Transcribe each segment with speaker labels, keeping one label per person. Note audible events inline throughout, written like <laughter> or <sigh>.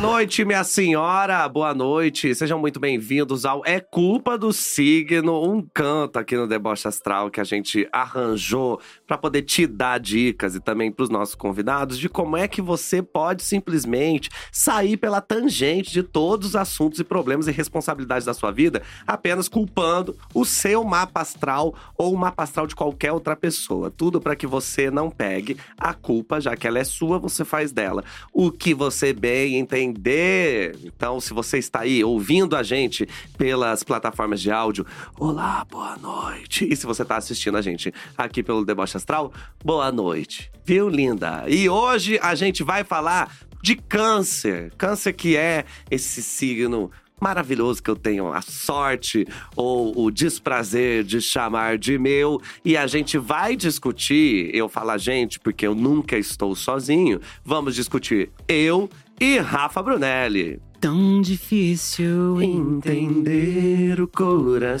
Speaker 1: noite, minha senhora. Boa noite. Sejam muito bem-vindos ao É Culpa do Signo, um canto aqui no Deboche Astral que a gente arranjou para poder te dar dicas e também para os nossos convidados de como é que você pode simplesmente sair pela tangente de todos os assuntos e problemas e responsabilidades da sua vida, apenas culpando o seu mapa astral ou o mapa astral de qualquer outra pessoa. Tudo para que você não pegue a culpa, já que ela é sua, você faz dela o que você bem entender. Então, se você está aí ouvindo a gente pelas plataformas de áudio, olá, boa noite. E se você está assistindo a gente aqui pelo Deboche Astral, boa noite. Viu, linda? E hoje a gente vai falar de câncer. Câncer que é esse signo maravilhoso que eu tenho a sorte ou o desprazer de chamar de meu. E a gente vai discutir, eu falo a gente porque eu nunca estou sozinho, vamos discutir eu e Rafa Brunelli.
Speaker 2: Tão difícil entender.
Speaker 1: o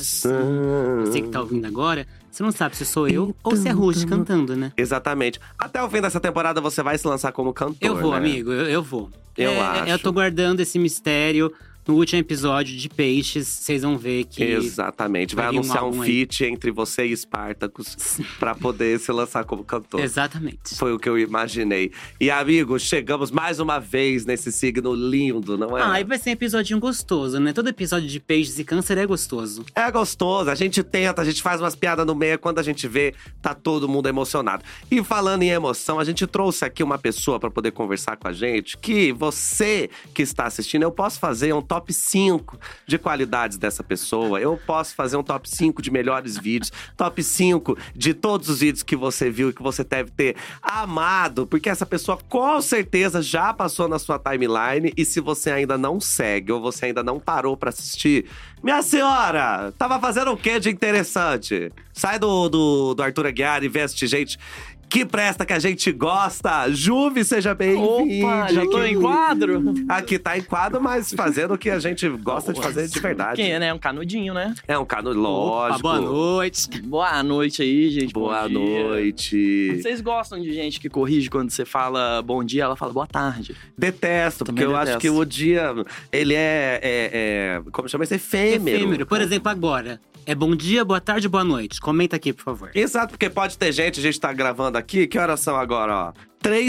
Speaker 1: coração.
Speaker 2: Você que tá ouvindo agora, você não sabe se sou eu ou se é Rush cantando, né?
Speaker 1: Exatamente. Até o fim dessa temporada você vai se lançar como cantor.
Speaker 2: Eu vou,
Speaker 1: né?
Speaker 2: amigo, eu, eu vou.
Speaker 1: Eu
Speaker 2: É,
Speaker 1: acho.
Speaker 2: Eu tô guardando esse mistério. No último episódio de Peixes, vocês vão ver que.
Speaker 1: Exatamente. Vai,
Speaker 2: vai vir um
Speaker 1: anunciar um,
Speaker 2: álbum aí.
Speaker 1: feat entre você e Spartacus
Speaker 2: <laughs>
Speaker 1: pra poder se lançar como cantor.
Speaker 2: Exatamente.
Speaker 1: Foi o que eu imaginei. E, amigos, chegamos mais uma vez nesse signo lindo, não é?
Speaker 2: Ah, e vai ser um episódio gostoso, né? Todo episódio de Peixes e Câncer é gostoso.
Speaker 1: É gostoso, a gente tenta, a gente faz umas piadas no meio, quando a gente vê, tá todo mundo emocionado. E falando em emoção, a gente trouxe aqui uma pessoa pra poder conversar com a gente, que você que está assistindo, eu posso fazer um top 5 de qualidades dessa pessoa, eu posso fazer um top 5 de melhores vídeos, top 5 de todos os vídeos que você viu e que você deve ter amado, porque essa pessoa com certeza já passou na sua timeline e se você ainda não segue ou você ainda não parou pra assistir, minha senhora, tava fazendo o que de interessante? Sai do, do, do Arthur Aguiar e veste gente que presta, que a gente gosta. Juve, seja bem-vindo.
Speaker 3: Opa, já tô em quadro?
Speaker 1: Aqui tá em quadro, mas fazendo o que a gente gosta de fazer de verdade.
Speaker 3: Quem é, né? Um canudinho, né?
Speaker 1: É um canudo,
Speaker 2: Opa,
Speaker 1: lógico.
Speaker 2: boa noite.
Speaker 3: Boa noite aí, gente. Tipo, bom
Speaker 1: Boa
Speaker 3: dia.
Speaker 1: noite.
Speaker 3: Vocês gostam de gente que corrige quando você fala bom dia, ela fala boa tarde.
Speaker 1: Detesto, porque
Speaker 3: Também
Speaker 1: eu acho
Speaker 3: detesto.
Speaker 1: que o dia, ele é, é- é- como chama isso? Efêmero.
Speaker 2: Efêmero. Por exemplo, agora. É bom dia, boa tarde, boa noite. Comenta aqui, por favor.
Speaker 1: Exato, porque pode ter gente, a gente tá gravando aqui, que horas são agora, ó?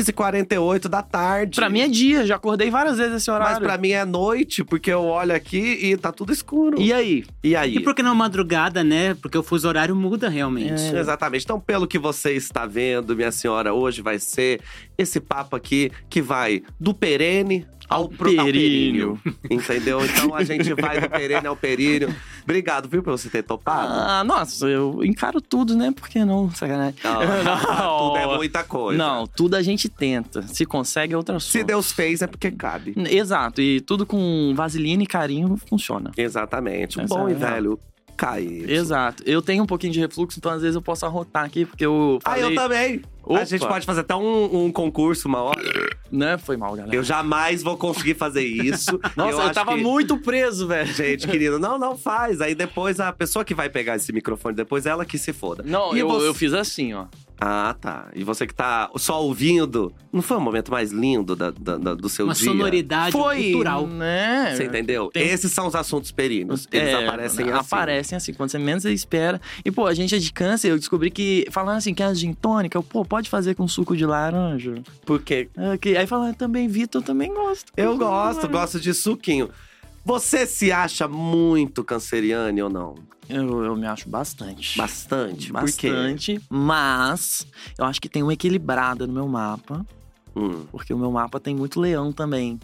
Speaker 1: 3h48 da tarde.
Speaker 3: Pra mim é dia, já acordei várias vezes esse
Speaker 1: Mas
Speaker 3: horário.
Speaker 1: pra mim é noite, porque eu olho aqui e tá tudo escuro.
Speaker 3: E aí?
Speaker 1: E aí?
Speaker 2: E por que não madrugada, né? Porque o fuso horário muda realmente.
Speaker 3: É.
Speaker 1: Exatamente. Então, pelo que você está vendo, minha senhora, hoje vai ser esse papo aqui que vai do perene ao,
Speaker 3: Ao
Speaker 1: pro- ao
Speaker 3: períneo.
Speaker 1: períneo. Entendeu? Então a gente vai do perene ao períneo. Obrigado, viu, por você ter topado.
Speaker 3: Ah, nossa, eu encaro tudo, né? Por que não? Sacanagem. <laughs>
Speaker 1: Não, tudo é muita coisa.
Speaker 3: Não, tudo a gente tenta. Se consegue, é outra
Speaker 1: Se
Speaker 3: assunto.
Speaker 1: Deus fez, é porque cabe.
Speaker 3: Exato, e tudo com vaselina e carinho funciona.
Speaker 1: Exatamente.
Speaker 3: Essa
Speaker 1: Bom e
Speaker 3: é a-
Speaker 1: velho, cair.
Speaker 3: Exato. Eu tenho um pouquinho de refluxo, então às vezes eu posso arrotar aqui, porque eu
Speaker 1: Ah,
Speaker 3: falei...
Speaker 1: eu também. A
Speaker 3: Opa.
Speaker 1: gente pode fazer até um, um concurso uma hora.
Speaker 3: Né? Foi mal, galera.
Speaker 1: Eu jamais vou conseguir fazer isso.
Speaker 3: <laughs> Nossa, eu,
Speaker 1: acho
Speaker 3: tava
Speaker 1: que-
Speaker 3: muito preso, velho.
Speaker 1: Gente, querido, não, não faz. Aí depois a pessoa que vai pegar esse microfone depois, ela que se foda.
Speaker 3: Não,
Speaker 1: E
Speaker 3: eu,
Speaker 1: você-
Speaker 3: eu fiz assim, ó.
Speaker 1: Ah, tá. E você que tá só ouvindo, não foi o momento mais lindo da- da- da- do seu
Speaker 2: Uma
Speaker 1: dia?
Speaker 2: sonoridade
Speaker 1: um
Speaker 2: cultural.
Speaker 3: né?
Speaker 1: Você entendeu?
Speaker 3: Tem-
Speaker 1: Esses são os assuntos períneos. Eles
Speaker 3: É,
Speaker 1: aparecem assim.
Speaker 3: Aparecem assim, quando você menos espera. E, pô, a gente é de câncer, eu descobri que, falando assim, que é a gin tônica, eu, pô, pode fazer com suco de laranja?
Speaker 1: Porque
Speaker 3: Ah, que- Aí falando, também, Vitor, eu também gosto. Uhum.
Speaker 1: eu gosto, gosto de suquinho. Você se acha muito canceriane ou não?
Speaker 3: Eu, eu me acho bastante.
Speaker 1: Bastante. Por quê?
Speaker 3: Bastante, mas eu acho que tem uma equilibrada no meu mapa,
Speaker 1: Hum.
Speaker 3: porque o meu mapa tem muito leão também.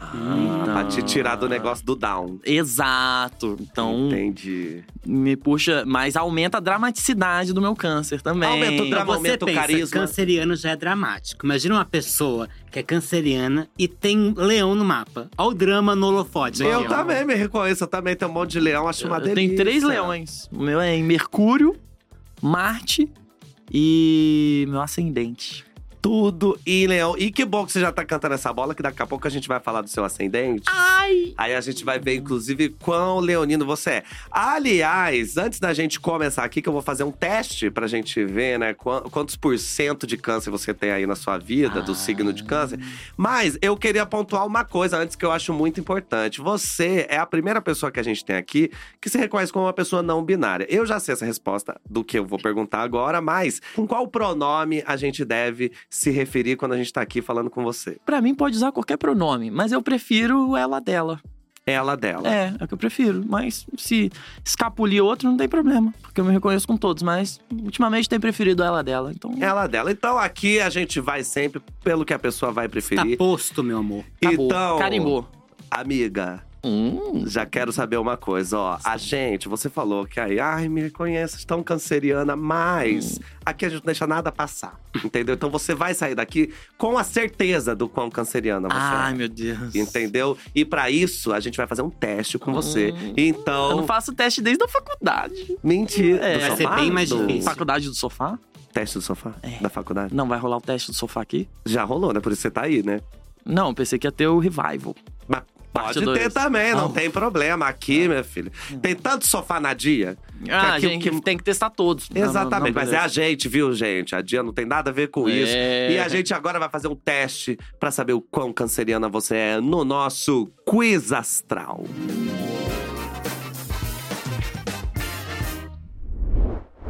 Speaker 1: Ah, pra te tirar do negócio do down.
Speaker 3: Exato. Então,
Speaker 1: Entendi.
Speaker 3: me puxa, mas aumenta a dramaticidade do meu câncer também.
Speaker 1: Aumenta o
Speaker 2: Então
Speaker 1: drama,
Speaker 2: você
Speaker 1: aumenta o
Speaker 2: pensa,
Speaker 1: carisma.
Speaker 2: canceriano já é dramático. Imagina uma pessoa que é canceriana e tem um leão no mapa. Olha o drama no holofote.
Speaker 1: Eu
Speaker 2: aqui, ó.
Speaker 1: também me reconheço, eu também tenho um monte de leão, acho uma delícia.
Speaker 3: Tem três leões. O meu é em Mercúrio, Marte e meu ascendente.
Speaker 1: tudo em leão. E que bom que você já tá cantando essa bola, que daqui a pouco a gente vai falar do seu ascendente.
Speaker 2: Ai!
Speaker 1: Aí a gente vai ver, inclusive, quão leonino você é. Aliás, antes da gente começar aqui, que eu vou fazer um teste pra gente ver, né? quan- Quantos por cento de câncer você tem aí na sua vida, do
Speaker 3: Ah.
Speaker 1: signo de câncer. Mas eu queria pontuar uma coisa antes que eu acho muito importante. Você é a primeira pessoa que a gente tem aqui que se reconhece como uma pessoa não binária. Eu já sei essa resposta do que eu vou perguntar agora, mas com qual pronome a gente deve se referir quando a gente tá aqui falando com você?
Speaker 3: Pra mim pode usar qualquer pronome, mas eu prefiro o ela dela.
Speaker 1: Ela dela.
Speaker 3: É, é o que eu prefiro. Mas se escapulir outro, não tem problema. Porque eu me reconheço com todos, mas ultimamente tem preferido ela dela. Então.
Speaker 1: Ela dela. Então aqui a gente vai sempre pelo que a pessoa vai
Speaker 2: Tá
Speaker 1: preferir.
Speaker 2: posto, meu amor.
Speaker 3: acabou.
Speaker 1: Então,
Speaker 3: Carimbou.
Speaker 1: amiga,
Speaker 3: Hum.
Speaker 1: já quero saber uma coisa, ó. A gente, você falou que aí, ai, me conheces tão canceriana, mas aqui a gente não deixa nada passar, entendeu? Então você vai sair daqui com a certeza do quão canceriana você
Speaker 3: Ai,
Speaker 1: é.
Speaker 3: meu Deus.
Speaker 1: Entendeu? E pra isso, a gente vai fazer um teste com você.
Speaker 3: Hum. Eu
Speaker 1: Então,
Speaker 3: não faço teste desde a faculdade.
Speaker 1: mentira.
Speaker 3: É.
Speaker 1: do
Speaker 3: Vai
Speaker 2: ser
Speaker 1: sofá?
Speaker 2: bem mais
Speaker 1: Do-
Speaker 2: difícil.
Speaker 3: Faculdade do sofá?
Speaker 1: Teste do sofá?
Speaker 3: É.
Speaker 1: Da faculdade?
Speaker 3: Não vai rolar o teste do sofá aqui?
Speaker 1: Já rolou, né? Por isso você tá aí, né?
Speaker 3: Não, eu pensei que ia ter o revival.
Speaker 1: Mas
Speaker 3: Parte
Speaker 1: pode ter
Speaker 3: dois. Tá.
Speaker 1: também, não
Speaker 3: Ah.
Speaker 1: tem problema. Aqui, minha filha, tem tanto sofá na dia.
Speaker 3: Ah,
Speaker 1: aqui o
Speaker 3: gente,
Speaker 1: que-
Speaker 3: tem que testar todos. Não, não,
Speaker 1: Exatamente,
Speaker 3: não,
Speaker 1: mas é a gente, viu, gente? A dia não tem nada a ver com isso.
Speaker 3: É.
Speaker 1: E a gente agora vai fazer um teste pra saber o quão canceriana você é no nosso quiz astral.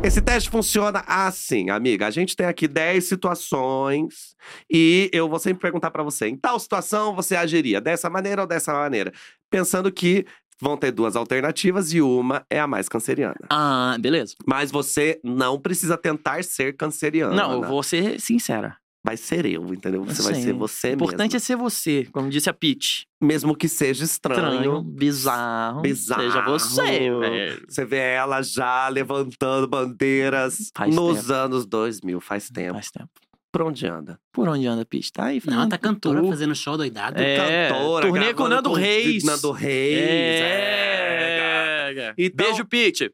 Speaker 1: Esse teste funciona assim, amiga. A gente tem aqui 10 situações e eu vou sempre perguntar pra você: em tal situação você agiria dessa maneira ou dessa maneira? Pensando que vão ter duas alternativas e uma é a mais canceriana.
Speaker 3: Ah, beleza.
Speaker 1: Mas você não precisa tentar ser canceriana.
Speaker 3: Não, eu vou ser sincera.
Speaker 1: Vai ser eu, entendeu? Você vai
Speaker 3: Sim.
Speaker 1: ser você
Speaker 3: O importante
Speaker 1: mesmo.
Speaker 3: é ser você, como disse a Pete.
Speaker 1: Mesmo que seja
Speaker 3: Estranho,
Speaker 1: estranho.
Speaker 3: bizarro.
Speaker 1: Bizarro.
Speaker 3: Seja você, velho.
Speaker 1: Você vê ela já levantando bandeiras
Speaker 3: Faz
Speaker 1: nos anos 2000, faz tempo.
Speaker 3: Faz tempo.
Speaker 1: Pra onde anda?
Speaker 3: Por onde anda a Pete? Tá aí,
Speaker 2: Não,
Speaker 3: fazendo
Speaker 2: tá cantora
Speaker 3: tour.
Speaker 2: fazendo show doidado.
Speaker 3: É,
Speaker 1: Cantora,
Speaker 3: turnê
Speaker 1: gravando
Speaker 3: com Nando Reis.
Speaker 1: Nando Reis. é,
Speaker 3: É. é.
Speaker 1: Então-
Speaker 3: Beijo, Pete.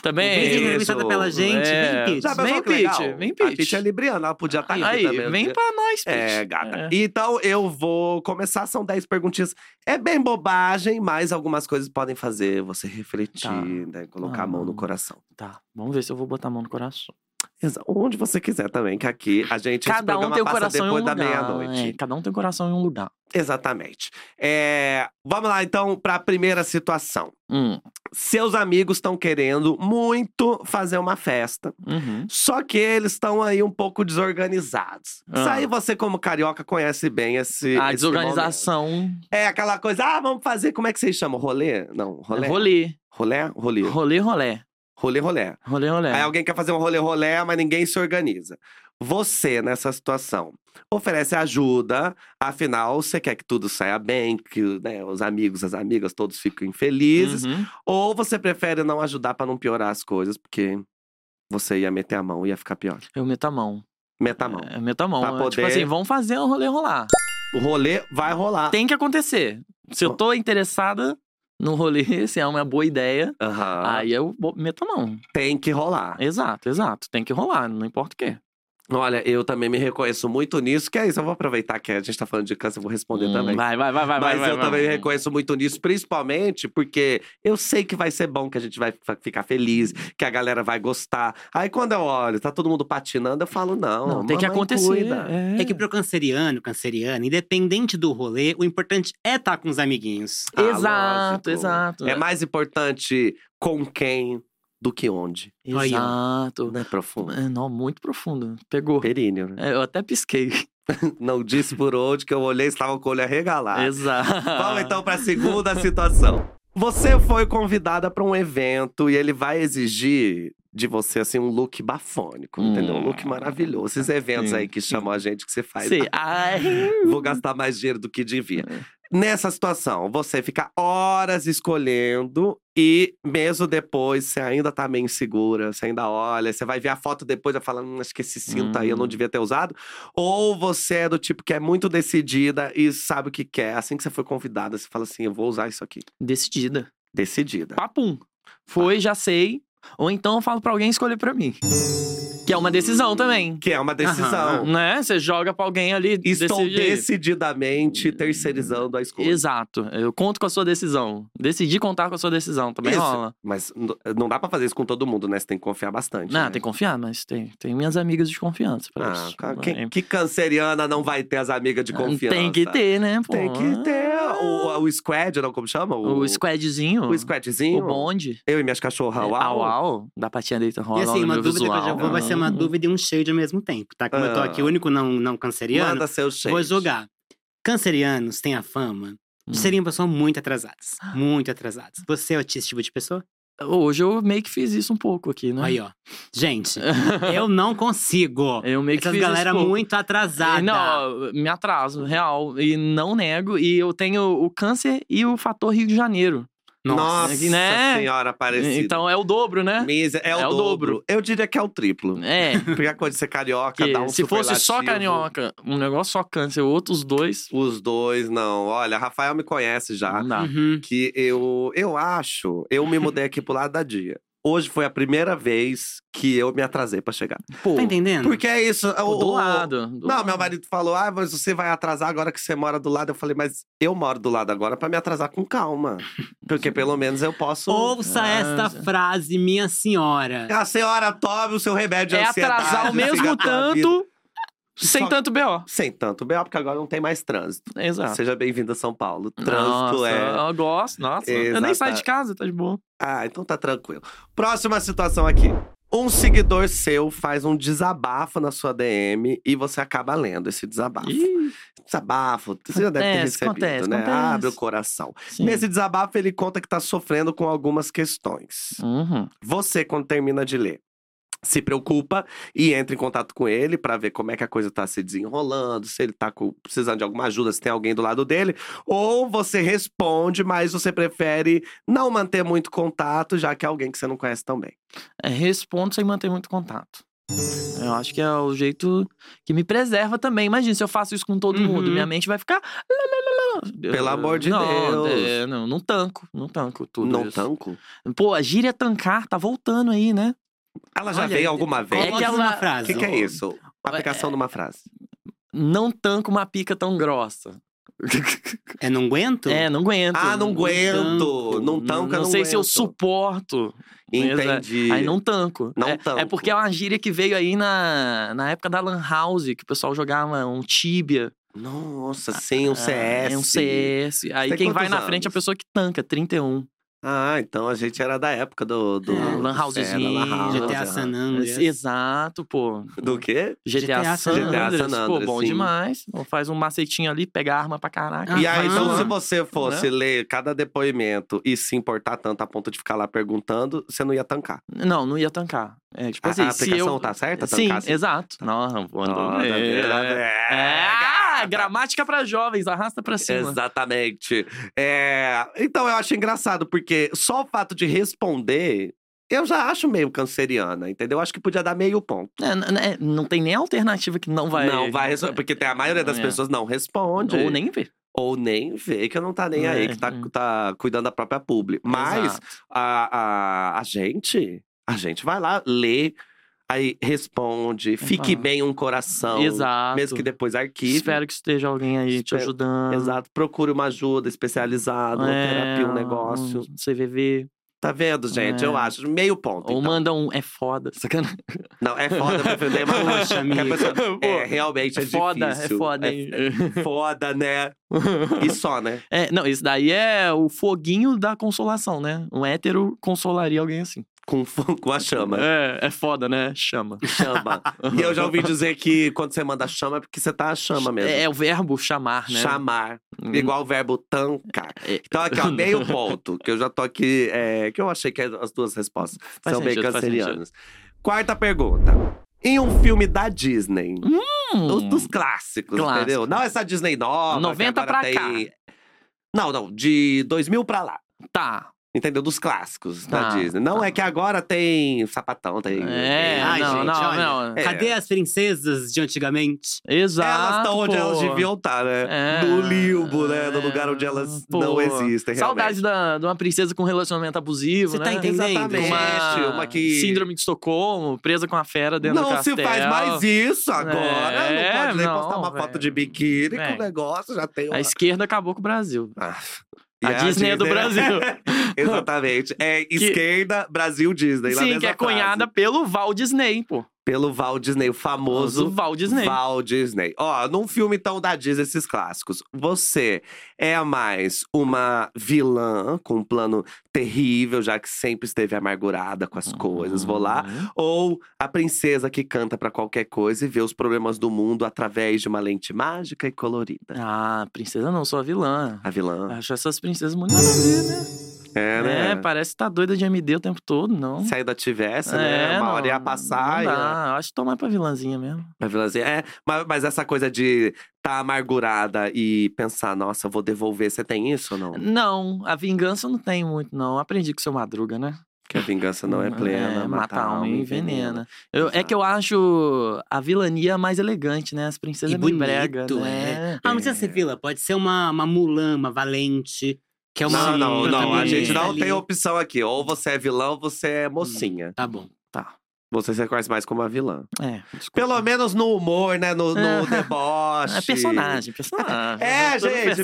Speaker 2: Vem ser
Speaker 1: Beijo.
Speaker 3: Também.
Speaker 2: entrevistada pela gente. Vem,
Speaker 3: É.
Speaker 2: Pete.
Speaker 1: Já pensou
Speaker 3: Vem,
Speaker 1: que legal?
Speaker 3: Pitty, vem,
Speaker 1: A
Speaker 3: Pitty.
Speaker 1: Pitty é libriana, ela podia estar aqui
Speaker 3: Aí,
Speaker 1: também. um
Speaker 3: vem
Speaker 1: dia.
Speaker 3: pra nós, Pete.
Speaker 1: É, gata.
Speaker 3: né? É.
Speaker 1: Então eu vou começar, são 10 perguntinhas. É bem bobagem, mas algumas coisas podem fazer você refletir,
Speaker 3: Tá.
Speaker 1: né? Colocar a mão no
Speaker 3: Ah.
Speaker 1: coração.
Speaker 3: Tá, vamos ver se eu vou botar a mão no coração.
Speaker 1: Exa- Onde você quiser também, que aqui a gente. esse
Speaker 3: Cada um
Speaker 1: programa
Speaker 3: tem o
Speaker 1: passa
Speaker 3: coração em um
Speaker 1: depois da
Speaker 3: lugar.
Speaker 1: meia-noite.
Speaker 3: É, cada um tem o coração em um lugar.
Speaker 1: Exatamente. É, vamos lá, então, para a primeira situação.
Speaker 3: Hum,
Speaker 1: Seus amigos estão querendo muito fazer uma festa.
Speaker 3: uhum.
Speaker 1: Só que eles estão aí um pouco desorganizados. Isso
Speaker 3: Ah.
Speaker 1: aí você, como carioca, conhece bem esse.
Speaker 3: A
Speaker 1: esse
Speaker 3: desorganização.
Speaker 1: É aquela coisa, ah, vamos fazer, como é que vocês chamam? Rolê? Não, rolê.
Speaker 3: é Rolê.
Speaker 1: Rolê? Rolê.
Speaker 3: Rolê, rolê.
Speaker 1: Rolê, rolê.
Speaker 3: Rolê, rolê.
Speaker 1: Aí alguém quer fazer um rolê, rolê, mas ninguém se organiza. Você, nessa situação, oferece ajuda, afinal, você quer que tudo saia bem, que né, os amigos, as amigas, todos fiquem felizes.
Speaker 3: Uhum.
Speaker 1: Ou você prefere não ajudar pra não piorar as coisas, porque você ia meter a mão, ia ficar pior.
Speaker 3: Eu meto a mão.
Speaker 1: Meta a mão.
Speaker 3: É, Eu meto a mão.
Speaker 1: Tá Pra
Speaker 3: Eu, Tipo
Speaker 1: poder-
Speaker 3: assim, vamos fazer o rolê rolar.
Speaker 1: O rolê vai rolar.
Speaker 3: Tem que acontecer. Se eu tô interessada no rolê, <laughs> se é uma boa ideia,
Speaker 1: Aham.
Speaker 3: aí É. eu bo- meto a mão.
Speaker 1: Tem que rolar.
Speaker 3: Exato, exato. Tem que rolar, não importa o quê.
Speaker 1: Olha, eu também me reconheço muito nisso, que é isso. Eu vou aproveitar que a gente tá falando de câncer, eu vou responder
Speaker 3: Hum,
Speaker 1: também.
Speaker 3: Vai, vai, vai, vai. vai,
Speaker 1: Mas
Speaker 3: vai,
Speaker 1: eu
Speaker 3: vai.
Speaker 1: também me reconheço muito nisso, principalmente porque eu sei que vai ser bom, que a gente vai fa- ficar feliz, que a galera vai gostar. Aí quando eu olho, tá todo mundo patinando, eu falo, não,
Speaker 3: Não, tem que
Speaker 1: mamãe
Speaker 3: acontecer.
Speaker 1: cuida.
Speaker 3: é.
Speaker 2: É que pro canceriano, canceriana, independente do rolê, o importante é estar com os amiguinhos.
Speaker 1: Ah, lógico.
Speaker 3: Exato, exato.
Speaker 1: É mais importante com quem do que onde.
Speaker 2: Aí, ó.
Speaker 3: Exato.
Speaker 1: Não é profundo.
Speaker 3: É, não, muito profundo. Pegou.
Speaker 1: Períneo, né?
Speaker 3: É, Eu até
Speaker 1: <laughs>
Speaker 3: pisquei. É.
Speaker 1: Não disse por onde que eu olhei, estava com o olho arregalado.
Speaker 3: Exato.
Speaker 1: Vamos Ah, então para a segunda situação. Você foi convidada para um evento e ele vai exigir de você assim um look bafônico,
Speaker 3: Hum.
Speaker 1: entendeu? Um look maravilhoso. Esses eventos
Speaker 3: Sim.
Speaker 1: aí que chamam a gente que você faz.
Speaker 3: Sim. Ai.
Speaker 1: Vou gastar mais dinheiro do que devia.
Speaker 3: É.
Speaker 1: Nessa situação, você fica horas escolhendo e mesmo depois você ainda tá meio insegura, você ainda olha, você vai ver a foto depois e vai falar, hum, acho que esse cinto aí eu não
Speaker 3: Hum.
Speaker 1: devia ter usado. Ou você é do tipo que é muito decidida e sabe o que quer. Assim que você foi convidada, você fala assim, eu vou usar isso aqui.
Speaker 3: Decidida.
Speaker 1: Decidida.
Speaker 3: Papum. Foi, já sei. Ou então eu falo pra alguém escolher pra mim. Que é uma decisão também.
Speaker 1: Que é uma decisão.
Speaker 3: Né? Você joga pra alguém ali.
Speaker 1: Estou
Speaker 3: decide.
Speaker 1: decididamente terceirizando a escolha.
Speaker 3: Exato. Eu conto com a sua decisão. Decidi contar com a sua decisão. Também
Speaker 1: Isso.
Speaker 3: rola.
Speaker 1: Mas n- não dá pra fazer isso com todo mundo, né? Você tem que confiar bastante.
Speaker 3: Não,
Speaker 1: né?
Speaker 3: tem que confiar, mas tem, tem minhas amigas de confiança pra
Speaker 1: Ah,
Speaker 3: isso.
Speaker 1: cara,
Speaker 3: É,
Speaker 1: que, que canceriana não vai ter as amigas de confiança?
Speaker 3: Ah, Tem que ter, né? pô?
Speaker 1: Tem que ter. O, o squad, não como chama?
Speaker 3: O squadzinho.
Speaker 1: O squadzinho.
Speaker 3: o bonde.
Speaker 1: Eu e minhas cachorras,
Speaker 3: é,
Speaker 1: uau.
Speaker 3: au, au, Da patinha deita rola.
Speaker 2: E assim,
Speaker 3: no
Speaker 2: uma
Speaker 3: meu
Speaker 2: dúvida
Speaker 3: visual,
Speaker 2: que eu já vou vai ser
Speaker 1: Uhum.
Speaker 2: uma
Speaker 3: Ah.
Speaker 2: dúvida e um shade ao mesmo tempo, tá? Como eu tô
Speaker 1: Ah.
Speaker 2: aqui, o único não, não canceriano,
Speaker 1: Manda seu cheiro.
Speaker 2: vou jogar. Cancerianos têm a fama
Speaker 3: Hum. Ah.
Speaker 2: de serem pessoas muito atrasadas. Muito atrasadas. Você é esse tipo de pessoa?
Speaker 3: Uhum. Hoje eu meio que fiz isso um pouco aqui, né?
Speaker 2: Aí, ó.
Speaker 3: <laughs>
Speaker 2: Gente, eu não consigo.
Speaker 3: Eu meio É que
Speaker 2: Essas
Speaker 3: fiz
Speaker 2: galera
Speaker 3: isso um pouco.
Speaker 2: muito atrasada.
Speaker 3: Não, me atraso, real. E não nego. E eu tenho o câncer e o fator Rio de Janeiro.
Speaker 1: Nossa
Speaker 3: né?
Speaker 1: senhora, parecida.
Speaker 3: Então é o dobro, né?
Speaker 1: Míser- é, o, dobro. Eu diria que é o triplo. <laughs>
Speaker 3: É.
Speaker 1: Porque a coisa de ser carioca
Speaker 3: que
Speaker 1: dá um
Speaker 3: se fosse só
Speaker 1: superlativo.
Speaker 3: carioca, um negócio só câncer, outros dois.
Speaker 1: Os dois, não. Olha, Rafael me conhece já.
Speaker 3: Não dá.
Speaker 2: Uhum.
Speaker 1: Que eu, eu acho, eu me mudei aqui pro lado da dia. Hoje foi a primeira vez que eu me atrasei pra chegar.
Speaker 3: Pô,
Speaker 2: Tá entendendo?
Speaker 1: Porque é isso.
Speaker 3: pô,
Speaker 1: o-
Speaker 3: Tipo, do
Speaker 1: o-
Speaker 3: lado. do
Speaker 1: Não,
Speaker 3: lado.
Speaker 1: meu marido falou, ah, mas você vai atrasar agora que você mora do lado. Eu falei, mas eu moro do lado agora pra me atrasar com
Speaker 3: <laughs>
Speaker 1: calma. Porque pelo menos eu posso.
Speaker 2: Ouça
Speaker 3: Ah,
Speaker 2: esta
Speaker 3: já.
Speaker 2: frase, minha senhora.
Speaker 1: A senhora tome o seu remédio de
Speaker 3: É
Speaker 1: ansiedade.
Speaker 3: atrasar o mesmo
Speaker 1: siga a sua vida.
Speaker 3: tanto, sem
Speaker 1: Só-
Speaker 3: tanto B.O.
Speaker 1: Sem tanto B.O., porque agora não tem mais trânsito.
Speaker 3: Exato.
Speaker 1: Seja bem-vindo a São Paulo. Trânsito
Speaker 3: nossa,
Speaker 1: é.
Speaker 3: Eu gosto, nossa. Eu nem
Speaker 1: Exato.
Speaker 3: saio de casa, tá de boa.
Speaker 1: Ah, então tá tranquilo. Próxima situação aqui. Um seguidor seu faz um desabafo na sua DM e você acaba lendo esse desabafo.
Speaker 3: Ih,
Speaker 1: Desabafo, você já deve ter
Speaker 3: Acontece,
Speaker 1: recebido,
Speaker 3: acontece,
Speaker 1: né?
Speaker 3: acontece.
Speaker 1: Abre o coração.
Speaker 3: sim.
Speaker 1: Nesse desabafo, ele conta que tá sofrendo com algumas questões.
Speaker 3: Uhum.
Speaker 1: Você, quando termina de ler, se preocupa e entra em contato com ele pra ver como é que a coisa tá se desenrolando, se ele tá com- precisando de alguma ajuda, se tem alguém do lado dele. Ou você responde, mas você prefere não manter muito contato, já que é alguém que você não conhece tão bem.
Speaker 3: É, respondo sem manter muito contato. Eu acho que é o jeito que me preserva também. Imagina, se eu faço isso com todo
Speaker 2: Uhum.
Speaker 3: mundo, minha mente vai ficar.
Speaker 1: Pelo amor de
Speaker 3: não,
Speaker 1: Deus.
Speaker 3: é, não, não tanco, não tanco tudo.
Speaker 1: não
Speaker 3: isso.
Speaker 1: tanco?
Speaker 3: Pô, a gíria tancar tá voltando aí, né?
Speaker 1: Ela já
Speaker 3: Olha,
Speaker 1: veio alguma
Speaker 3: é
Speaker 1: vez?
Speaker 2: Coloca
Speaker 1: O
Speaker 3: que ela-
Speaker 2: numa
Speaker 1: que,
Speaker 2: frase.
Speaker 1: que é isso? Uma aplicação de uma frase.
Speaker 3: Não tanco uma pica tão grossa.
Speaker 2: É não aguento?
Speaker 3: É, não aguento.
Speaker 1: Ah, não aguento!
Speaker 2: tanco.
Speaker 1: Não tanco, eu
Speaker 3: Não
Speaker 1: não
Speaker 3: sei se eu
Speaker 1: aguento.
Speaker 3: suporto. Exato.
Speaker 1: Entendi.
Speaker 3: é. Aí não tanco.
Speaker 1: Não
Speaker 3: é,
Speaker 1: tanco.
Speaker 3: É porque é uma gíria que veio aí na, na época da Lan House, que o pessoal jogava um tíbia.
Speaker 1: Nossa, sim, um
Speaker 3: Ah,
Speaker 1: CS.
Speaker 3: É um CS. Aí
Speaker 1: tem
Speaker 3: quem vai
Speaker 1: quantos
Speaker 3: na frente é a
Speaker 1: anos?
Speaker 3: pessoa que tanca, 31.
Speaker 1: Ah, então a gente era da época do. do
Speaker 2: É,
Speaker 3: lan
Speaker 1: do Senna,
Speaker 3: housezinho,
Speaker 1: lan house,
Speaker 2: GTA
Speaker 1: aham.
Speaker 2: San Andreas.
Speaker 3: Exato, pô.
Speaker 1: Do quê?
Speaker 3: GTA,
Speaker 2: GTA
Speaker 3: San
Speaker 2: San
Speaker 3: Andreas.
Speaker 1: Andreas,
Speaker 3: Pô, bom
Speaker 1: sim.
Speaker 3: demais. Então Faz um macetinho ali, pega a arma pra caraca. Ah,
Speaker 1: E aí,
Speaker 2: Aham.
Speaker 1: então, se você fosse
Speaker 3: Né?
Speaker 1: ler cada depoimento e se importar tanto a ponto de ficar lá perguntando, você não ia tancar.
Speaker 3: Não, não ia tancar. É, tipo
Speaker 1: A-
Speaker 3: assim,
Speaker 1: a
Speaker 3: se
Speaker 1: aplicação
Speaker 3: eu...
Speaker 1: tá certa?
Speaker 3: Sim,
Speaker 1: Tancar, sim.
Speaker 3: exato. Não,
Speaker 1: Ó,
Speaker 3: mandou
Speaker 1: tá
Speaker 3: bem.
Speaker 1: vendo? Tá vendo?
Speaker 3: É, ah, gramática pra jovens, arrasta pra cima.
Speaker 1: Exatamente. É, Então eu acho engraçado, porque só o fato de responder, eu já acho meio canceriana, entendeu? Acho que podia dar meio ponto.
Speaker 3: É, n- n- é, não tem nem alternativa que não vai.
Speaker 1: Não vai
Speaker 3: <laughs>
Speaker 1: responder, porque um tem a maioria das
Speaker 3: É.
Speaker 1: pessoas não responde.
Speaker 3: Ou nem ver.
Speaker 1: ou nem vê que não tá nem aí,
Speaker 3: É,
Speaker 1: que tá,
Speaker 3: é.
Speaker 1: tá cuidando da própria publi. Mas
Speaker 3: Exato.
Speaker 1: a, a, a gente, a gente vai lá, lê, aí responde, fique
Speaker 3: Exato.
Speaker 1: bem um coração.
Speaker 3: É Exato.
Speaker 1: Mesmo que depois arquive.
Speaker 3: Espero que esteja alguém aí te
Speaker 1: Espero-
Speaker 3: ajudando.
Speaker 1: Exato, procure uma ajuda especializada, uma
Speaker 3: É,
Speaker 1: terapia, um negócio.
Speaker 3: Um CVV.
Speaker 1: Tá vendo, gente?
Speaker 3: É.
Speaker 1: Eu acho. Meio ponto.
Speaker 3: Ou
Speaker 1: então.
Speaker 3: manda um. É foda.
Speaker 1: <laughs>
Speaker 3: Sacanagem.
Speaker 1: Não, é foda pra defender, mas porque
Speaker 2: Poxa,
Speaker 1: a
Speaker 2: amigo.
Speaker 1: pessoa-
Speaker 3: Pô,
Speaker 1: É, realmente é,
Speaker 3: é foda,
Speaker 1: difícil.
Speaker 3: é foda,
Speaker 1: É
Speaker 3: hein?
Speaker 1: foda, né? E só, né?
Speaker 3: É, não, isso daí é o foguinho da consolação, né? Um hétero consolaria alguém assim.
Speaker 1: Com, com a chama.
Speaker 3: É, é foda, né? Chama.
Speaker 1: Chama. e eu já ouvi dizer que quando você manda chama é porque você tá a chama mesmo.
Speaker 3: É, é o verbo chamar, né?
Speaker 1: Chamar.
Speaker 3: Hum.
Speaker 1: Igual o verbo tancar.
Speaker 3: É.
Speaker 1: Então, aqui,
Speaker 3: <laughs>
Speaker 1: ó, meio ponto, que eu já tô aqui. é, que eu achei que as duas respostas
Speaker 3: Faz
Speaker 1: são bem
Speaker 3: sentido, faz
Speaker 1: cancerianas. Quarta pergunta. Em um filme da Disney, dos,
Speaker 3: Hum,
Speaker 1: dos clássicos,
Speaker 3: Clássico.
Speaker 1: entendeu? Não essa Disney nova. que
Speaker 3: 90
Speaker 1: agora
Speaker 3: pra
Speaker 1: tem...
Speaker 3: cá.
Speaker 1: Não, não, de 2000 pra lá.
Speaker 3: Tá.
Speaker 1: Entendeu? Dos clássicos da
Speaker 3: Tá,
Speaker 1: Disney. Não
Speaker 3: tá.
Speaker 1: é que agora tem sapatão, tem.
Speaker 3: É,
Speaker 2: Ai,
Speaker 3: não,
Speaker 2: gente,
Speaker 3: não,
Speaker 2: olha.
Speaker 3: não.
Speaker 1: É.
Speaker 2: Cadê as princesas de antigamente?
Speaker 3: Exato.
Speaker 1: Elas estão onde
Speaker 3: pô.
Speaker 1: elas deviam estar, né?
Speaker 3: É.
Speaker 1: No limbo, né? No lugar onde elas
Speaker 3: Pô.
Speaker 1: não existem.
Speaker 3: Saudades
Speaker 1: realmente.
Speaker 3: da, de uma princesa com relacionamento abusivo,
Speaker 2: Você
Speaker 3: né?
Speaker 2: tá entendendo?
Speaker 3: Com
Speaker 1: Exatamente.
Speaker 3: Uma,
Speaker 1: Uma que-
Speaker 3: síndrome de Estocolmo, presa com a fera dentro do
Speaker 1: Não se
Speaker 3: castelo.
Speaker 1: faz mais isso agora. não
Speaker 3: É,
Speaker 1: pode nem
Speaker 3: não,
Speaker 1: postar uma
Speaker 3: velho.
Speaker 1: foto de biquíni, que o
Speaker 3: Velho.
Speaker 1: negócio já tem uma...
Speaker 3: A esquerda acabou com o Brasil.
Speaker 1: Ah, e né?
Speaker 3: A Disney é do Brasil.
Speaker 1: <laughs> Exatamente. É esquerda, Brasil, Disney. na
Speaker 3: Sim,
Speaker 1: mesma
Speaker 3: que é
Speaker 1: frase.
Speaker 3: cunhada pelo Walt Disney, pô.
Speaker 1: Pelo Walt Disney, o famoso
Speaker 3: Do Walt Disney.
Speaker 1: Walt Disney. Ó, num filme então da Disney, esses clássicos, você é mais uma vilã com um plano terrível, já que sempre esteve amargurada com as coisas, vou lá. Ou a princesa que canta pra qualquer coisa e vê os problemas do mundo através de uma lente mágica e colorida.
Speaker 3: Ah, princesa não, sou a vilã.
Speaker 1: A vilã.
Speaker 3: Acho essas princesas muito nada a ver, né?
Speaker 1: É, né?
Speaker 3: É, parece que tá doida de MD o tempo todo, não. É,
Speaker 1: Se ainda tivesse, né? Uma hora ia passar.
Speaker 3: Não
Speaker 1: ia-
Speaker 3: dá. Acho que tomar pra vilãzinha mesmo.
Speaker 1: A vilãzinha. É, mas, mas essa coisa de tá amargurada e pensar, nossa, eu vou devolver, você tem isso ou não?
Speaker 3: Não, a vingança não tem muito, não. Aprendi com o seu Madruga, né?
Speaker 1: Que a vingança não é plena.
Speaker 3: mata a alma e envenena. Eu- é
Speaker 1: Exato.
Speaker 3: que eu acho a vilania mais elegante, né? As princesas
Speaker 2: E
Speaker 3: é meio
Speaker 2: bonito,
Speaker 3: brega, né?
Speaker 2: Ah, não precisa ser vila, pode ser uma, uma Mulan, uma Valente, que é uma.
Speaker 1: Não, não, não. A
Speaker 2: protagonista
Speaker 1: gente um não
Speaker 2: ali.
Speaker 1: tem opção aqui. Ou você é vilão ou você é mocinha.
Speaker 2: Tá bom.
Speaker 1: Você se reconhece mais como a vilã.
Speaker 3: É,
Speaker 1: Pelo menos no humor, né? No, no
Speaker 3: É.
Speaker 1: deboche.
Speaker 3: é personagem,
Speaker 1: <laughs>
Speaker 3: personagem.
Speaker 1: É,
Speaker 3: Tudo
Speaker 1: gente,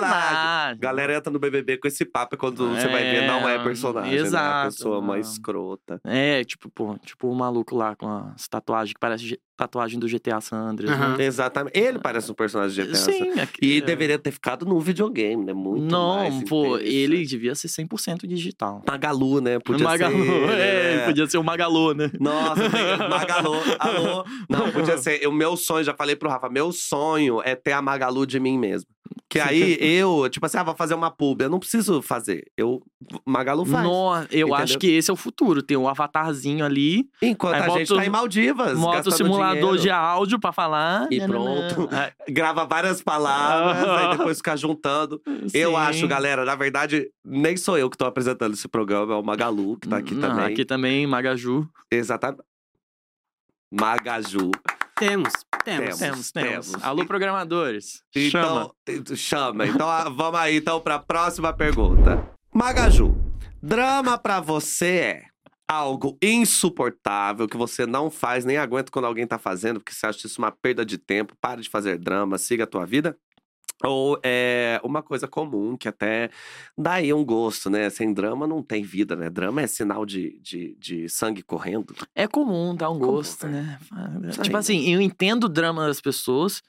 Speaker 1: personagem. Galera entra no BBB com esse papo e quando você vai ver, não é
Speaker 3: É,
Speaker 1: personagem. Né? A
Speaker 3: exato,
Speaker 1: pessoa
Speaker 3: não.
Speaker 1: mais escrota.
Speaker 3: É, tipo, pô, tipo o maluco lá com as tatuagens que parece ge- tatuagem do GTA San Andreas.
Speaker 2: Aham.
Speaker 3: né?
Speaker 1: Exatamente. Ele parece um personagem de GTA.
Speaker 3: Sim, é que-
Speaker 1: E deveria ter ficado num videogame, né? Muito mais
Speaker 3: Não, pô,
Speaker 1: interessante.
Speaker 3: ele devia ser 100% digital.
Speaker 1: Magalu, né? Podia
Speaker 3: Magalu,
Speaker 1: ser ele,
Speaker 3: <laughs> é,
Speaker 1: né?
Speaker 3: podia ser o Magalô, né?
Speaker 1: Nossa, tem- Magalu, alô. Não, podia ser. O meu sonho, já falei pro Rafa, meu sonho é ter a Magalu de mim mesmo. Que
Speaker 3: <laughs>
Speaker 1: aí eu, tipo assim, ah, vou fazer uma pub. Eu não preciso fazer. Eu, Magalu faz.
Speaker 3: Nossa, eu acho
Speaker 1: entendeu?
Speaker 3: que esse é o futuro. Tem um avatarzinho ali,
Speaker 1: Enquanto
Speaker 3: Aí
Speaker 1: a
Speaker 3: bota
Speaker 1: gente tá
Speaker 3: o-
Speaker 1: em Maldivas.
Speaker 3: moto
Speaker 1: gastando
Speaker 3: simulador de
Speaker 1: dinheiro.
Speaker 3: áudio pra falar.
Speaker 1: E
Speaker 3: nananã.
Speaker 1: pronto.
Speaker 3: Ah,
Speaker 1: Grava várias palavras, aí
Speaker 3: <laughs>
Speaker 1: depois fica juntando. Eu
Speaker 3: sim.
Speaker 1: acho, galera, na verdade, nem sou eu que tô apresentando esse programa, é o Magalu que tá aqui
Speaker 3: Não,
Speaker 1: também.
Speaker 3: Ah, Aqui também, Magaju.
Speaker 1: Exatamente. Magaju.
Speaker 2: Temos, temos.
Speaker 1: Temos,
Speaker 3: Temos, temos.
Speaker 1: temos.
Speaker 3: Alô, programadores. Chama.
Speaker 1: Então, chama. Chama. Então, ah, vamos aí então pra próxima pergunta. Magaju, drama pra você é algo insuportável que você não faz, nem aguenta quando alguém tá fazendo, porque você acha isso uma perda de tempo, para de fazer drama, siga a tua vida? Ou é uma coisa comum que até dá aí um gosto, né? Sem drama não tem vida, né? Drama é sinal de, de, de sangue correndo.
Speaker 3: É comum dar um
Speaker 1: Comum,
Speaker 3: gosto,
Speaker 1: é.
Speaker 3: né?
Speaker 1: Isso
Speaker 3: Tipo
Speaker 1: aí.
Speaker 3: assim, eu entendo o drama das pessoas,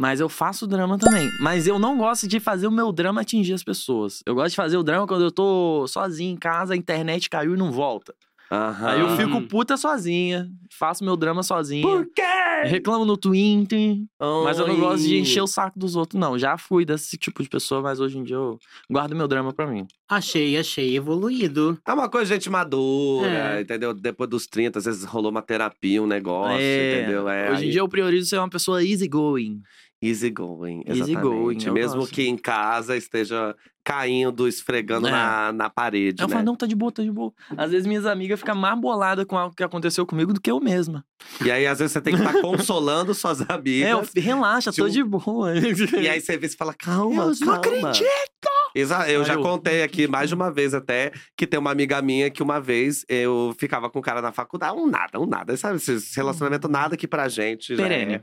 Speaker 3: mas eu faço drama também. Mas eu não gosto de fazer o meu drama atingir as pessoas. Eu gosto de fazer o drama quando eu tô sozinho em casa, a internet caiu e não volta.
Speaker 1: Aham.
Speaker 3: Aí eu
Speaker 2: Ah.
Speaker 3: fico puta sozinha, faço meu drama sozinha.
Speaker 1: Por quê?
Speaker 3: Reclamo no Twitter, mas eu não gosto de
Speaker 1: Oi.
Speaker 3: encher o saco dos outros, não. Já fui desse tipo de pessoa, mas hoje em dia eu guardo meu drama pra mim.
Speaker 2: Achei, achei evoluído.
Speaker 1: É uma coisa de gente madura,
Speaker 2: É.
Speaker 1: entendeu? Depois dos 30, às vezes rolou uma terapia, um negócio,
Speaker 3: É,
Speaker 1: entendeu? É,
Speaker 3: hoje em
Speaker 1: aí-
Speaker 3: dia eu priorizo ser uma pessoa easygoing.
Speaker 1: Easy going,
Speaker 3: Easy
Speaker 1: exatamente.
Speaker 3: going, eu
Speaker 1: Mesmo
Speaker 3: gosto.
Speaker 1: que em casa esteja caindo, esfregando
Speaker 3: É.
Speaker 1: na, na parede,
Speaker 3: Eu
Speaker 1: né?
Speaker 3: falo, não, tá de boa, tá de boa. Às vezes minhas amigas ficam mais boladas com algo que aconteceu comigo do que eu mesma.
Speaker 1: E aí, às vezes, você tem que estar consolando suas amigas.
Speaker 3: <laughs> É, eu, f- relaxa, tô
Speaker 1: se o-
Speaker 3: de boa. <laughs>
Speaker 1: E aí você vê e fala, calma,
Speaker 3: Eu não
Speaker 1: calma.
Speaker 3: acredito!
Speaker 1: Exa- eu
Speaker 3: Aí
Speaker 1: já
Speaker 3: eu- "Uhum."
Speaker 1: contei aqui mais de uma vez até que tem uma amiga minha que uma vez eu ficava com o cara na faculdade, um nada, um nada. Sabe, esse relacionamento nada que pra gente. já
Speaker 3: Perene.
Speaker 1: é-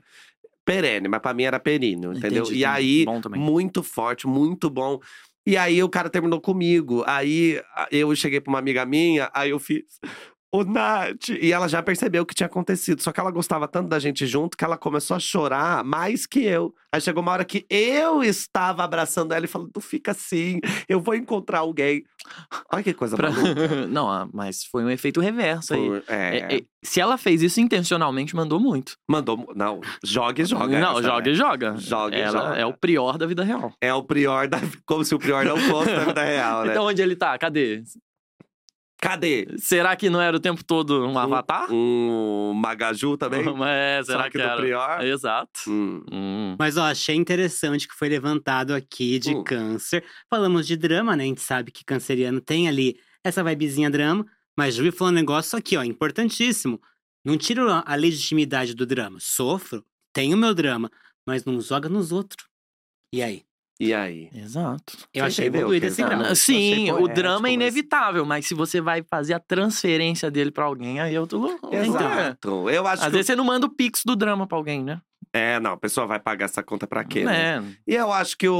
Speaker 1: Perene, mas pra mim era períneo, entendeu?
Speaker 3: Entendi,
Speaker 1: e
Speaker 3: entendi.
Speaker 1: aí,
Speaker 3: Bom também.
Speaker 1: muito forte, muito bom. E aí o cara terminou comigo. Aí a- eu cheguei pra uma amiga minha, aí eu fiz. Ô, Nath! E ela já percebeu o que tinha acontecido. Só que ela gostava tanto da gente junto que ela começou a chorar mais que eu. Aí chegou uma hora que eu estava abraçando ela e falando: não fica assim, eu vou encontrar alguém. Olha que coisa maluca.
Speaker 3: Pra- <laughs> Não, ah, mas foi um efeito reverso aí.
Speaker 1: Por- é,
Speaker 3: É, é, se ela fez isso intencionalmente, mandou muito.
Speaker 1: Mandou. mu- Não, joga e joga.
Speaker 3: não,
Speaker 1: essa,
Speaker 3: joga
Speaker 1: né?
Speaker 3: e joga.
Speaker 1: Joga e
Speaker 3: ela
Speaker 1: joga.
Speaker 3: É o prior da vida real.
Speaker 1: É o prior da. Como se o prior não fosse da vida real, né?
Speaker 3: Então onde ele tá? Então, Cadê?
Speaker 1: Cadê?
Speaker 3: Será que não era o tempo todo um avatar?
Speaker 1: Um Magaju também?
Speaker 3: É, <laughs> será
Speaker 1: Será
Speaker 3: que
Speaker 1: do
Speaker 3: era?
Speaker 1: Prior?
Speaker 3: Exato.
Speaker 1: Hum.
Speaker 3: Hum.
Speaker 2: Mas ó, achei interessante que foi levantado aqui de
Speaker 1: Hum.
Speaker 2: câncer. Falamos de drama, né? A gente sabe que canceriano tem ali essa vibezinha drama. Mas Juvi falou um negócio aqui, ó, importantíssimo. Não tiro a a legitimidade do drama. Sofro, tenho meu drama, mas não joga nos outros. E aí?
Speaker 1: E aí?
Speaker 3: Exato.
Speaker 2: Eu
Speaker 1: Você
Speaker 2: achei
Speaker 1: entendeu,
Speaker 2: evoluído
Speaker 1: quer
Speaker 2: esse
Speaker 1: dizer,
Speaker 2: drama.
Speaker 1: não, eu achei
Speaker 3: Sim, o
Speaker 1: poético,
Speaker 3: drama é
Speaker 1: mas-
Speaker 3: inevitável, mas se você vai fazer a transferência dele pra alguém, aí eu tô louco. né?
Speaker 1: Exato. Eu acho
Speaker 3: Às
Speaker 1: que.
Speaker 3: vezes você não manda o pix do drama pra alguém, né?
Speaker 1: É, não, a pessoa vai pagar essa conta pra quê? né?
Speaker 3: É.
Speaker 1: E eu acho que o,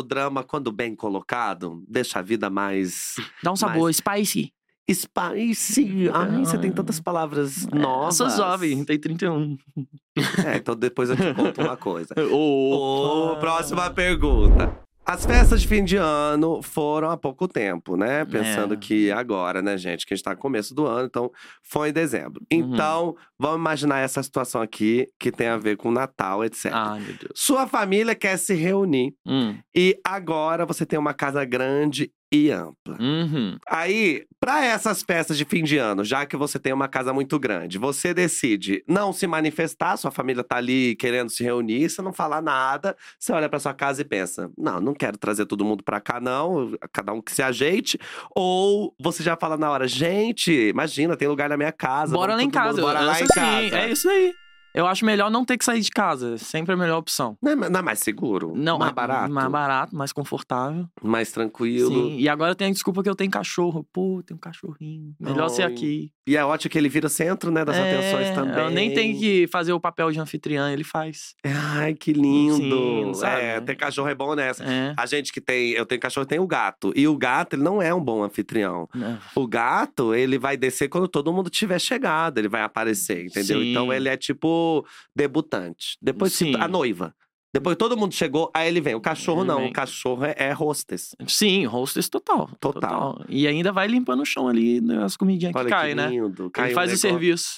Speaker 1: o drama, quando bem colocado, deixa a vida mais
Speaker 3: Dá um sabor, spicy. <laughs>
Speaker 1: spicy. Ai, você tem tantas palavras novas.
Speaker 3: Nossa, É, jovem, tem 31.
Speaker 1: É, então depois eu te conto uma coisa.
Speaker 3: Ô,
Speaker 1: <laughs> Ô, próxima pergunta. As festas de fim de ano foram há pouco tempo, né? Pensando
Speaker 3: É.
Speaker 1: que agora, né, gente, que a gente tá no começo do ano, então foi em dezembro.
Speaker 3: Uhum.
Speaker 1: Então, vamos imaginar essa situação aqui que tem a ver com Natal, etc.
Speaker 3: Ai, Ah, meu Deus.
Speaker 1: Sua família quer se reunir
Speaker 3: Hum.
Speaker 1: e agora você tem uma casa grande e ampla.
Speaker 3: Uhum.
Speaker 1: Aí, pra essas festas de fim de ano, já que você tem uma casa muito grande, você decide não se manifestar, sua família tá ali querendo se reunir, você não falar nada, você olha pra sua casa e pensa: "Não, não quero trazer todo mundo pra cá não, cada um que se ajeite", ou você já fala na hora: "Gente, imagina, tem lugar na minha casa,
Speaker 3: Bora lá
Speaker 1: vamos
Speaker 3: em
Speaker 1: todo mundo,
Speaker 3: casa.
Speaker 1: bora
Speaker 3: eu-
Speaker 1: lá
Speaker 3: essa
Speaker 1: em
Speaker 3: sim,
Speaker 1: casa".
Speaker 3: É isso aí. Eu acho melhor não ter que sair de casa. É Sempre a melhor opção.
Speaker 1: Não é, ma- não é mais seguro,
Speaker 3: Não,
Speaker 1: mais
Speaker 3: é-
Speaker 1: barato,
Speaker 3: Mais
Speaker 1: mais,
Speaker 3: barato, mais confortável.
Speaker 1: tranquilo.
Speaker 3: Sim. E agora tem a desculpa que eu tenho cachorro. Pô, tem um cachorrinho. Melhor ser
Speaker 1: Ai,
Speaker 3: aqui.
Speaker 1: E é ótimo que ele vira o centro, né, das
Speaker 3: É,
Speaker 1: atenções também.
Speaker 3: Eu nem tenho que fazer o papel de anfitriã, ele faz.
Speaker 1: Ai, que lindo!
Speaker 3: Sim, sabe?
Speaker 1: É, ter cachorro é bom nessa.
Speaker 3: É.
Speaker 1: A gente que tem. Eu tenho cachorro, tem o gato. E o gato, ele não é um bom anfitrião.
Speaker 3: né.
Speaker 1: O gato, ele vai descer quando todo mundo tiver chegado, ele vai aparecer, entendeu?
Speaker 3: Sim.
Speaker 1: Então ele é tipo debutante. Depois se-
Speaker 3: Sim.
Speaker 1: a noiva. Depois todo mundo chegou, aí ele vem. O cachorro
Speaker 3: Ele
Speaker 1: não,
Speaker 3: vem.
Speaker 1: o cachorro é, é hostess.
Speaker 3: Sim, hostess total,
Speaker 1: Total.
Speaker 3: total. E ainda vai limpando o chão ali, né, as comidinhas
Speaker 1: Olha
Speaker 3: que caem,
Speaker 1: que
Speaker 3: né?
Speaker 1: lindo. Cai
Speaker 3: Ele
Speaker 1: um
Speaker 3: faz o
Speaker 1: negócio.
Speaker 3: serviço.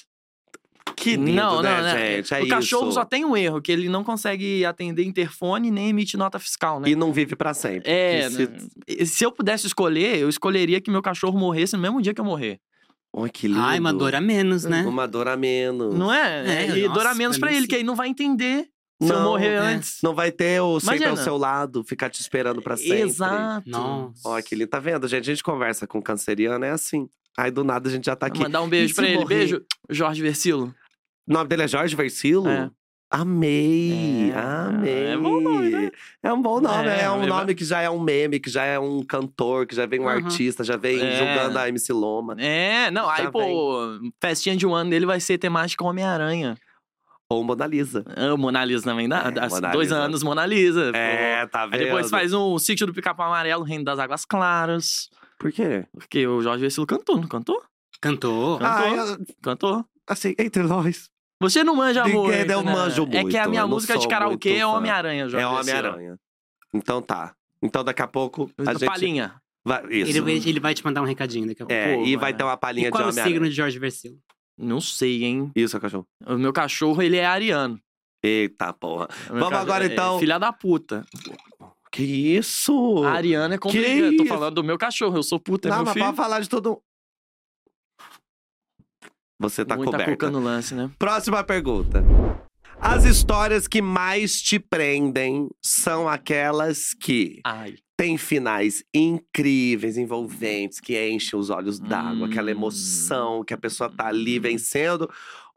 Speaker 1: Que lindo,
Speaker 3: não,
Speaker 1: né,
Speaker 3: não, né?
Speaker 1: gente? É
Speaker 3: o cachorro
Speaker 1: isso.
Speaker 3: só tem um erro, que ele não consegue atender interfone nem emite nota fiscal, né?
Speaker 1: E não vive pra sempre.
Speaker 3: É,
Speaker 1: Que se-
Speaker 3: né? se eu pudesse escolher, eu escolheria que meu cachorro morresse no mesmo dia que eu morrer.
Speaker 1: Olha que lindo. Hum,
Speaker 2: Ai, uma dor a menos, né?
Speaker 1: Uma dor a menos.
Speaker 3: Não é?
Speaker 2: É,
Speaker 3: e
Speaker 2: nossa,
Speaker 3: dor a menos
Speaker 2: pra
Speaker 3: pra
Speaker 2: mim
Speaker 3: ele,
Speaker 2: sim.
Speaker 3: que aí não vai entender se eu
Speaker 1: Não,
Speaker 3: morrer
Speaker 2: é.
Speaker 3: antes.
Speaker 1: Não vai ter o sempre ao
Speaker 3: Imagina.
Speaker 1: seu lado, ficar te esperando pra sempre.
Speaker 3: Exato.
Speaker 2: Nossa.
Speaker 1: assim? Ó, que lindo. Tá vendo, gente? A gente conversa com canceriano, é assim. Aí do nada a gente já tá aqui.
Speaker 3: Mandar um beijo
Speaker 1: se
Speaker 3: pra ele.
Speaker 1: morrer?
Speaker 3: Beijo, Jorge Versilo.
Speaker 1: O nome dele é Jorge Versilo?
Speaker 3: É.
Speaker 1: Amei,
Speaker 3: É,
Speaker 1: amei.
Speaker 3: é bom nome, né?
Speaker 1: É um bom nome, é,
Speaker 3: É,
Speaker 1: um
Speaker 3: ele vai-
Speaker 1: nome que já é um meme, que já é um cantor, que já vem um
Speaker 2: Aham.
Speaker 1: artista, já vem
Speaker 3: É.
Speaker 1: julgando a MC Loma.
Speaker 3: É, não, aí,
Speaker 1: Já
Speaker 3: pô, festinha de um ano dele vai ser temática Homem-Aranha.
Speaker 1: Ou Mona Lisa.
Speaker 3: Ah, Mona Lisa também dá.
Speaker 1: É,
Speaker 3: dá-
Speaker 1: Mona
Speaker 3: dois
Speaker 1: Lisa.
Speaker 3: anos, Mona Lisa. pô.
Speaker 1: É, tá
Speaker 3: Aí
Speaker 1: vendo?
Speaker 3: depois faz um sítio do Pica-Pau Amarelo, Reino das Águas Claras.
Speaker 1: Por quê?
Speaker 3: Porque o Jorge Versilo cantou, não cantou?
Speaker 2: Cantou.
Speaker 3: Cantou.
Speaker 1: Ah, eu-
Speaker 3: Cantou.
Speaker 1: assim, entre nós.
Speaker 3: Você não manja
Speaker 1: Ninguém-
Speaker 3: muito.
Speaker 1: eu
Speaker 3: né?
Speaker 1: manjo
Speaker 3: É que a
Speaker 1: muito,
Speaker 3: minha
Speaker 1: eu não
Speaker 3: música de
Speaker 1: sou
Speaker 3: karaokê
Speaker 1: muito
Speaker 3: é
Speaker 1: fã.
Speaker 3: Homem-Aranha, Jorge
Speaker 1: é
Speaker 3: Versilo.
Speaker 1: Homem-Aranha. Então tá. Então daqui a pouco a gente.
Speaker 3: Palhinha.
Speaker 1: Vai, isso.
Speaker 2: Ele, vai- ele vai te mandar um recadinho daqui a pouco.
Speaker 1: É,
Speaker 3: Pô,
Speaker 1: e
Speaker 3: vai,
Speaker 1: vai
Speaker 3: né?
Speaker 1: ter uma
Speaker 2: E
Speaker 1: palhinha de
Speaker 2: qual é o signo
Speaker 1: Homem-Aranha.
Speaker 2: de Jorge Versilo?
Speaker 3: Não sei, hein?
Speaker 1: Isso, cachorro.
Speaker 3: O meu cachorro, ele é ariano.
Speaker 1: Eita porra.
Speaker 3: O meu
Speaker 1: Vamos agora,
Speaker 3: é-
Speaker 1: então.
Speaker 3: É, filha da puta.
Speaker 1: Que isso?
Speaker 3: A Ariana é complicada. Eu
Speaker 1: isso?
Speaker 3: tô falando do meu cachorro, eu sou puta, é
Speaker 1: Não,
Speaker 3: meu
Speaker 1: mas
Speaker 3: filho.
Speaker 1: pode falar de todo mundo. Você tá
Speaker 3: Muita
Speaker 1: coberta.
Speaker 3: cuca no lance, né?
Speaker 1: Próxima pergunta. As histórias que mais te prendem são aquelas que
Speaker 3: Ai.
Speaker 1: têm finais incríveis, envolventes, que enchem os olhos d'água,
Speaker 3: Hum.
Speaker 1: aquela emoção que a pessoa tá ali
Speaker 2: Hum.
Speaker 1: vencendo,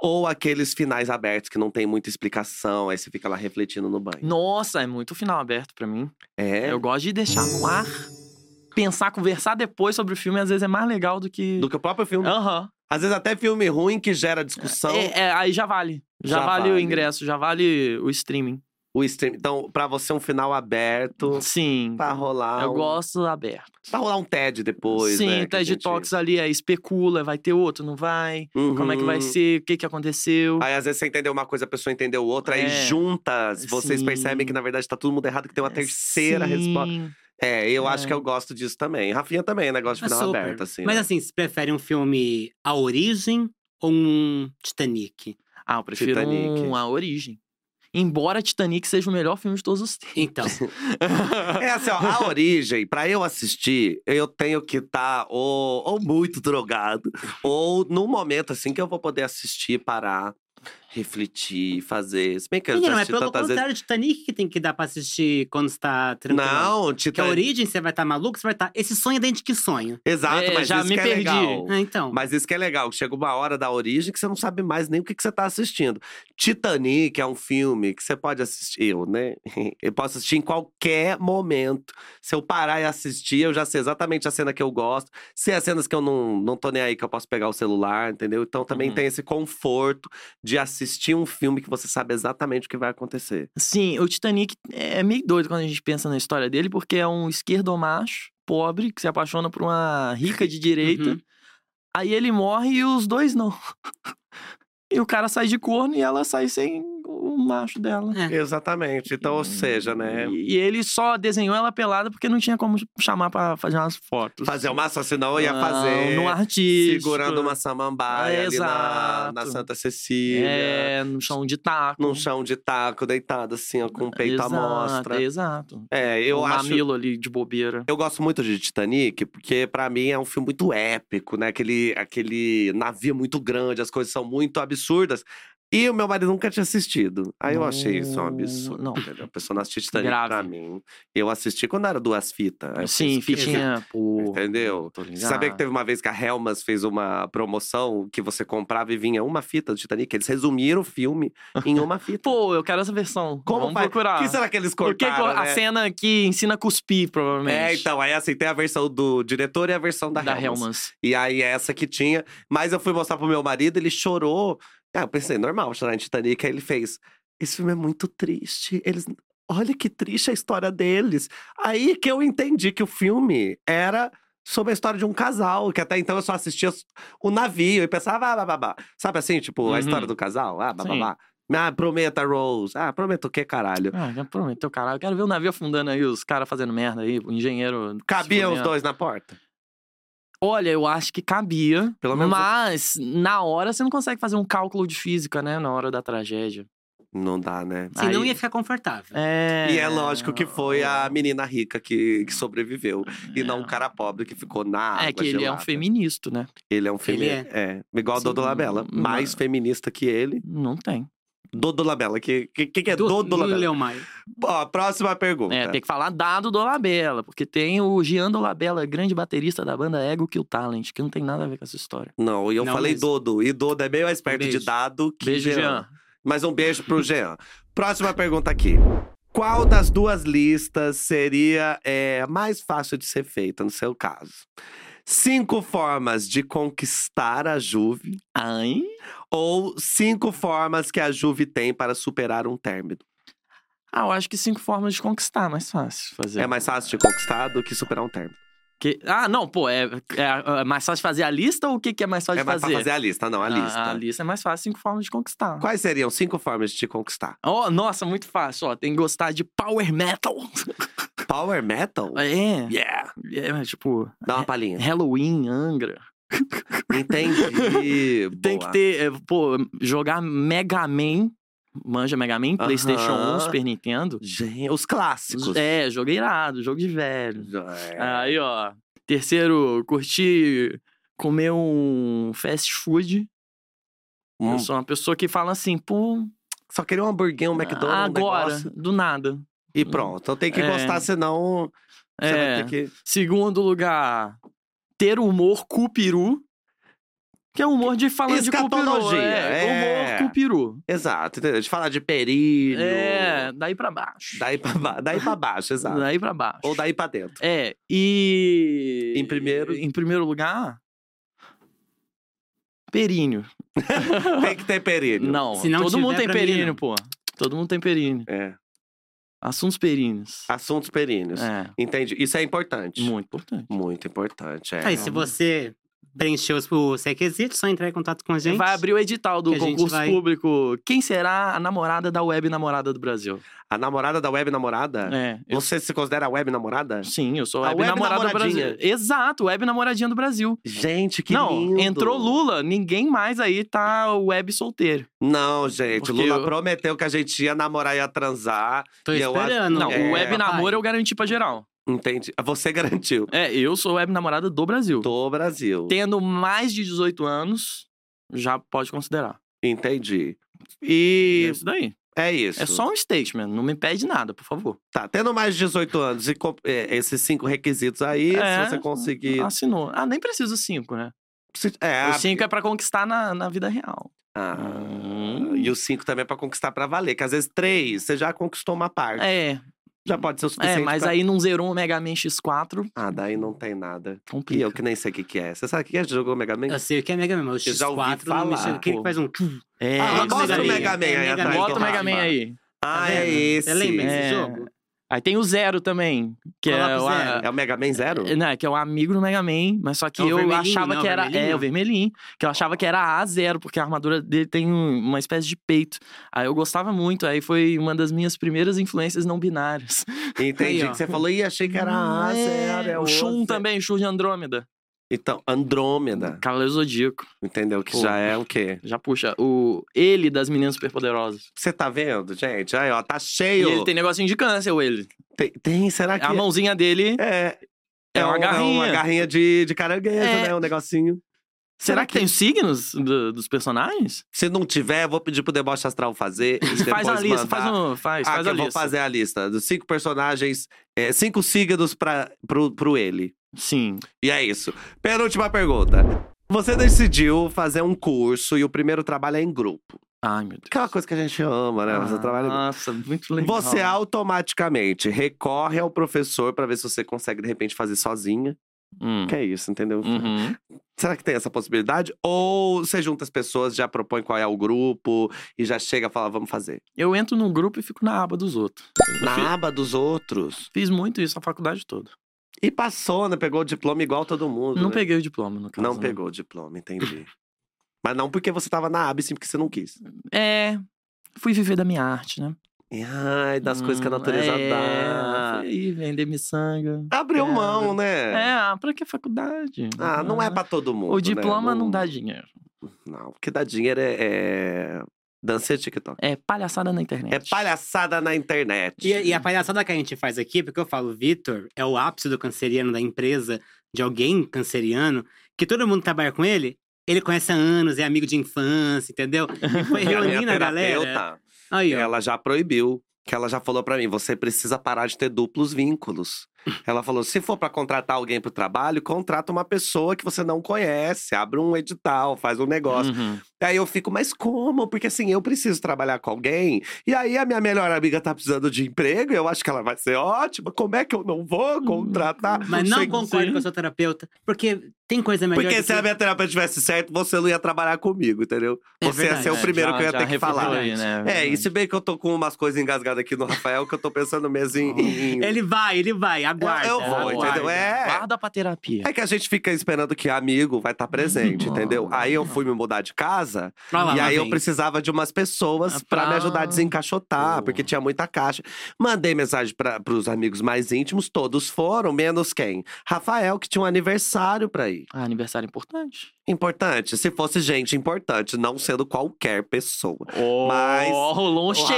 Speaker 1: ou aqueles finais abertos que não tem muita explicação, aí você fica lá refletindo no banho.
Speaker 3: Nossa, é muito final aberto pra mim.
Speaker 2: Hum.
Speaker 1: É,
Speaker 3: Eu gosto de deixar no ar, pensar, conversar depois sobre o filme, às vezes é mais legal do que.
Speaker 1: do que o próprio filme.
Speaker 3: Aham.
Speaker 1: Às vezes até filme ruim que gera discussão,
Speaker 3: É, é, aí já vale. Já,
Speaker 1: Então, Já
Speaker 3: vale, o
Speaker 1: vale.
Speaker 3: ingresso, já vale o streaming.
Speaker 1: o stream. Então, pra você um final aberto,
Speaker 3: Sim.
Speaker 1: pra rolar
Speaker 3: Eu
Speaker 1: um...
Speaker 3: gosto aberto.
Speaker 1: Pra rolar um TED depois,
Speaker 3: Sim,
Speaker 1: né? que a
Speaker 3: TED
Speaker 1: gente-
Speaker 3: Talks ali, aí especula, vai ter outro, não vai?
Speaker 1: Uhum.
Speaker 3: Como é que vai ser? O que, que aconteceu?
Speaker 1: Aí, às vezes, você entendeu uma coisa, a pessoa entendeu outra, aí
Speaker 3: É.
Speaker 1: juntas, vocês
Speaker 3: Sim. É,
Speaker 1: percebem que, na verdade, tá todo mundo errado, que tem uma terceira
Speaker 3: Sim.
Speaker 1: resposta. É, eu acho
Speaker 3: É.
Speaker 1: que eu gosto disso também. Rafinha também, negócio de
Speaker 2: Ah,
Speaker 1: final
Speaker 2: super.
Speaker 1: aberto, assim.
Speaker 2: Mas
Speaker 1: né?
Speaker 2: assim, você prefere um filme A Origem ou um Titanic?
Speaker 3: Ah, eu prefiro
Speaker 1: Titanic.
Speaker 3: um A Origem. Embora Titanic seja o melhor filme de
Speaker 1: <laughs>
Speaker 3: todos os tempos.
Speaker 2: Então,
Speaker 1: É assim, ó, a origem, pra eu assistir, eu tenho que estar ou, ou muito drogado, ou num momento assim que eu vou poder assistir, parar, refletir, fazer. Se bem que eu
Speaker 2: menino,
Speaker 1: já
Speaker 2: mas
Speaker 1: assisti
Speaker 2: pelo
Speaker 1: tantas vezes.
Speaker 2: contrário, Titanic que tem que dar pra assistir quando você tá tranquilo.
Speaker 1: Não, é
Speaker 2: Porque a
Speaker 1: Titanic.
Speaker 2: origem, você vai estar maluco, você vai estar. Esse sonho é dentro de que sonho?
Speaker 1: Exato,
Speaker 3: É,
Speaker 1: mas
Speaker 3: já
Speaker 1: isso
Speaker 3: me
Speaker 1: que é
Speaker 3: perdi.
Speaker 1: legal.
Speaker 2: Ah, então.
Speaker 1: Mas isso que é legal, que chega uma hora da origem que você não sabe mais nem o que, que você tá assistindo. Titanic é um filme que você pode assistir, eu, né? <laughs> Eu posso assistir em qualquer momento. Se eu parar e assistir, eu já sei exatamente a cena que eu gosto. Se é cenas que eu não, não tô nem aí, que eu posso pegar o celular, entendeu? Então também
Speaker 3: Uhum.
Speaker 1: tem esse conforto de assistir um filme que você sabe exatamente o que vai acontecer.
Speaker 3: Sim, o Titanic é meio doido quando a gente pensa na história dele, porque é um esquerdomacho pobre que se apaixona por uma
Speaker 1: <laughs>
Speaker 3: rica de direita.
Speaker 2: Uhum.
Speaker 3: Aí ele morre e os dois não. <laughs> e o cara sai de corno e ela sai sem o macho dela.
Speaker 2: É.
Speaker 1: Exatamente. Então, ou seja, né?
Speaker 3: E e ele só desenhou ela pelada porque não tinha como chamar pra fazer umas fotos.
Speaker 1: Fazer uma assassinação ia fazer.
Speaker 3: No artístico.
Speaker 1: Segurando
Speaker 3: É,
Speaker 1: uma samambaia ali na, na
Speaker 3: Exato.
Speaker 1: Santa Cecília.
Speaker 3: É, no chão de taco.
Speaker 1: num chão de taco, deitado assim, ó, com o peito
Speaker 3: exato,
Speaker 1: à mostra.
Speaker 3: Exato.
Speaker 1: É, eu
Speaker 3: um
Speaker 1: acho.
Speaker 3: mamilo ali de bobeira.
Speaker 1: Eu gosto muito de Titanic, porque pra mim é um filme muito épico, né? Aquele, aquele navio é muito grande, as coisas são muito absurdas. E o meu marido nunca tinha assistido. Aí eu achei isso um absurdo.
Speaker 3: Hum, Não.
Speaker 1: entendeu? A pessoa não assiste Titanic
Speaker 3: Grave.
Speaker 1: pra mim. Eu assisti quando era duas fitas. Aí eu
Speaker 3: Sim,
Speaker 1: fiz,
Speaker 3: fitinha. Pô,
Speaker 1: Entendeu?
Speaker 3: Tô ligado.
Speaker 1: Você sabia que teve uma vez que a Helmas fez uma promoção que você comprava e vinha uma fita do Titanic? Eles resumiram o filme em <laughs> uma fita.
Speaker 3: Pô, eu quero essa versão.
Speaker 1: um Como
Speaker 3: Vamos
Speaker 1: faz?
Speaker 3: procurar.
Speaker 1: O que será que eles
Speaker 3: Por que que
Speaker 1: cortaram,
Speaker 3: a
Speaker 1: né?
Speaker 3: cena que ensina a cuspir, provavelmente.
Speaker 1: É, então, aí assim, tem a versão do diretor e a versão da,
Speaker 3: Da
Speaker 1: Helmas.
Speaker 3: Helmas.
Speaker 1: E aí, é essa que tinha. Mas eu fui mostrar pro meu marido, ele chorou. Ah, eu pensei, normal, chorar em Titanic. Aí ele fez, esse filme é muito triste. Eles... Olha que triste a história deles. Aí que eu entendi que o filme era sobre a história de um casal. Que até então eu só assistia o navio e pensava, ah, bababá. Sabe assim, tipo,
Speaker 3: Uhum.
Speaker 1: a história do casal? Ah,
Speaker 3: Sim.
Speaker 1: bababá. Ah, prometa, Rose. Ah, prometa o quê, caralho?
Speaker 3: Ah, já prometeu, caralho. Eu quero ver o navio afundando aí, os caras fazendo merda aí, o engenheiro.
Speaker 1: Cabia os
Speaker 3: fudendo.
Speaker 1: dois na porta?
Speaker 3: Olha, eu acho que cabia.
Speaker 1: Pelo menos-
Speaker 3: Mas, na hora, você não consegue fazer um cálculo de física, né? Na hora da tragédia.
Speaker 1: Não dá, né?
Speaker 2: Senão
Speaker 3: Aí-
Speaker 2: ia ficar confortável.
Speaker 3: É.
Speaker 1: E é lógico que foi a menina rica que, que sobreviveu. E não o cara pobre que ficou na água
Speaker 3: É que ele é um
Speaker 1: gelada.
Speaker 3: feminista, né?
Speaker 1: Ele é um feminista. É. Igual o Dodo
Speaker 3: Sim,
Speaker 1: Labella.
Speaker 3: não-
Speaker 1: Mais feminista que ele.
Speaker 3: Não tem.
Speaker 1: Dodo Labella. O que, que, que que é Dodo,
Speaker 2: do
Speaker 1: Labella?
Speaker 2: Leo Maia.
Speaker 1: Ó, próxima pergunta.
Speaker 3: É, tem que falar dado do Labella, porque tem o Jean do Labella, grande baterista da banda Ego Kill Talent, que não tem nada a ver com essa história.
Speaker 1: Não, e eu
Speaker 2: Não
Speaker 1: falei
Speaker 2: mesmo.
Speaker 1: Dodo. E Dodo é bem mais perto de
Speaker 2: Beijo.
Speaker 1: dado que
Speaker 3: Beijo, Jean.
Speaker 1: Mas um beijo pro Jean. Próxima pergunta aqui. Qual das duas listas seria é, mais fácil de ser feita, no seu caso? Cinco formas de conquistar a Juve.
Speaker 3: Ai.
Speaker 1: Ou cinco formas que a Juve tem para superar um término.
Speaker 3: Ah, eu acho que cinco formas de conquistar, mais fácil fazer.
Speaker 1: É mais fácil de conquistar do que superar um término.
Speaker 3: Que- Ah, não, pô, é, é- é mais fácil fazer a lista ou o que, que é mais fácil
Speaker 1: é mais
Speaker 3: fazer?
Speaker 1: pra fazer a lista, não, a lista.
Speaker 3: A, lista é mais fácil, cinco formas de conquistar.
Speaker 1: Quais seriam cinco formas de te conquistar?
Speaker 3: Oh, nossa, muito fácil, ó. Tem que gostar de power metal.
Speaker 1: Power metal?
Speaker 3: É,
Speaker 1: Yeah!
Speaker 3: é tipo,
Speaker 1: Dá uma
Speaker 3: <laughs>
Speaker 1: palhinha.
Speaker 3: Halloween, Angra.
Speaker 1: Entendi.
Speaker 3: Tem
Speaker 1: Boa.
Speaker 3: que ter, é, pô, jogar Mega Man. Manja Mega Man, Playstation 1,
Speaker 1: Aham.
Speaker 3: Super Nintendo.
Speaker 1: Gente, os clássicos.
Speaker 3: É, Ah, jogo irado, jogo de velho.
Speaker 1: É.
Speaker 3: Aí, ó. Terceiro, curtir comer um fast food.
Speaker 1: Hum,
Speaker 3: Eu sou uma pessoa que fala assim, pô,
Speaker 1: Só queria um hamburguinho, um McDonald's, um
Speaker 3: Ah, agora,
Speaker 1: negócio.
Speaker 3: do nada.
Speaker 1: E pronto. Então tem que
Speaker 3: É.
Speaker 1: gostar, senão você
Speaker 3: É.
Speaker 1: vai ter que...
Speaker 3: Segundo lugar, ter humor cupiru. Que é humor de falar de cupiru.
Speaker 1: Escatologia,
Speaker 3: É,
Speaker 1: é.
Speaker 3: humor cupiru.
Speaker 1: Exato, entendeu? De falar de perilho.
Speaker 3: É, daí pra baixo.
Speaker 1: Daí pra, ba- daí pra baixo, exato.
Speaker 3: <laughs> Daí pra baixo.
Speaker 1: Ou daí pra dentro.
Speaker 3: É, e.
Speaker 1: Em primeiro?
Speaker 3: Em primeiro lugar. Períneo.
Speaker 1: Tem que ter períneo.
Speaker 3: Não,
Speaker 2: Se não
Speaker 3: todo mundo
Speaker 2: tiver,
Speaker 3: tem
Speaker 2: pra mim,
Speaker 3: períneo,
Speaker 2: não.
Speaker 3: pô. Todo mundo tem períneo.
Speaker 1: É.
Speaker 3: Assuntos períneos.
Speaker 1: Assuntos períneos.
Speaker 3: É,
Speaker 1: Entende? Isso é importante.
Speaker 3: muito importante.
Speaker 1: Muito importante, é.
Speaker 2: Aí, se você preencher os, os requisitos, só entrar em contato com a gente.
Speaker 3: Vai abrir o edital do
Speaker 2: que a gente
Speaker 3: concurso
Speaker 2: vai-
Speaker 3: público. Quem será a namorada da web namorada do Brasil?
Speaker 1: A namorada da web namorada?
Speaker 3: É. eu-
Speaker 1: Você se considera web namorada?
Speaker 3: Sim, eu sou
Speaker 1: A
Speaker 3: web,
Speaker 1: web
Speaker 3: namorada do Brasil.
Speaker 1: namoradinha.
Speaker 3: Exato, web namoradinha do Brasil.
Speaker 1: Gente, que
Speaker 3: Não,
Speaker 1: lindo.
Speaker 3: entrou Lula, ninguém mais aí tá web solteiro.
Speaker 1: Não, gente.
Speaker 3: Porque
Speaker 1: Lula
Speaker 3: eu-
Speaker 1: prometeu que a gente ia namorar e ia transar.
Speaker 2: Tô
Speaker 1: E eu acho-
Speaker 2: esperando.
Speaker 3: Não,
Speaker 1: é,
Speaker 3: o web namoro eu garanti pra geral.
Speaker 1: Entende? Você garantiu.
Speaker 3: É, eu sou web namorada do Brasil.
Speaker 1: Do Brasil.
Speaker 3: Tendo mais de 18 anos, já pode considerar.
Speaker 1: Entendi.
Speaker 3: E é
Speaker 1: E
Speaker 3: isso daí.
Speaker 1: é isso.
Speaker 3: É só um statement, não me impede nada, por favor.
Speaker 1: Tá, tendo mais de 18 anos e com- é, esses cinco requisitos aí,
Speaker 3: É.
Speaker 1: se você conseguir.
Speaker 3: Assinou. Ah, nem preciso cinco, né?
Speaker 1: Se- É,
Speaker 3: o cinco é pra conquistar na, na vida real.
Speaker 1: ah,
Speaker 3: Hum.
Speaker 1: E os cinco também é pra conquistar pra valer. Que às vezes três, você já conquistou uma parte.
Speaker 3: É,
Speaker 1: Já pode ser o
Speaker 3: é
Speaker 1: suficiente.
Speaker 3: mas
Speaker 1: pra-
Speaker 3: aí não zerou um Mega Man X4,
Speaker 1: Ah, daí não tem nada. E
Speaker 3: complica.
Speaker 1: eu que nem sei o que, que é. Você sabe o que é? Jogou Mega Man?
Speaker 2: Eu sei o que é Mega Man, mas o
Speaker 1: Eu já ouvi
Speaker 2: X4 não me
Speaker 1: falar,
Speaker 2: chega. Aquele que
Speaker 3: pô.
Speaker 2: faz um. tchum.
Speaker 3: É,
Speaker 1: Ah,
Speaker 3: isso
Speaker 1: bota o
Speaker 3: daí.
Speaker 1: Mega Man
Speaker 2: É
Speaker 1: aí então.
Speaker 2: Mega
Speaker 1: atrás.
Speaker 2: Man.
Speaker 1: do
Speaker 3: Bota o Mega Man
Speaker 1: Rafa.
Speaker 3: aí.
Speaker 1: Ah,
Speaker 2: Tá
Speaker 1: é
Speaker 2: vendo?
Speaker 1: esse.
Speaker 2: Você lembra
Speaker 3: É.
Speaker 2: desse jogo?
Speaker 3: Aí tem o Zero também, que
Speaker 2: Olha lá
Speaker 3: é
Speaker 2: pro
Speaker 3: o, a,
Speaker 2: Zero.
Speaker 1: É o Mega Man Zero?
Speaker 3: né, que é o amigo do Mega Man, mas só que
Speaker 2: É o
Speaker 3: eu
Speaker 2: vermelhinho,
Speaker 3: achava
Speaker 2: né? O
Speaker 3: que era
Speaker 2: vermelhinho?
Speaker 3: é o vermelhinho, que eu achava que era A zero porque a armadura dele tem um- uma espécie de peito. Aí eu gostava muito, aí foi uma das minhas primeiras influências não
Speaker 1: <laughs>
Speaker 3: binárias.
Speaker 1: Entendi
Speaker 2: Aí, ó.
Speaker 1: que você falou. Ih, achei que era A, Zero. É
Speaker 3: o Shun
Speaker 1: outro.
Speaker 3: também, Shun de Andrômeda.
Speaker 1: Então, Andrômeda.
Speaker 3: Cavaleiro Zodíaco,
Speaker 1: Entendeu? Que
Speaker 3: Pô.
Speaker 1: já é o quê?
Speaker 3: já puxa o ele das meninas superpoderosas.
Speaker 1: Você tá vendo, gente? Aí, ó, tá
Speaker 3: E
Speaker 1: cheio.
Speaker 3: ele tem negocinho de câncer, o ele.
Speaker 1: Tem, tem, será que.
Speaker 3: A mãozinha dele
Speaker 1: É.
Speaker 3: é, uma
Speaker 1: um-
Speaker 3: garrinha.
Speaker 1: uma garrinha de, de caranguejo,
Speaker 3: É.
Speaker 1: né? Um negocinho.
Speaker 3: Será, que, tem os signos do- dos personagens?
Speaker 1: Se não tiver, vou pedir pro Deboche Astral fazer. e
Speaker 3: <laughs> Faz a
Speaker 1: depois
Speaker 3: lista,
Speaker 1: mandar.
Speaker 3: faz um, faz,
Speaker 1: Ah,
Speaker 3: faz
Speaker 1: que
Speaker 3: a
Speaker 1: eu vou
Speaker 3: lista.
Speaker 1: fazer a lista dos cinco personagens, é, cinco signos pra, pro, pro ele.
Speaker 3: Sim.
Speaker 1: E é isso. Penúltima pergunta. Você decidiu fazer um curso e o primeiro trabalho é em grupo.
Speaker 3: Ai, meu Deus.
Speaker 1: Aquela coisa que a gente ama, né? Você trabalha em grupo.
Speaker 3: Nossa, muito Ah, legal.
Speaker 1: Você é automaticamente recorre ao professor pra ver se você consegue, de repente, fazer sozinha.
Speaker 3: Hum.
Speaker 1: Que é isso, entendeu? é
Speaker 3: Uhum.
Speaker 1: Será que tem essa possibilidade? Ou você junta as pessoas, já propõe qual é o grupo e já chega a falar, vamos fazer?
Speaker 3: Eu entro num grupo e fico na aba dos outros. Eu fi-
Speaker 1: Na aba dos outros.
Speaker 3: Fiz muito isso a faculdade toda.
Speaker 1: E passou, né? Pegou o diploma igual todo mundo.
Speaker 3: Não
Speaker 1: né?
Speaker 3: peguei o diploma, no caso.
Speaker 1: Não
Speaker 3: né?
Speaker 1: pegou o diploma, entendi. <laughs> Mas não porque você tava na aba, e sim porque você não quis.
Speaker 3: É. Fui viver da minha arte, né?
Speaker 1: E, Ai, das coisas que a
Speaker 3: Hum,
Speaker 1: natureza
Speaker 3: é,
Speaker 1: dá.
Speaker 3: Fui aí vender miçanga.
Speaker 1: Abriu
Speaker 3: É.
Speaker 1: mão,
Speaker 3: É,
Speaker 1: né?
Speaker 3: ah, pra que faculdade?
Speaker 1: Ah, não é pra todo mundo.
Speaker 3: O
Speaker 1: né?
Speaker 3: diploma não dá dinheiro.
Speaker 1: Não, o que dá dinheiro é. é... Dancinha de TikTok.
Speaker 3: É palhaçada na internet.
Speaker 1: É palhaçada na internet.
Speaker 2: E, é e a palhaçada que a gente faz aqui, porque eu falo, Vitor é o ápice do canceriano da empresa, de alguém canceriano, que todo mundo trabalha com ele, ele conhece há anos, é amigo de infância, entendeu? E
Speaker 1: <laughs>
Speaker 2: foi
Speaker 1: E a minha
Speaker 2: reunindo a galera.
Speaker 1: é terapeuta,
Speaker 2: Aí, ó.
Speaker 1: Ela já proibiu. Que ela já falou pra mim, você precisa parar de ter duplos
Speaker 2: <laughs>
Speaker 1: vínculos. Ela falou, se for pra contratar alguém pro trabalho, contrata uma pessoa que você não conhece, abre um edital, faz um
Speaker 2: Hum.
Speaker 1: negócio.
Speaker 3: Uhum.
Speaker 1: Aí eu fico, mas como? Porque assim, eu preciso trabalhar com alguém, e aí a minha melhor amiga tá precisando de emprego, e eu acho que ela vai ser ótima. Como é que eu não vou contratar?
Speaker 2: Hum, Mas não
Speaker 1: sem-
Speaker 2: concordo com a sua terapeuta, porque tem coisa melhor
Speaker 1: Porque
Speaker 2: do
Speaker 1: se
Speaker 2: que...
Speaker 1: a minha terapeuta tivesse certo, você não ia trabalhar comigo, entendeu?
Speaker 2: É
Speaker 1: Você ia ser o
Speaker 2: verdade.
Speaker 1: primeiro
Speaker 3: já-
Speaker 1: que eu ia
Speaker 3: já
Speaker 1: ter que
Speaker 3: refutei,
Speaker 1: falar.
Speaker 3: Né?
Speaker 1: É, e se bem que eu tô com umas coisas engasgadas aqui no Rafael, que eu tô pensando mesmo em. em-
Speaker 2: Ele vai, ele vai, aguarda.
Speaker 1: Eu- eu vou,
Speaker 2: aguarda.
Speaker 1: entendeu? É.
Speaker 3: Guarda pra terapia.
Speaker 1: É que a gente fica esperando que amigo vai estar presente,
Speaker 3: Não,
Speaker 1: entendeu? Aí eu fui me mudar de casa
Speaker 2: Pra Ah lá,
Speaker 1: e
Speaker 2: lá
Speaker 1: aí eu
Speaker 2: vem.
Speaker 1: precisava de umas pessoas
Speaker 3: Ah,
Speaker 1: pra me
Speaker 3: pra-
Speaker 1: ajudar a desencaixotar,
Speaker 3: Boa.
Speaker 1: porque tinha muita caixa. Mandei mensagem para pros amigos mais íntimos, todos foram, menos quem? Rafael, que tinha um aniversário pra ir.
Speaker 3: Ah, aniversário importante.
Speaker 1: Importante, se fosse gente importante, não sendo qualquer pessoa. Mas-
Speaker 3: Ó, rolou um
Speaker 1: Ô,
Speaker 3: shade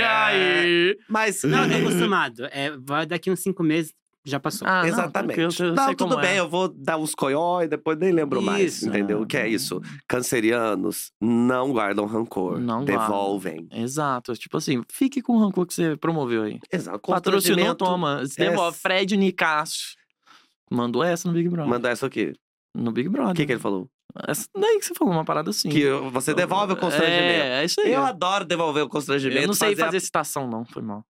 Speaker 1: rapaz, é.
Speaker 3: aí.
Speaker 1: Mas
Speaker 2: Não, eu tô
Speaker 1: <laughs>
Speaker 2: acostumado. É, vai daqui uns cinco meses, já passou.
Speaker 3: Ah, não,
Speaker 1: Exatamente.
Speaker 3: tranquilo, eu
Speaker 1: não,
Speaker 3: sei
Speaker 1: tudo
Speaker 3: como
Speaker 1: bem,
Speaker 3: é.
Speaker 1: eu vou dar uns coió e depois nem lembro mais,
Speaker 2: Isso,
Speaker 1: entendeu? O que é isso? Cancerianos não guardam rancor,
Speaker 3: Não guardam.
Speaker 1: devolvem.
Speaker 3: Exato. Tipo assim, fique com o rancor que você promoveu aí.
Speaker 1: Exato.
Speaker 3: Patrocinou,
Speaker 1: Constrangimento.
Speaker 3: toma. Se Devolve.
Speaker 1: É.
Speaker 3: Fred Nicasso. Mandou essa no Big Brother.
Speaker 1: Mandar isso aqui.
Speaker 3: No Big
Speaker 1: O
Speaker 3: Brother.
Speaker 1: que, que ele falou?
Speaker 3: Essa daí que você falou, uma parada assim.
Speaker 1: Que você devolve o constrangimento.
Speaker 3: É, é isso aí.
Speaker 1: Eu adoro devolver o constrangimento.
Speaker 3: Eu não sei
Speaker 1: a-
Speaker 3: fazer citação, não. Foi mal.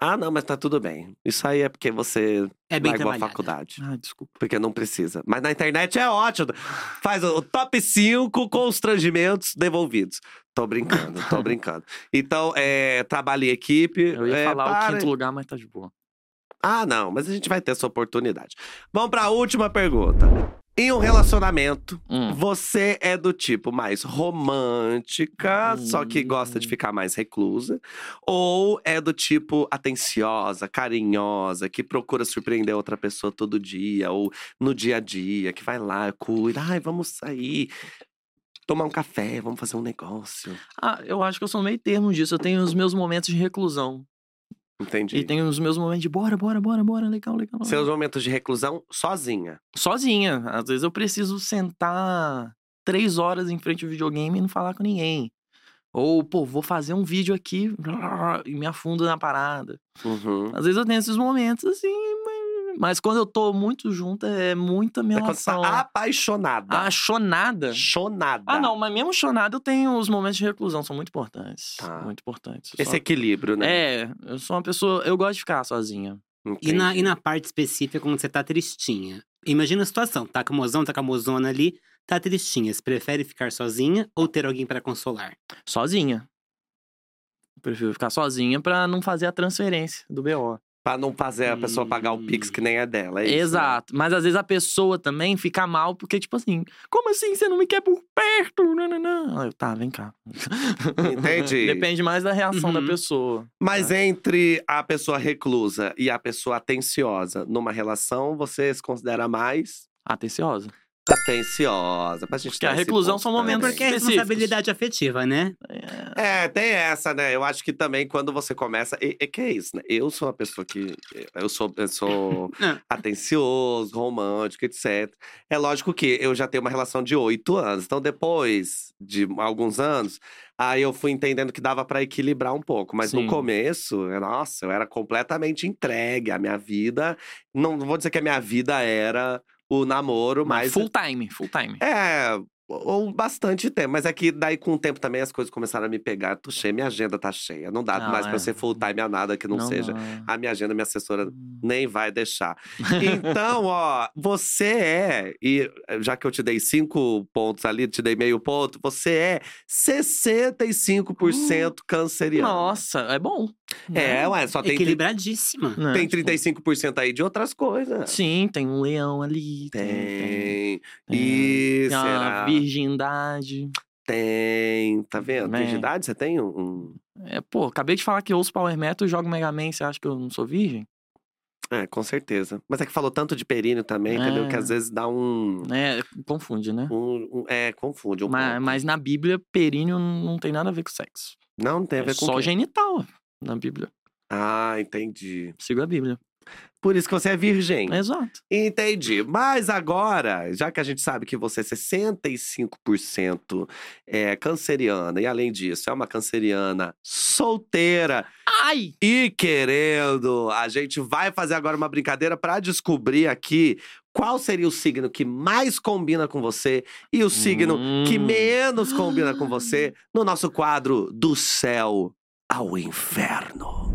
Speaker 1: Ah, não, mas tá tudo bem. Isso aí é porque você
Speaker 2: É bem
Speaker 1: largou a
Speaker 2: trabalhado.
Speaker 1: faculdade.
Speaker 3: Ai, desculpa.
Speaker 1: Porque não precisa. Mas na internet é ótimo. Faz o o top 5 constrangimentos devolvidos. Tô brincando, tô brincando. Então, é, trabalho em equipe.
Speaker 3: Eu ia
Speaker 1: é,
Speaker 3: falar o
Speaker 1: para-
Speaker 3: quinto lugar, mas tá de boa.
Speaker 1: Ah, não, mas a gente vai ter essa oportunidade. Vamos para a última pergunta. Em um relacionamento,
Speaker 3: Hum.
Speaker 1: você é do tipo mais romântica, só que gosta de
Speaker 3: Hum.
Speaker 1: ficar mais reclusa, ou é do tipo atenciosa, carinhosa, que procura surpreender outra pessoa todo dia ou no dia a dia, que vai lá, cuida, ai, vamos sair, tomar um café, vamos fazer um negócio.
Speaker 3: Ah, eu acho que eu sou meio termo disso. Eu tenho os meus momentos de reclusão.
Speaker 1: Entendi.
Speaker 3: E um tenho os meus momentos de bora, bora, bora, bora, legal, legal. legal.
Speaker 1: Seus momentos de reclusão sozinha.
Speaker 3: Sozinha. Às vezes eu preciso sentar três horas em frente ao videogame e não falar com ninguém. Ou, pô, vou fazer um vídeo aqui <laughs> e me afundo na parada.
Speaker 1: Uhum.
Speaker 3: Às vezes eu tenho esses momentos assim, mas, mas quando eu tô muito junto é muita
Speaker 1: É quando você
Speaker 3: melação.
Speaker 1: tá apaixonada.
Speaker 3: Achonada.
Speaker 1: Chonada.
Speaker 3: é. Ah, não, mas mesmo chonada eu tenho os momentos de reclusão, são muito importantes.
Speaker 1: Tá.
Speaker 3: Muito importantes. Eu
Speaker 1: Esse
Speaker 3: sou-
Speaker 1: equilíbrio, né?
Speaker 3: É, eu sou uma pessoa. Eu gosto de ficar sozinha.
Speaker 2: E na, e na parte específica, quando você tá tristinha. Imagina a situação, tá com o mozão, tá com a mozona ali, tá tristinha. Você prefere ficar sozinha ou ter alguém pra consolar?
Speaker 3: Sozinha. Eu prefiro ficar sozinha pra não fazer a transferência do BO.
Speaker 1: Pra não fazer a pessoa pagar o Pix que nem é dela. É isso, né?
Speaker 3: Exato. Mas às vezes a pessoa também fica mal, porque, tipo assim, como assim você não me quer por perto? Não, não, não. Eu, tá, vem cá.
Speaker 1: <laughs> Entendi.
Speaker 3: <laughs> Depende mais da reação da
Speaker 2: Uhum.
Speaker 3: pessoa.
Speaker 1: Mas entre a pessoa reclusa e a pessoa atenciosa numa relação, você se considera mais
Speaker 3: Atenciosa.
Speaker 1: atenciosa. Pra gente
Speaker 3: Porque
Speaker 1: ter
Speaker 3: a
Speaker 1: esse
Speaker 3: reclusão
Speaker 1: ponto
Speaker 3: são momentos
Speaker 1: também.
Speaker 2: Porque é
Speaker 3: Específicos.
Speaker 2: responsabilidade afetiva, né?
Speaker 1: É, tem essa, né? Eu acho que também quando você começa. E, e que é isso, né? Eu sou uma pessoa que. eh, Eu sou, eu
Speaker 3: <laughs>
Speaker 1: sou
Speaker 3: É.
Speaker 2: Não.
Speaker 1: atencioso, romântico, etc. É lógico que eu já tenho uma relação de oito anos. Então, depois de alguns anos, aí eu fui entendendo que dava pra equilibrar um pouco. Mas
Speaker 3: Sim.
Speaker 1: no começo, eu- nossa, eu era completamente entregue. A minha vida. Não, não vou dizer que a minha vida era o namoro, mas.
Speaker 3: Mas full time, full time.
Speaker 1: É, ou bastante tempo. Mas é que daí, com o tempo também, as coisas começaram a me pegar. Tô cheia, minha agenda tá cheia. Não dá
Speaker 3: Não,
Speaker 1: mais
Speaker 3: é.
Speaker 1: pra ser full time a nada que não, seja. A minha agenda, minha
Speaker 3: <laughs>
Speaker 1: assessora nem vai deixar. Então, ó, você é, e já que eu te dei cinco pontos ali, te dei meio ponto, você é 65% canceriano.
Speaker 3: Nossa, é bom.
Speaker 1: É, ué, só tem, tri-
Speaker 3: <laughs>
Speaker 2: Equilibradíssima.
Speaker 3: Né,
Speaker 1: tem
Speaker 3: tipo,
Speaker 1: 35% aí de outras coisas.
Speaker 3: Sim, tem um leão ali.
Speaker 1: Tem.
Speaker 3: tem.
Speaker 1: E
Speaker 3: Tem
Speaker 1: será?
Speaker 3: a virgindade.
Speaker 1: Tem, tá vendo?
Speaker 3: Também.
Speaker 1: Virgindade, você tem um- um.
Speaker 3: É, pô, acabei de falar que eu ouço Power Metal e jogo Mega Man, você acha que eu não sou virgem?
Speaker 1: É, com certeza. Mas é que falou tanto de períneo também, entendeu? Que
Speaker 3: Ah.
Speaker 1: às vezes dá um.
Speaker 3: Né? Confunde, né?
Speaker 1: um- um- é, confunde um
Speaker 3: Ma-
Speaker 1: pouco.
Speaker 3: mas, na Bíblia, períneo não tem nada a ver com sexo.
Speaker 1: Não, não tem a ver
Speaker 3: é
Speaker 1: com.
Speaker 3: só
Speaker 1: quê?
Speaker 3: genital na Bíblia.
Speaker 1: Ah, entendi.
Speaker 3: Sigo a Bíblia.
Speaker 1: Por isso que você é virgem.
Speaker 3: Exato.
Speaker 1: Entendi. Mas agora, já que a gente sabe que você é 65% é canceriana, e além disso, é uma canceriana solteira,
Speaker 3: Ai!
Speaker 1: E querendo, a gente vai fazer agora uma brincadeira para descobrir aqui qual seria o signo que mais combina com você e o signo que
Speaker 3: Hum. Ah.
Speaker 1: menos combina com você no nosso quadro Do Céu ao Inferno.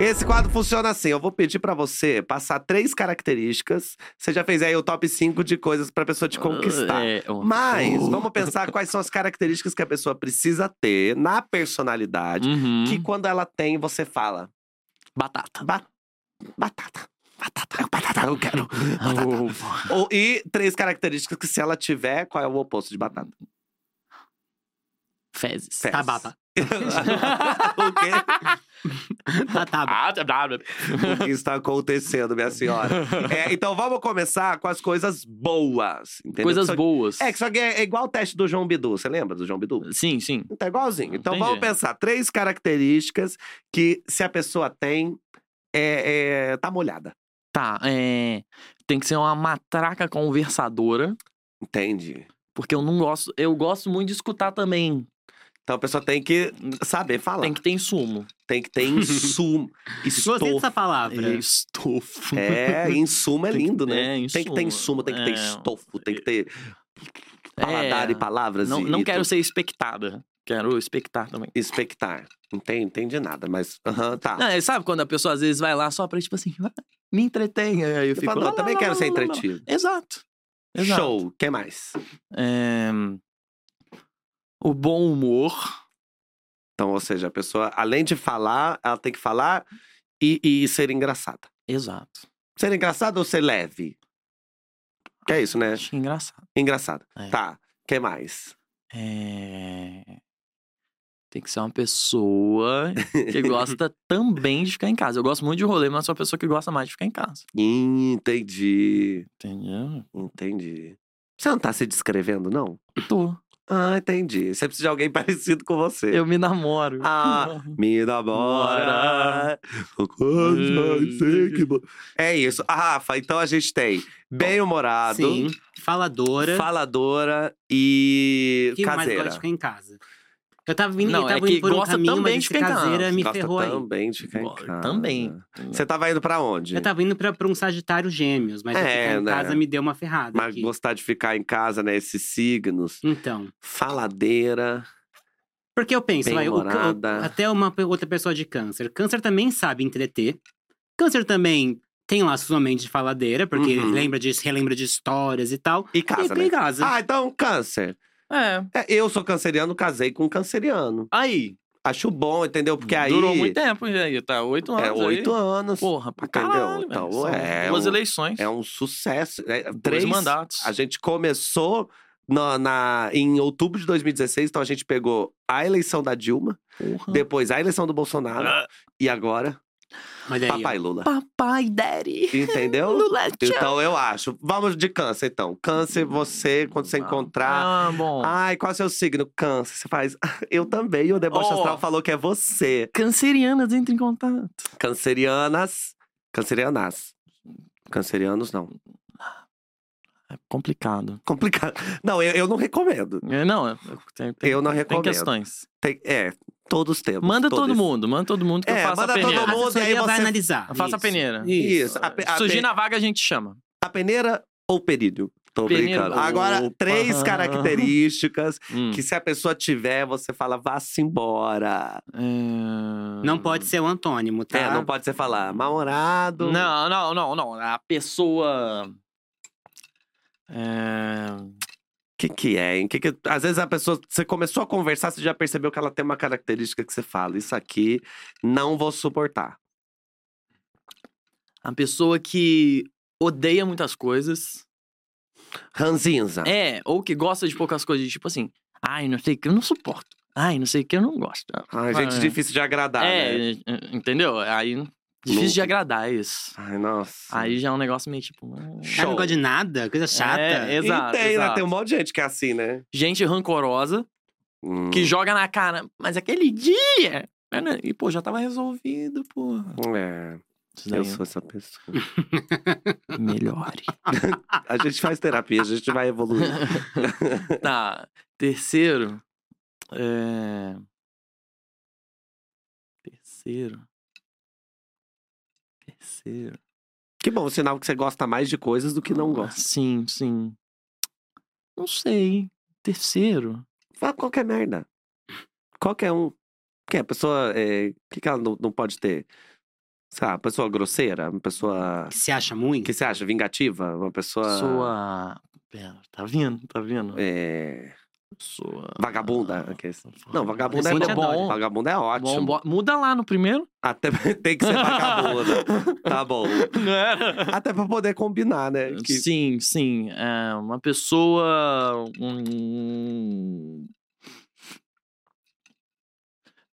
Speaker 1: Esse quadro funciona assim, eu vou pedir para você passar três características. Você já fez aí o top 5 de coisas para pessoa te conquistar.
Speaker 3: É, ó.
Speaker 1: Mas
Speaker 3: Uh.
Speaker 1: vamos pensar quais são as características que a pessoa precisa ter na personalidade
Speaker 3: Uhum.
Speaker 1: que quando ela tem, você fala <laughs>
Speaker 3: Batata.
Speaker 1: ba- batata. Batata, eu, batata, eu quero.
Speaker 3: Batata.
Speaker 1: Ou- e três características que, se ela tiver, qual é o oposto de batata?
Speaker 3: Fezes.
Speaker 1: Fezes.
Speaker 2: Tababa.
Speaker 1: <laughs> o quê?
Speaker 2: Tababa.
Speaker 3: Ah, tá, tá, tá.
Speaker 1: O que está acontecendo, minha senhora? É, então vamos começar com as coisas boas. Entendeu?
Speaker 3: Coisas
Speaker 1: Isso aqui-
Speaker 3: boas.
Speaker 1: É, que isso aqui é é igual o teste do João Bidu. Você lembra do João Bidu?
Speaker 3: Sim, sim.
Speaker 1: Tá igualzinho. Então
Speaker 3: Hum. Entendi.
Speaker 1: vamos pensar. Três características que, se a pessoa tem, é, é- tá molhada.
Speaker 3: Tá, é. Tem que ser uma matraca conversadora,
Speaker 1: Entende?
Speaker 3: porque eu não gosto. Eu gosto muito de escutar também.
Speaker 1: Então a pessoa tem que saber falar.
Speaker 3: Tem que ter insumo.
Speaker 1: Tem que
Speaker 3: <laughs>
Speaker 1: ter insumo.
Speaker 2: Gostei
Speaker 1: estofo.
Speaker 2: dessa palavra.
Speaker 3: Estofo.
Speaker 1: É, insumo é
Speaker 3: Tem que-
Speaker 1: lindo, né?
Speaker 3: é,
Speaker 1: Tem que ter insumo,
Speaker 3: insumo,
Speaker 1: tem que ter
Speaker 3: é.
Speaker 1: estofo, tem que ter paladar e palavras.
Speaker 3: Não,
Speaker 1: e-
Speaker 3: não
Speaker 1: e
Speaker 3: quero
Speaker 1: tudo.
Speaker 3: ser expectada. Quero expectar também.
Speaker 1: Expectar. Não tem- entendi nada, mas. aham, tá.
Speaker 3: Não, é, sabe quando a pessoa às vezes vai lá só pra, tipo assim, "Ah, me entretenha. Aí eu
Speaker 1: eu
Speaker 3: fico.
Speaker 1: falo, não,
Speaker 3: lá,
Speaker 1: eu também
Speaker 3: lá,
Speaker 1: quero
Speaker 3: lá,
Speaker 1: ser
Speaker 3: lá, lá, lá.
Speaker 1: entretido.
Speaker 3: Exato. Exato.
Speaker 1: Show. O que mais?
Speaker 3: É, O bom humor.
Speaker 1: Então, ou seja, a pessoa, além de falar, ela tem que falar e- e ser engraçada.
Speaker 3: Exato.
Speaker 1: Ser engraçado ou ser leve? Que é isso, né?
Speaker 3: Acho engraçado.
Speaker 1: Engraçado.
Speaker 3: É.
Speaker 1: Tá, que mais?
Speaker 3: É... Tem que ser uma pessoa que <laughs> gosta também de ficar em casa. Eu gosto muito de rolê, mas sou uma pessoa que gosta mais de ficar em casa.
Speaker 1: Hum, Entendi,
Speaker 3: Entendeu?
Speaker 1: entendi. Você não tá se descrevendo, não?
Speaker 3: Tô.
Speaker 1: Ah, entendi. Você precisa de alguém <laughs> parecido com você.
Speaker 3: Eu me namoro. <laughs>
Speaker 1: Ah, me dá bora.
Speaker 3: Bora.
Speaker 2: Hum.
Speaker 1: É isso. A Rafa, então a gente tem bem-humorado,
Speaker 2: Sim. Faladora.
Speaker 1: faladora e
Speaker 2: que mais
Speaker 1: caseira.
Speaker 2: gosta de ficar em casa. Eu tava vindo,
Speaker 3: Não,
Speaker 2: eu
Speaker 3: é
Speaker 2: tava
Speaker 3: que
Speaker 2: indo por um
Speaker 3: gosta
Speaker 2: caminho,
Speaker 3: também
Speaker 2: mas
Speaker 3: de
Speaker 2: esse
Speaker 3: ficar em casa.
Speaker 2: caseira me
Speaker 1: Gosta
Speaker 2: ferrou aí.
Speaker 1: também de ficar em
Speaker 3: Gosta
Speaker 1: casa.
Speaker 3: também.
Speaker 1: Você tava indo pra onde?
Speaker 2: Eu tava indo pra, pra um Sagitário Gêmeos, mas eu
Speaker 1: É,
Speaker 2: ficar em
Speaker 1: né?
Speaker 2: casa me deu uma ferrada
Speaker 1: Mas
Speaker 2: aqui.
Speaker 1: gostar de ficar em casa, né? Esses signos.
Speaker 2: Então,
Speaker 1: Faladeira.
Speaker 2: porque eu penso, vai, o, o,
Speaker 1: Bem-humorada.
Speaker 2: até uma pe- outra pessoa de câncer. Câncer também sabe entreter. Câncer também tem lá sua mente de faladeira, porque ele
Speaker 1: Uhum.
Speaker 2: lembra de, relembra de histórias e tal.
Speaker 1: E
Speaker 2: e
Speaker 1: casa,
Speaker 2: fica em
Speaker 1: né?
Speaker 2: casa.
Speaker 1: Ah, então câncer.
Speaker 3: É.
Speaker 1: É, eu sou canceriano, casei com um canceriano.
Speaker 3: Aí.
Speaker 1: Acho bom, entendeu? Porque aí.
Speaker 3: Durou muito tempo, e aí tá oito anos.
Speaker 1: É oito
Speaker 3: aí.
Speaker 1: anos.
Speaker 3: Porra, pra
Speaker 1: Entendeu?
Speaker 3: caralho,
Speaker 1: Então,
Speaker 3: velho. São
Speaker 1: é
Speaker 3: duas
Speaker 1: um-
Speaker 3: eleições.
Speaker 1: É um sucesso. É,
Speaker 3: Três
Speaker 1: três
Speaker 3: mandatos.
Speaker 1: A gente começou na, na- em outubro de 2016, então a gente pegou a eleição da Dilma,
Speaker 3: Porra.
Speaker 1: depois a eleição do Bolsonaro
Speaker 3: Ah.
Speaker 1: e agora
Speaker 2: Olha aí. ó.
Speaker 1: Papai Lula.
Speaker 3: Papai, daddy.
Speaker 1: Entendeu?
Speaker 3: Lula,
Speaker 1: Então eu acho. Vamos de câncer, então. Câncer, você, quando você encontrar.
Speaker 3: Ah, bom.
Speaker 1: Ai, qual é o seu signo? Câncer. Você faz. <laughs> Eu também. E o Deboche
Speaker 3: Ó.
Speaker 1: Astral falou que é você.
Speaker 3: Cancerianas, entre em contato.
Speaker 1: Cancerianas. Cancerianas. Cancerianos, não.
Speaker 3: É complicado.
Speaker 1: Complicado. Não, eu, eu não recomendo.
Speaker 3: É, Não, é- tem, tem,
Speaker 1: Eu não
Speaker 3: tem
Speaker 1: recomendo.
Speaker 3: questões.
Speaker 1: Tem- é, todos temos.
Speaker 3: Manda
Speaker 1: todos.
Speaker 3: todo mundo, manda todo mundo que
Speaker 1: É,
Speaker 3: eu faço
Speaker 1: manda
Speaker 3: a
Speaker 1: todo
Speaker 3: peneira.
Speaker 1: mundo.
Speaker 2: A
Speaker 1: e aí
Speaker 2: assessoria vai
Speaker 1: você-
Speaker 2: analisar.
Speaker 3: Eu faço a
Speaker 2: Isso.
Speaker 3: peneira.
Speaker 1: Isso. A, pe- a
Speaker 3: Surgindo
Speaker 1: pe-
Speaker 3: a vaga, a gente chama.
Speaker 1: a peneira ou perílio? Tô
Speaker 3: Peneira.
Speaker 1: brincando. Agora,
Speaker 3: Opa.
Speaker 1: três características
Speaker 3: Hum.
Speaker 1: que se a pessoa tiver, você fala, vá-se embora.
Speaker 3: É,
Speaker 2: Não pode ser o antônimo, tá?
Speaker 1: Hum. É, não pode você falar mal-humorado.
Speaker 3: Não, não, não, não. A pessoa. É...
Speaker 1: O que, que é, hein? Que que- Às vezes a pessoa. Você começou a conversar, você já percebeu que ela tem uma característica que você fala. Isso aqui não vou suportar.
Speaker 3: A pessoa que odeia muitas coisas.
Speaker 1: Ranzinza.
Speaker 3: É, ou que gosta de poucas coisas, tipo assim. Ai, não sei o que, eu não suporto. Ai, não sei o que, eu não gosto.
Speaker 1: Ai, gente,
Speaker 3: Ah, é.
Speaker 1: difícil de agradar, né?
Speaker 3: é, é, entendeu? Aí. Difícil de agradar isso.
Speaker 1: Ai, nossa.
Speaker 3: Aí já é um negócio meio tipo. ah.
Speaker 2: Ah, não gosta de nada, coisa chata.
Speaker 3: É,
Speaker 1: E
Speaker 3: exato.
Speaker 1: tem, né?
Speaker 3: exato.
Speaker 1: Tem um monte de gente que é assim, né?
Speaker 3: Gente rancorosa
Speaker 1: Hum.
Speaker 3: que joga na cara, mas aquele dia. né, né? E, pô, já tava resolvido, pô.
Speaker 1: É,
Speaker 3: Isso daí
Speaker 1: eu
Speaker 3: é
Speaker 1: sou essa pessoa.
Speaker 3: Melhore.
Speaker 1: A gente faz terapia, a gente vai evoluir.
Speaker 3: tá. Terceiro. É. Terceiro. Terceiro. ah,
Speaker 1: Que bom, sinal que você gosta mais de coisas do que não gosta.
Speaker 3: Sim, sim. Não sei. Terceiro.
Speaker 1: Fala qualquer merda. Qualquer um. Que a pessoa. é, O que, que ela não, não pode ter? Sei lá, uma pessoa grosseira, uma pessoa.
Speaker 2: Que se acha muito.
Speaker 1: que você acha? Vingativa? Uma pessoa.
Speaker 3: Sua. Pera, tá vendo? Tá vendo?
Speaker 1: Ah. é,
Speaker 3: Sua.
Speaker 1: vagabunda. aqueles- Não, vagabunda é
Speaker 2: Gente,
Speaker 1: bom.
Speaker 3: adora.
Speaker 1: Vagabunda é ótimo.
Speaker 3: Ah. Bom, bo- Muda lá
Speaker 1: <laughs>
Speaker 3: no primeiro.
Speaker 1: Até tem que ser vagabunda.
Speaker 3: <laughs>
Speaker 1: tá bom.
Speaker 3: Não era?
Speaker 1: Até pra poder combinar, né? Que-
Speaker 3: Sim, sim. É uma pessoa. hum,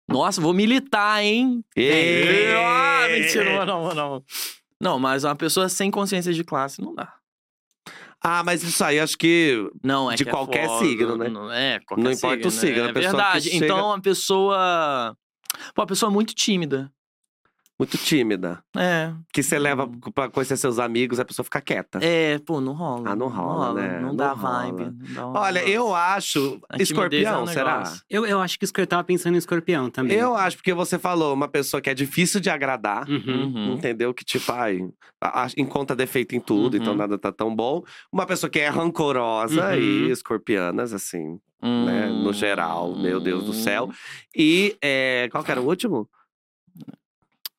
Speaker 3: Nossa, vou militar, hein?
Speaker 1: Ê!
Speaker 3: Ah, mentira, não, não, não. Não, mas uma pessoa sem consciência de classe não dá.
Speaker 1: Ah, mas isso aí acho que.
Speaker 3: Não, é
Speaker 1: De
Speaker 3: que
Speaker 1: qualquer
Speaker 3: é foda,
Speaker 1: signo, né?
Speaker 3: Não, é, qualquer
Speaker 1: Não importa o signo,
Speaker 3: né?
Speaker 1: a
Speaker 3: É
Speaker 1: pessoa que
Speaker 3: verdade.
Speaker 1: chega-
Speaker 3: Então, uma pessoa. Pô, uma pessoa é muito tímida.
Speaker 1: Muito tímida.
Speaker 3: É.
Speaker 1: Que você leva pra conhecer seus amigos, a pessoa fica quieta.
Speaker 3: É, pô, não rola.
Speaker 1: Ah, não rola, né?
Speaker 3: Não,
Speaker 1: Não
Speaker 3: dá
Speaker 1: rola.
Speaker 3: vibe. não dá um
Speaker 1: Olha,
Speaker 3: negócio.
Speaker 1: eu acho.
Speaker 3: A timidez é
Speaker 1: Escorpião,
Speaker 3: um
Speaker 1: será?
Speaker 3: negócio.
Speaker 2: Eu, eu acho que isso que eu tava pensando em escorpião também.
Speaker 1: Eu acho, porque você falou, uma pessoa que é difícil de agradar,
Speaker 2: Uhum.
Speaker 3: Uhum.
Speaker 1: entendeu? Que, tipo, ai, a- a- encontra defeito em tudo, então
Speaker 3: Uhum.
Speaker 1: nada tá tão bom. Uma pessoa que é rancorosa e
Speaker 2: Uhum.
Speaker 1: escorpianas, assim, né? No
Speaker 3: Hum.
Speaker 1: geral, meu Deus do céu. E é, qual que era o último?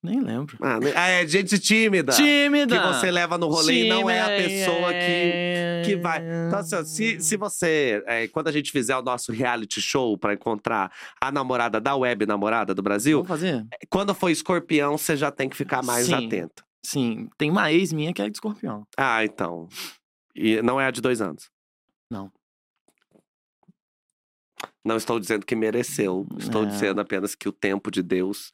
Speaker 3: Nem lembro.
Speaker 1: Ah, né? Ah, é gente tímida.
Speaker 3: Tímida! é.
Speaker 1: Que você leva no rolê e não é a pessoa que. que vai. Então, assim, ó, se, se você. é, quando a gente fizer o nosso reality show pra encontrar a namorada da web namorada do Brasil,
Speaker 3: Uhum. Vamos fazer?
Speaker 1: quando for escorpião, você já tem que ficar mais
Speaker 3: Sim.
Speaker 1: atento.
Speaker 3: Sim, tem uma ex minha que é de escorpião.
Speaker 1: Ah, então. E não é a de dois anos?
Speaker 3: Não.
Speaker 1: Não estou dizendo que mereceu. Estou
Speaker 3: É.
Speaker 1: dizendo apenas que o tempo de Deus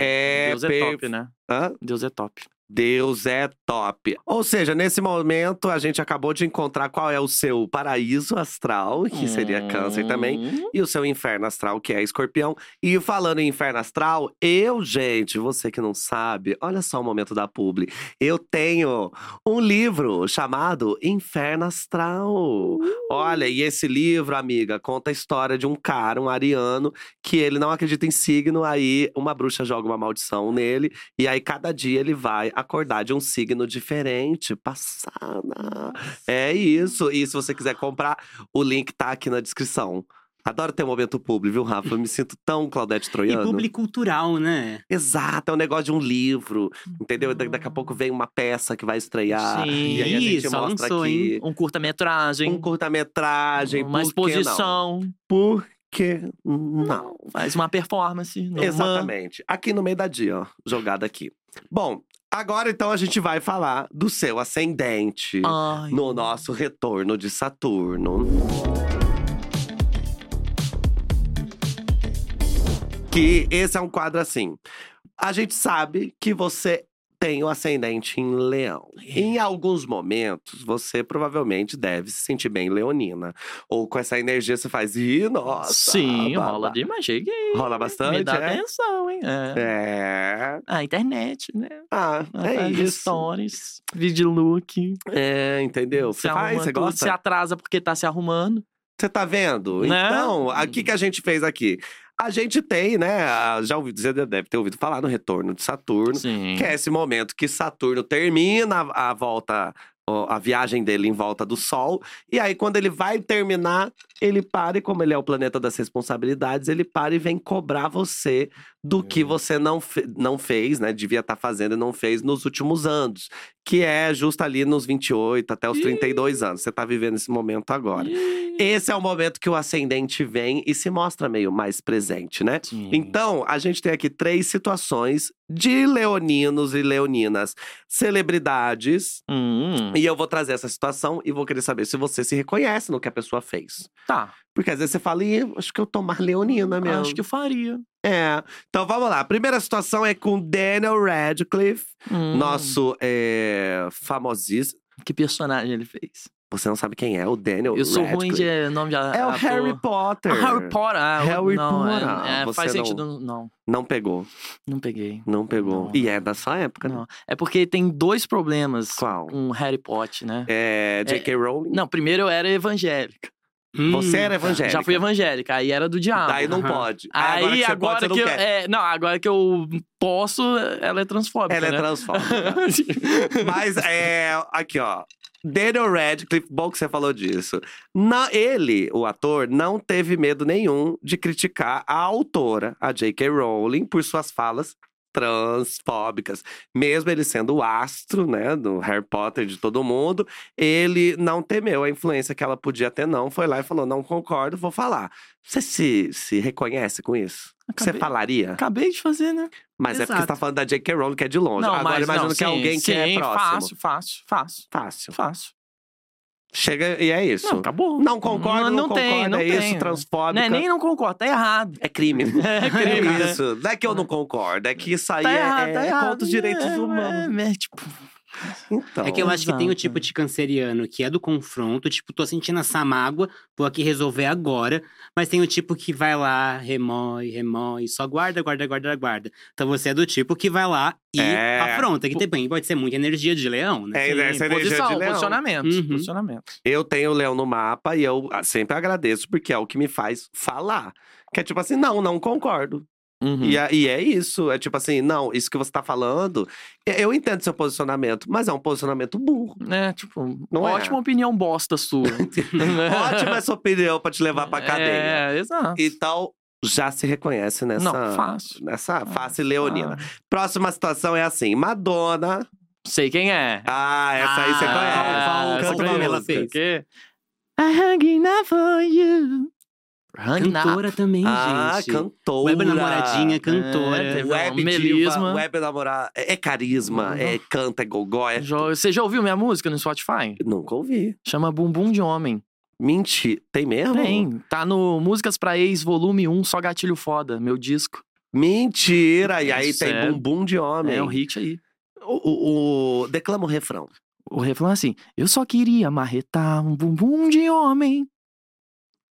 Speaker 3: É,
Speaker 1: é.
Speaker 3: Deus é
Speaker 1: per-
Speaker 3: top, né?
Speaker 1: Hã?
Speaker 3: Deus é top.
Speaker 1: Deus é top. Ou seja, nesse momento a gente acabou de encontrar qual é o seu paraíso astral, que seria câncer também.
Speaker 3: Hum.
Speaker 1: E o seu inferno astral, que é escorpião. E falando em inferno astral, eu, gente, você que não sabe, olha só o momento da publi. Eu tenho um livro chamado Inferno Astral. Olha, e esse livro, amiga, conta a história de um cara, um ariano, que ele não acredita em signo, aí uma bruxa joga uma maldição nele, e aí cada dia ele vai acordar de um signo diferente. Passada! É isso. E se você quiser comprar, o link tá aqui na descrição. Adoro ter um momento público, viu, Rafa? Eu me sinto tão Claudete
Speaker 2: E
Speaker 1: Troiano.
Speaker 2: público cultural, né?
Speaker 1: Exato, é um negócio de um livro, entendeu? Da- Daqui a pouco
Speaker 3: Uhum.
Speaker 1: vem uma peça que vai estrear.
Speaker 3: Sim.
Speaker 1: E aí a gente
Speaker 3: é
Speaker 2: Ih, só
Speaker 1: mostra
Speaker 2: lançou,
Speaker 1: aqui
Speaker 3: Um curta-metragem.
Speaker 1: um curta-metragem,
Speaker 3: uma
Speaker 1: por que não?
Speaker 3: exposição.
Speaker 1: Por que não?
Speaker 3: Faz uma performance. numa-
Speaker 1: Exatamente. Aqui no meio da dia, ó, jogada aqui. Bom, agora então a gente vai falar do seu ascendente
Speaker 3: Ai.
Speaker 1: no nosso retorno de Saturno. Que esse é um quadro assim. A gente sabe que você tem o ascendente em leão.
Speaker 3: É.
Speaker 1: Em alguns momentos, você provavelmente deve se sentir bem leonina. Ou com essa energia, você faz, ih, nossa!
Speaker 3: Sim,
Speaker 1: babá."
Speaker 3: rola demais. Cheguei.
Speaker 1: Rola bastante,
Speaker 3: Me dá
Speaker 1: é?
Speaker 3: atenção, hein? É.
Speaker 1: É.
Speaker 3: A internet, né?
Speaker 1: Ah, é
Speaker 3: Faz
Speaker 1: isso.
Speaker 3: Stories, vídeo look.
Speaker 1: É, entendeu? Você
Speaker 3: se
Speaker 1: faz,
Speaker 3: arruma
Speaker 1: você
Speaker 3: tudo, se
Speaker 1: gosta?
Speaker 3: atrasa porque tá se arrumando.
Speaker 1: Você tá vendo?
Speaker 3: Né?
Speaker 1: Então, a- o que, que a gente fez aqui? A gente tem, né? a- Já ouvi, você deve ter ouvido falar no retorno de Saturno,
Speaker 3: Sim.
Speaker 1: que é esse momento que Saturno termina a, a volta, ó, a viagem dele em volta do Sol. E aí, quando ele vai terminar, ele para, e como ele é o planeta das responsabilidades, ele para e vem cobrar você do que
Speaker 3: Uhum.
Speaker 1: você não, fe- não fez, né? Devia estar fazendo e não fez nos últimos anos. Que é justo ali nos 28 até os
Speaker 3: Ih.
Speaker 1: 32 anos. Você tá vivendo esse momento agora.
Speaker 3: Ih.
Speaker 1: Esse é o momento que o ascendente vem e se mostra meio mais presente, né?
Speaker 3: Sim.
Speaker 1: Então, a gente tem aqui três situações de leoninos e leoninas, celebridades.
Speaker 3: Hum,
Speaker 1: E eu vou trazer essa situação e vou querer saber se você se reconhece no que a pessoa fez.
Speaker 3: tá.
Speaker 1: Porque às vezes você fala, Ih, acho que eu tô mais leonina mesmo.
Speaker 3: Acho que eu faria.
Speaker 1: É. Então vamos lá. A primeira situação é com Daniel Radcliffe,
Speaker 3: Hum,
Speaker 1: nosso é, famosíssimo.
Speaker 3: Que personagem ele fez?
Speaker 1: Você não sabe quem é o Daniel
Speaker 3: Eu sou ruim
Speaker 1: Radcliffe.
Speaker 3: de nome de
Speaker 1: É o
Speaker 3: ator.
Speaker 1: Harry Potter.
Speaker 3: Ah, Harry Potter. Ah,
Speaker 1: Harry
Speaker 3: não, é-
Speaker 1: Potter.
Speaker 3: É, faz
Speaker 1: Você não-
Speaker 3: sentido. Não... não,
Speaker 1: Não pegou.
Speaker 3: peguei.
Speaker 1: Não pegou.
Speaker 3: Não.
Speaker 1: E é da sua época, né?
Speaker 3: Não. É porque tem dois problemas
Speaker 1: Qual?
Speaker 3: com Harry Potter, né?
Speaker 1: É J.K. Rowling?
Speaker 3: Não, primeiro eu era evangélica.
Speaker 2: Hum,
Speaker 1: Você era evangélica.
Speaker 3: Já fui evangélica, aí era do diabo. né?
Speaker 1: Daí não
Speaker 2: Aham.
Speaker 1: pode.
Speaker 3: Aí
Speaker 1: Ah, agora que você pode, você não
Speaker 3: eu.
Speaker 1: quer.
Speaker 3: é, não, agora que eu posso, ela é transfóbica.
Speaker 1: Ela é
Speaker 3: né?
Speaker 1: transfóbica. Mas é. Aqui, ó. Daniel Radcliffe, bom que você falou disso. Na, ele, o ator, não teve medo nenhum de criticar a autora, a J.K. Rowling, por suas falas transfóbicas. Mesmo ele sendo o astro, né, do Harry Potter de todo mundo, ele não temeu a influência que ela podia ter, não. Foi lá e falou: não concordo, vou falar. Você se, se reconhece com isso? Você
Speaker 3: Acabei-
Speaker 1: falaria?
Speaker 3: <laughs> Acabei de fazer, né?
Speaker 1: Mas é porque você tá
Speaker 2: Exato.
Speaker 1: falando da J.K. Rowling, que é de longe.
Speaker 3: Não,
Speaker 1: Agora
Speaker 3: mas
Speaker 1: imagino
Speaker 3: não,
Speaker 1: que é
Speaker 3: sim,
Speaker 1: alguém que é
Speaker 3: sim,
Speaker 1: próximo.
Speaker 3: Fácil, fácil, fácil,
Speaker 1: Fácil.
Speaker 3: fácil.
Speaker 1: Chega e é isso.
Speaker 3: Não, acabou.
Speaker 1: Não concordo, não,
Speaker 3: não,
Speaker 1: concordo,
Speaker 3: tem, não
Speaker 1: é
Speaker 3: tem.
Speaker 1: isso, transfóbica.
Speaker 3: Não é nem não concordo, tá errado.
Speaker 1: É crime.
Speaker 3: <laughs> É crime,
Speaker 1: É
Speaker 3: né?
Speaker 1: isso. Não é que eu não concordo, é que isso aí
Speaker 3: Tá
Speaker 1: é,
Speaker 3: errado, tá
Speaker 1: é
Speaker 3: errado.
Speaker 1: contra os direitos
Speaker 3: É,
Speaker 1: humanos.
Speaker 3: É, é, tipo,
Speaker 1: Então,
Speaker 2: É que eu acho que tem o
Speaker 3: Exato.
Speaker 2: tipo de canceriano que é do confronto, tipo, tô sentindo essa mágoa, vou aqui resolver agora. Mas tem o tipo que vai lá, remói, remói, só guarda, guarda, guarda, guarda. Então você é do tipo que vai lá e
Speaker 1: É.
Speaker 2: afronta, que também pode ser muita energia de leão, né?
Speaker 1: É,
Speaker 3: sim,
Speaker 1: essa energia
Speaker 3: posição,
Speaker 1: de leão.
Speaker 3: posicionamento,
Speaker 2: Uhum.
Speaker 3: posicionamento.
Speaker 1: eu tenho o leão no mapa e eu ah, sempre agradeço, porque é o que me faz falar. Que é tipo assim, não, não concordo.
Speaker 3: Hum.
Speaker 1: E, é- e é isso. É tipo assim, não, isso que você tá falando, é- eu entendo seu posicionamento, mas é um posicionamento burro.
Speaker 3: É, tipo,
Speaker 1: Não é.
Speaker 3: ótima opinião bosta sua.
Speaker 1: <laughs>
Speaker 3: <laughs>
Speaker 1: Ótima essa opinião pra te levar pra cadeia.
Speaker 3: É, exato.
Speaker 1: Então, já se reconhece nessa,
Speaker 3: Não, fácil.
Speaker 1: nessa face
Speaker 3: Ah,
Speaker 1: leonina. Próxima situação é assim: Madonna.
Speaker 3: sei quem é.
Speaker 1: Ah, essa aí você um,
Speaker 2: Ah,
Speaker 1: conhece.
Speaker 3: um
Speaker 2: qual- qual-
Speaker 1: Canta
Speaker 2: qual
Speaker 1: uma
Speaker 2: que ela
Speaker 1: música.
Speaker 2: fez?
Speaker 3: I'm hanging out for you. Honey
Speaker 2: Cantora também,
Speaker 1: ah,
Speaker 2: gente.
Speaker 1: cantora.
Speaker 2: Web namoradinha, cantora.
Speaker 3: É, teve-
Speaker 1: Web diva,
Speaker 3: Melisma. Uhum.
Speaker 1: web namorada. É é carisma, é canta, é gogó, é...
Speaker 3: Já- Você já ouviu minha música no Spotify?
Speaker 1: Nunca ouvi.
Speaker 3: Chama Bumbum de Homem.
Speaker 1: Mentira. Tem mesmo?
Speaker 3: Tem. Tá no Músicas pra Ex, volume 1, Só Gatilho Foda, meu disco.
Speaker 1: Mentira. E aí tem
Speaker 3: Sério?
Speaker 1: bumbum de homem.
Speaker 3: É um hit aí.
Speaker 1: O, o- o- Declama o refrão.
Speaker 3: O refrão é assim: Eu só queria marretar um bumbum de homem.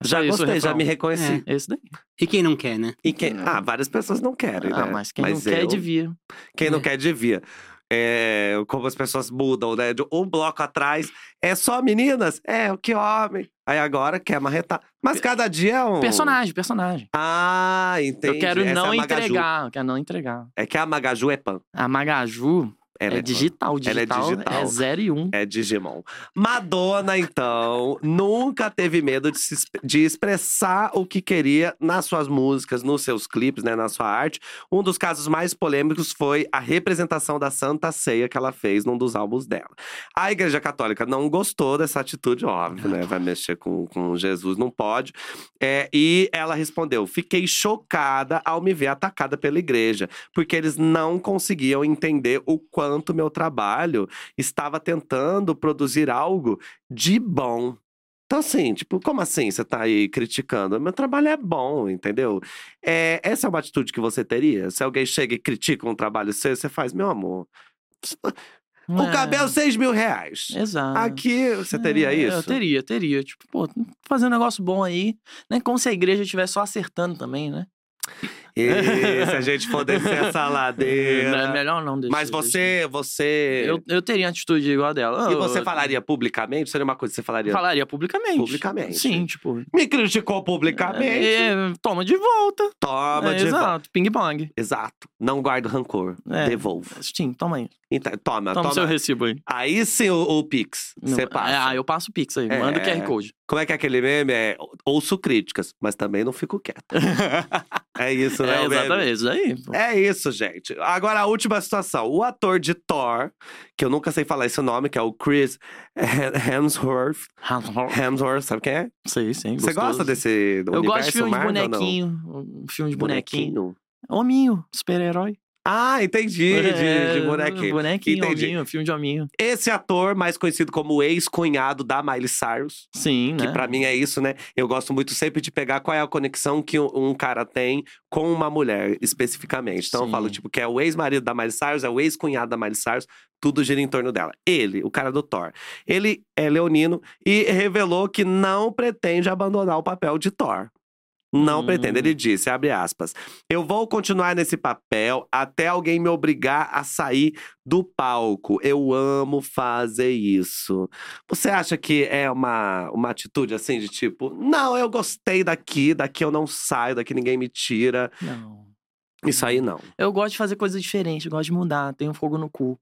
Speaker 3: É só
Speaker 1: Já
Speaker 3: isso o
Speaker 1: gostei, já
Speaker 3: refrão. É.
Speaker 1: me reconheci.
Speaker 3: Esse daí.
Speaker 2: E quem não quer, né?
Speaker 1: E quem... Ah, várias pessoas não querem,
Speaker 3: Ah,
Speaker 1: né?
Speaker 3: mas quem não quer
Speaker 1: eu-
Speaker 3: devia.
Speaker 1: Quem não
Speaker 2: É.
Speaker 1: quer, devia. É, como as pessoas mudam, né? De um bloco atrás, é só meninas? É, o que homem. Aí agora quer marretar. Mas cada dia é um.
Speaker 3: Personagem, personagem.
Speaker 1: Ah, entendi.
Speaker 3: Eu quero
Speaker 1: Essa é
Speaker 3: não
Speaker 1: a Magaju.
Speaker 3: entregar. Eu quero não entregar.
Speaker 1: É que a Magaju é pan.
Speaker 3: A Magaju
Speaker 1: Ela
Speaker 3: é,
Speaker 1: é, digital.
Speaker 3: digital, digital.
Speaker 1: Ela é digital.
Speaker 3: É 0 e 1. Um.
Speaker 1: É Digimon. Madonna, então, nunca teve medo de, se exp- de expressar o que queria nas suas músicas, nos seus clipes, né, na sua arte. Um dos casos mais polêmicos foi a representação da Santa Ceia que ela fez num dos álbuns dela. A Igreja Católica não gostou dessa atitude, óbvio, né? Vai mexer com, com Jesus, não pode. É, e ela respondeu: Fiquei chocada ao me ver atacada pela igreja, porque eles não conseguiam entender o quanto meu trabalho estava tentando produzir algo de bom. Então, assim, tipo, como assim você tá aí criticando? Meu trabalho é bom, entendeu? É, essa é uma atitude que você teria? Se alguém chega e critica um trabalho seu, você faz, meu amor,
Speaker 3: Ah.
Speaker 1: o cabelo, seis mil reais.
Speaker 3: É. Exato.
Speaker 1: Aqui, você teria
Speaker 3: Ah. É,
Speaker 1: isso?
Speaker 3: Eu teria, teria. Tipo, pô, fazer um negócio bom aí. Não é como se a igreja estivesse só acertando também, né?
Speaker 1: E se a gente for descer
Speaker 3: <laughs>
Speaker 1: essa
Speaker 3: Não, é
Speaker 1: ladeira.
Speaker 3: melhor não deixa,
Speaker 1: né? Mas você,
Speaker 3: deixa.
Speaker 1: você.
Speaker 3: Eu, eu teria uma atitude igual a dela.
Speaker 1: E
Speaker 3: Eu-
Speaker 1: você falaria publicamente? Seria uma coisa que você falaria?
Speaker 3: Falaria publicamente.
Speaker 1: Publicamente.
Speaker 3: Sim, tipo.
Speaker 1: Me criticou publicamente.
Speaker 3: é, toma de volta.
Speaker 1: Toma
Speaker 3: É,
Speaker 1: de volta.
Speaker 3: exato. Ping-pong.
Speaker 1: Exato. Não guardo rancor.
Speaker 3: É.
Speaker 1: Devolvo.
Speaker 3: Sim, toma aí.
Speaker 1: Então, toma,
Speaker 3: Toma,
Speaker 1: toma.
Speaker 3: o seu recibo aí.
Speaker 1: Aí sim o, o Pix.
Speaker 3: Não,
Speaker 1: Você passa.
Speaker 3: Ah, eu passo o Pix aí. Manda o
Speaker 1: É.
Speaker 3: QR Code.
Speaker 1: Como é que é aquele meme? É, ouço críticas, mas também não fico
Speaker 3: <laughs>
Speaker 1: quieto. é isso, né?
Speaker 3: É,
Speaker 1: o meme?
Speaker 3: exatamente. Isso aí. pô.
Speaker 1: É isso, gente. Agora, a última situação. O ator de Thor, que eu nunca sei falar esse nome, que é o Chris Hemsworth.
Speaker 3: <laughs>
Speaker 1: Hemsworth, sabe quem é?
Speaker 3: Sei, sim.
Speaker 1: Você
Speaker 3: gostoso.
Speaker 1: gosta desse do
Speaker 3: Eu
Speaker 1: universo
Speaker 3: gosto de filme de
Speaker 1: Marvel, ou não?
Speaker 3: bonequinho. Um filme de bonequinho. É Hominho, super-herói.
Speaker 1: Ah, entendi.
Speaker 3: É,
Speaker 1: De, de bonequinho.
Speaker 3: Bonequinho,
Speaker 1: Entendi.
Speaker 3: hominho, filme de hominho.
Speaker 1: Esse ator, mais conhecido como ex-cunhado da Miley Cyrus,
Speaker 3: Sim,
Speaker 1: que
Speaker 3: né?
Speaker 1: pra mim é isso, né? Eu gosto muito sempre de pegar qual é a conexão que um- um cara tem com uma mulher, especificamente. Então eu
Speaker 3: Sim.
Speaker 1: falo, tipo, que é o ex-marido da Miley Cyrus, é o ex-cunhado da Miley Cyrus, tudo gira em torno dela. Ele, o cara do Thor, ele é leonino e revelou que não pretende abandonar o papel de Thor. Não
Speaker 3: Hum.
Speaker 1: pretende, ele disse, abre aspas. Eu vou continuar nesse papel até alguém me obrigar a sair do palco. Eu amo fazer isso. Você acha que é uma, uma atitude assim de tipo, não, eu gostei daqui, daqui eu não saio, daqui ninguém me tira.
Speaker 3: Não.
Speaker 1: Isso aí não.
Speaker 3: Eu gosto de fazer coisas diferentes, eu gosto de mudar. Tenho fogo no cu.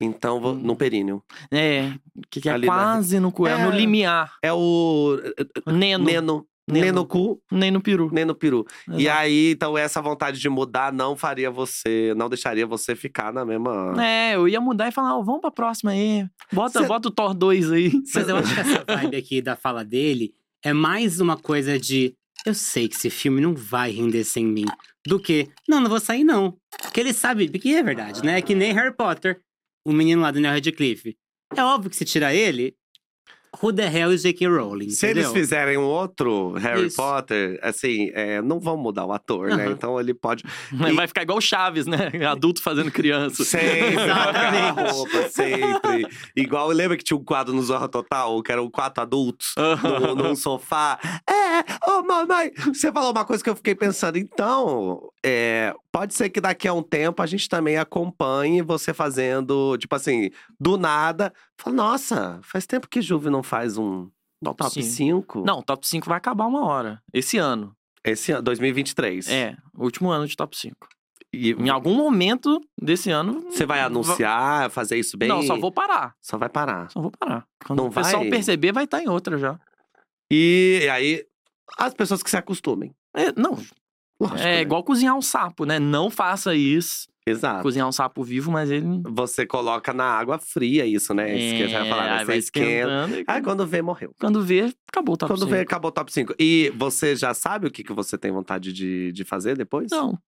Speaker 1: Então, vou,
Speaker 3: Hum.
Speaker 1: no períneo.
Speaker 3: É, que, que é
Speaker 1: Ali na-
Speaker 3: quase no cu, é,
Speaker 1: É.
Speaker 3: no limiar.
Speaker 1: É o
Speaker 3: Neno,
Speaker 1: neno.
Speaker 3: Neno.
Speaker 1: Neno cu,
Speaker 3: nem no peru.
Speaker 1: neno peru. E
Speaker 3: Exato.
Speaker 1: aí, então, essa vontade de mudar não faria você, não deixaria você ficar na mesma.
Speaker 2: Né,
Speaker 3: É, eu ia mudar e falar, ó, vamos pra próxima aí. Bota,
Speaker 1: Cê-
Speaker 3: bota o Thor 2
Speaker 1: <laughs>
Speaker 3: aí.
Speaker 2: Mas eu acho que essa vibe aqui da fala dele é mais uma coisa de eu sei que esse filme não vai render sem mim. Do que, não, não vou sair, não. Porque ele sabe, que é verdade, né? É que nem Harry Potter, o menino lá do Daniel Radcliffe. É óbvio que se tirar ele, who the hell is J.K. Rowling,
Speaker 1: Se
Speaker 2: entendeu?
Speaker 1: eles fizerem um outro Harry
Speaker 2: Isso.
Speaker 1: Potter, assim, é, não vão mudar o ator, né?
Speaker 2: Aham.
Speaker 1: Então ele pode.
Speaker 3: Mas Vai ficar igual o Chaves, né? <laughs> Adulto fazendo criança.
Speaker 1: Sempre, trocar a
Speaker 2: Exatamente.
Speaker 1: roupa, sempre. Igual, lembra que tinha um quadro no Zorra Total, que eram quatro adultos num, num sofá? É, ô mamãe! Você falou uma coisa que eu fiquei pensando. Então, é, pode ser que daqui a um tempo a gente também acompanhe você fazendo, tipo assim, do nada. Fala, nossa, faz tempo que Juve não faz um
Speaker 3: Top
Speaker 1: top
Speaker 3: cinco.
Speaker 1: 5.
Speaker 3: Não, top 5 vai acabar uma hora. Esse ano.
Speaker 1: Esse ano, 2023.
Speaker 3: É, último ano de top 5.
Speaker 1: E
Speaker 3: Em algum momento desse ano.
Speaker 1: você vai anunciar, fazer isso bem?
Speaker 3: Não, só vou parar.
Speaker 1: Só vai parar.
Speaker 3: Só vou parar. Quando
Speaker 1: Não
Speaker 3: o pessoal
Speaker 1: vai?
Speaker 3: perceber, vai estar em outra já.
Speaker 1: E aí, as pessoas que se acostumem.
Speaker 3: É, não,
Speaker 1: Lógico,
Speaker 3: é
Speaker 1: né?
Speaker 3: igual cozinhar um sapo, né? Não faça isso.
Speaker 1: Exato.
Speaker 3: Cozinhar um sapo vivo, mas ele.
Speaker 1: Você coloca na água fria isso, né? Isso que eu já ia falar, né?
Speaker 3: É, aí
Speaker 1: Você
Speaker 3: vai
Speaker 1: esquenta.
Speaker 3: esquentando e-
Speaker 1: Aí quando vê, morreu.
Speaker 3: Quando vê, acabou o top
Speaker 1: quando vê, acabou o top 5. E você já sabe o que, que você tem vontade de, de fazer depois?
Speaker 3: Não.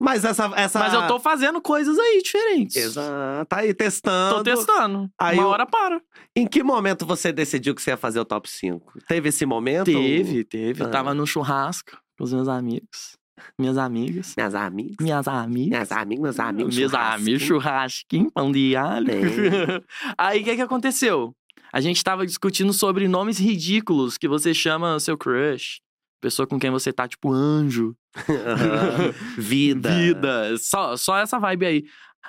Speaker 1: Mas essa, essa.
Speaker 3: Mas eu tô fazendo coisas aí diferentes.
Speaker 1: Exato. Tá aí testando.
Speaker 3: Tô testando.
Speaker 1: Aí
Speaker 3: Uma
Speaker 1: eu-
Speaker 3: hora para.
Speaker 1: Em que momento você decidiu que você ia fazer o top 5? Teve esse momento?
Speaker 3: Teve, teve.
Speaker 1: Ah.
Speaker 3: Eu tava num churrasco com os meus amigos. Minhas amigas.
Speaker 1: Minhas amigas.
Speaker 3: Minhas amigas.
Speaker 1: Minhas amigas, meus amigos.
Speaker 3: Meus amigos,
Speaker 1: churrasco.
Speaker 3: ah, churrasquinho, pão de alho. <laughs> Aí o que, que aconteceu? A gente tava discutindo sobre nomes ridículos que você chama o seu crush. Pessoa com quem você tá, tipo, anjo.
Speaker 1: <laughs> Aham. Vida.
Speaker 3: Vida. Só, só essa vibe aí.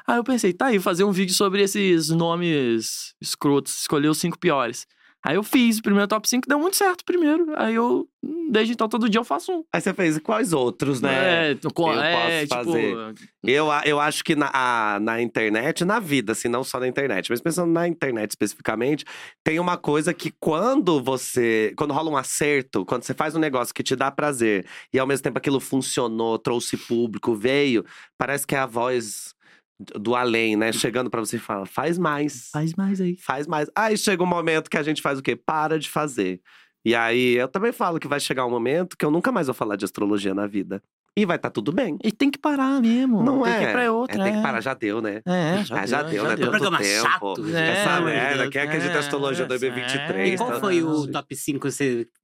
Speaker 3: Aí eu pensei, tá aí, fazer um vídeo sobre esses nomes escrotos. Escolher os cinco piores. Aí eu fiz o primeiro top 5, deu muito certo primeiro. Aí eu, desde então, todo dia eu faço um.
Speaker 1: Aí você fez quais outros, né?
Speaker 3: É, co-
Speaker 1: Eu
Speaker 3: é,
Speaker 1: posso
Speaker 3: tipo,
Speaker 1: fazer. Eu, a- eu acho que na, a- na internet, na vida, assim, não só na internet, mas pensando na internet especificamente, tem uma coisa que quando você. Quando rola um acerto, quando você faz um negócio que te dá prazer e ao mesmo tempo aquilo funcionou, trouxe público, veio, parece que é a voz do- do além, né? Chegando pra você e fala, faz mais.
Speaker 3: Faz mais aí.
Speaker 1: Faz mais. Aí chega um momento que a gente faz o quê? Para de fazer. E aí eu também falo que vai chegar um momento que eu nunca mais vou falar de astrologia na vida. E vai estar tudo bem.
Speaker 3: E tem que parar mesmo.
Speaker 1: Não
Speaker 3: tem
Speaker 1: é.
Speaker 3: que ir pra
Speaker 1: É,
Speaker 3: outra.
Speaker 1: tem que
Speaker 3: é.
Speaker 1: parar, já deu, né?
Speaker 3: É,
Speaker 1: Ah, já deu, né?
Speaker 2: O
Speaker 1: Tanto
Speaker 2: um programa
Speaker 1: tempo.
Speaker 2: chato. né?
Speaker 3: É,
Speaker 1: Essa
Speaker 3: meu
Speaker 1: merda,
Speaker 3: Deus,
Speaker 1: quem acredita
Speaker 3: é,
Speaker 1: em astrologia
Speaker 3: é,
Speaker 1: 2023?
Speaker 2: E qual
Speaker 1: tá-
Speaker 2: foi
Speaker 3: Não,
Speaker 2: o
Speaker 3: gente.
Speaker 2: top 5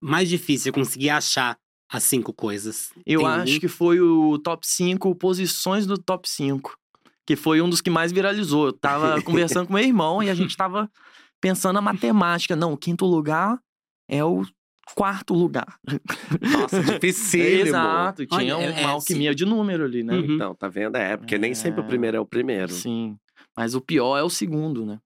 Speaker 2: mais difícil conseguir achar as cinco coisas?
Speaker 3: Eu
Speaker 2: Tem
Speaker 3: acho
Speaker 2: um?
Speaker 3: que foi o top 5, posições do top 5. Que foi um dos que mais viralizou.
Speaker 1: <laughs>
Speaker 3: Eu tava conversando com meu irmão e a gente tava pensando na matemática. Não, o quinto lugar é o quarto lugar.
Speaker 1: Nossa, <laughs> dificílimo.
Speaker 3: Exato. Tinha
Speaker 2: Olha, é, é,
Speaker 3: uma alquimia de número ali, né?
Speaker 2: Uhum.
Speaker 1: Não, tá vendo? É, porque nem sempre o
Speaker 3: É.
Speaker 1: primeiro é o primeiro.
Speaker 3: Sim. Mas o pior é o segundo, né?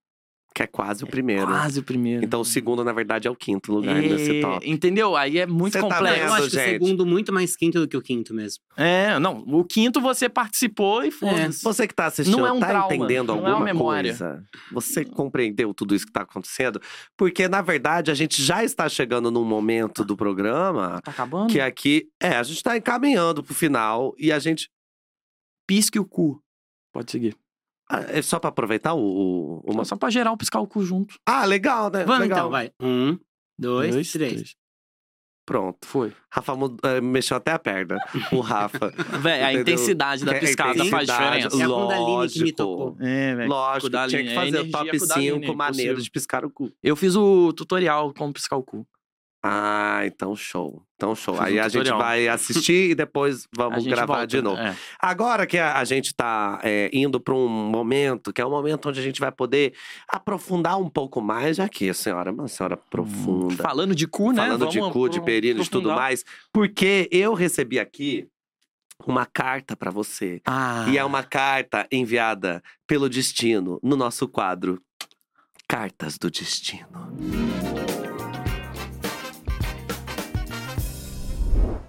Speaker 1: Que é quase o primeiro.
Speaker 3: Quase o primeiro.
Speaker 1: Então o segundo, na verdade, é o quinto lugar desse
Speaker 3: É,
Speaker 1: top.
Speaker 3: Entendeu? Aí é muito
Speaker 1: Cê tá
Speaker 2: Não,
Speaker 3: complexo.
Speaker 2: eu
Speaker 1: vendo?
Speaker 2: acho que o
Speaker 1: gente.
Speaker 2: segundo muito mais quinto do que o quinto mesmo.
Speaker 3: É, não. O quinto você participou e foda-se.
Speaker 1: Você que tá assistindo,
Speaker 3: Não é um
Speaker 1: tá
Speaker 3: trauma,
Speaker 1: entendendo
Speaker 3: não é uma
Speaker 1: alguma
Speaker 3: memória. Hum.
Speaker 1: coisa? Você compreendeu tudo isso que tá acontecendo? Porque, na verdade, a gente já está chegando num momento do programa
Speaker 3: Tá acabando?
Speaker 1: que aqui. É, a gente tá encaminhando pro final e a gente.
Speaker 3: pisque o cu. Pode seguir.
Speaker 1: Ah, É só pra aproveitar o. o- uma-
Speaker 3: Só pra geral piscar o cu junto.
Speaker 1: Ah, legal, né?
Speaker 2: Vamos
Speaker 1: legal.
Speaker 2: então, vai. Um, dois, três.
Speaker 1: Pronto.
Speaker 3: Foi.
Speaker 1: Rafa mud- eh, mexeu até a perna. O Rafa.
Speaker 3: Véi, a
Speaker 1: Entendeu?
Speaker 3: intensidade <laughs> da
Speaker 1: Que é
Speaker 3: piscada faz
Speaker 1: intensidade,
Speaker 3: diferença.
Speaker 2: É a Kundalini que me
Speaker 1: lógico.
Speaker 2: tocou.
Speaker 3: É, velho.
Speaker 1: Lógico, tinha
Speaker 3: Kundalini,
Speaker 1: que
Speaker 3: é
Speaker 1: fazer o
Speaker 3: energia
Speaker 1: top
Speaker 3: Kundalini,
Speaker 1: 5
Speaker 3: é impossível.
Speaker 1: maneiras de piscar o cu.
Speaker 3: Eu fiz o tutorial como piscar o cu.
Speaker 1: Ah, então show. Então show.
Speaker 3: Fiz um
Speaker 1: Aí a gente
Speaker 3: tutorial.
Speaker 1: vai assistir e depois
Speaker 3: <laughs> A
Speaker 1: vamos
Speaker 3: gente
Speaker 1: gravar
Speaker 3: volta.
Speaker 1: de novo.
Speaker 3: É.
Speaker 1: Agora que a, a gente tá é, indo para um momento, que é um momento onde a gente vai poder aprofundar um pouco mais, já que a senhora é uma senhora profunda.
Speaker 3: Falando de cu, Hum, né?
Speaker 1: falando de
Speaker 3: Vamos
Speaker 1: cu, de
Speaker 3: apro-
Speaker 1: perino, de tudo
Speaker 3: aprofundar.
Speaker 1: mais. Porque eu recebi aqui uma carta para você.
Speaker 3: Ah,
Speaker 1: E é uma carta enviada pelo destino no nosso quadro Cartas do Destino.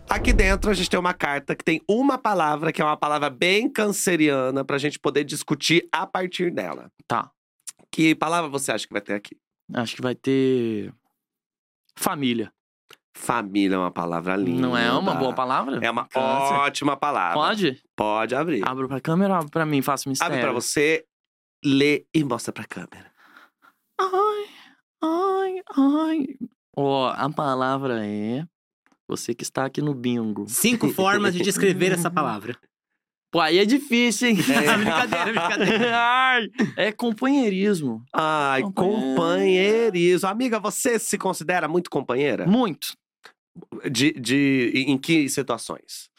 Speaker 1: Aqui dentro a gente tem uma carta que tem uma palavra que é uma palavra bem canceriana pra gente poder discutir a partir dela.
Speaker 3: Tá.
Speaker 1: Que palavra você acha que vai ter aqui?
Speaker 3: Acho que vai ter. Família.
Speaker 1: Família é uma palavra linda.
Speaker 3: Não é uma boa palavra?
Speaker 1: É uma
Speaker 3: Câncer.
Speaker 1: ótima palavra.
Speaker 3: Pode? Ah,
Speaker 1: Pode abrir.
Speaker 3: Abro pra câmera ou abro pra mim? Faço mistério.
Speaker 1: Abre pra você, lê e mostra pra câmera.
Speaker 3: Ai, ai, ai. Ó, a palavra é. Você que está aqui no bingo.
Speaker 2: Cinco formas de descrever essa palavra. Ah,
Speaker 3: Pô, aí é difícil, hein? <laughs>
Speaker 1: É.
Speaker 2: brincadeira, brincadeira.
Speaker 3: Ai, é companheirismo.
Speaker 1: Ai,
Speaker 3: Companheiro.
Speaker 1: companheirismo. Amiga, você se considera muito companheira?
Speaker 3: Muito.
Speaker 1: De, de, em em que situações?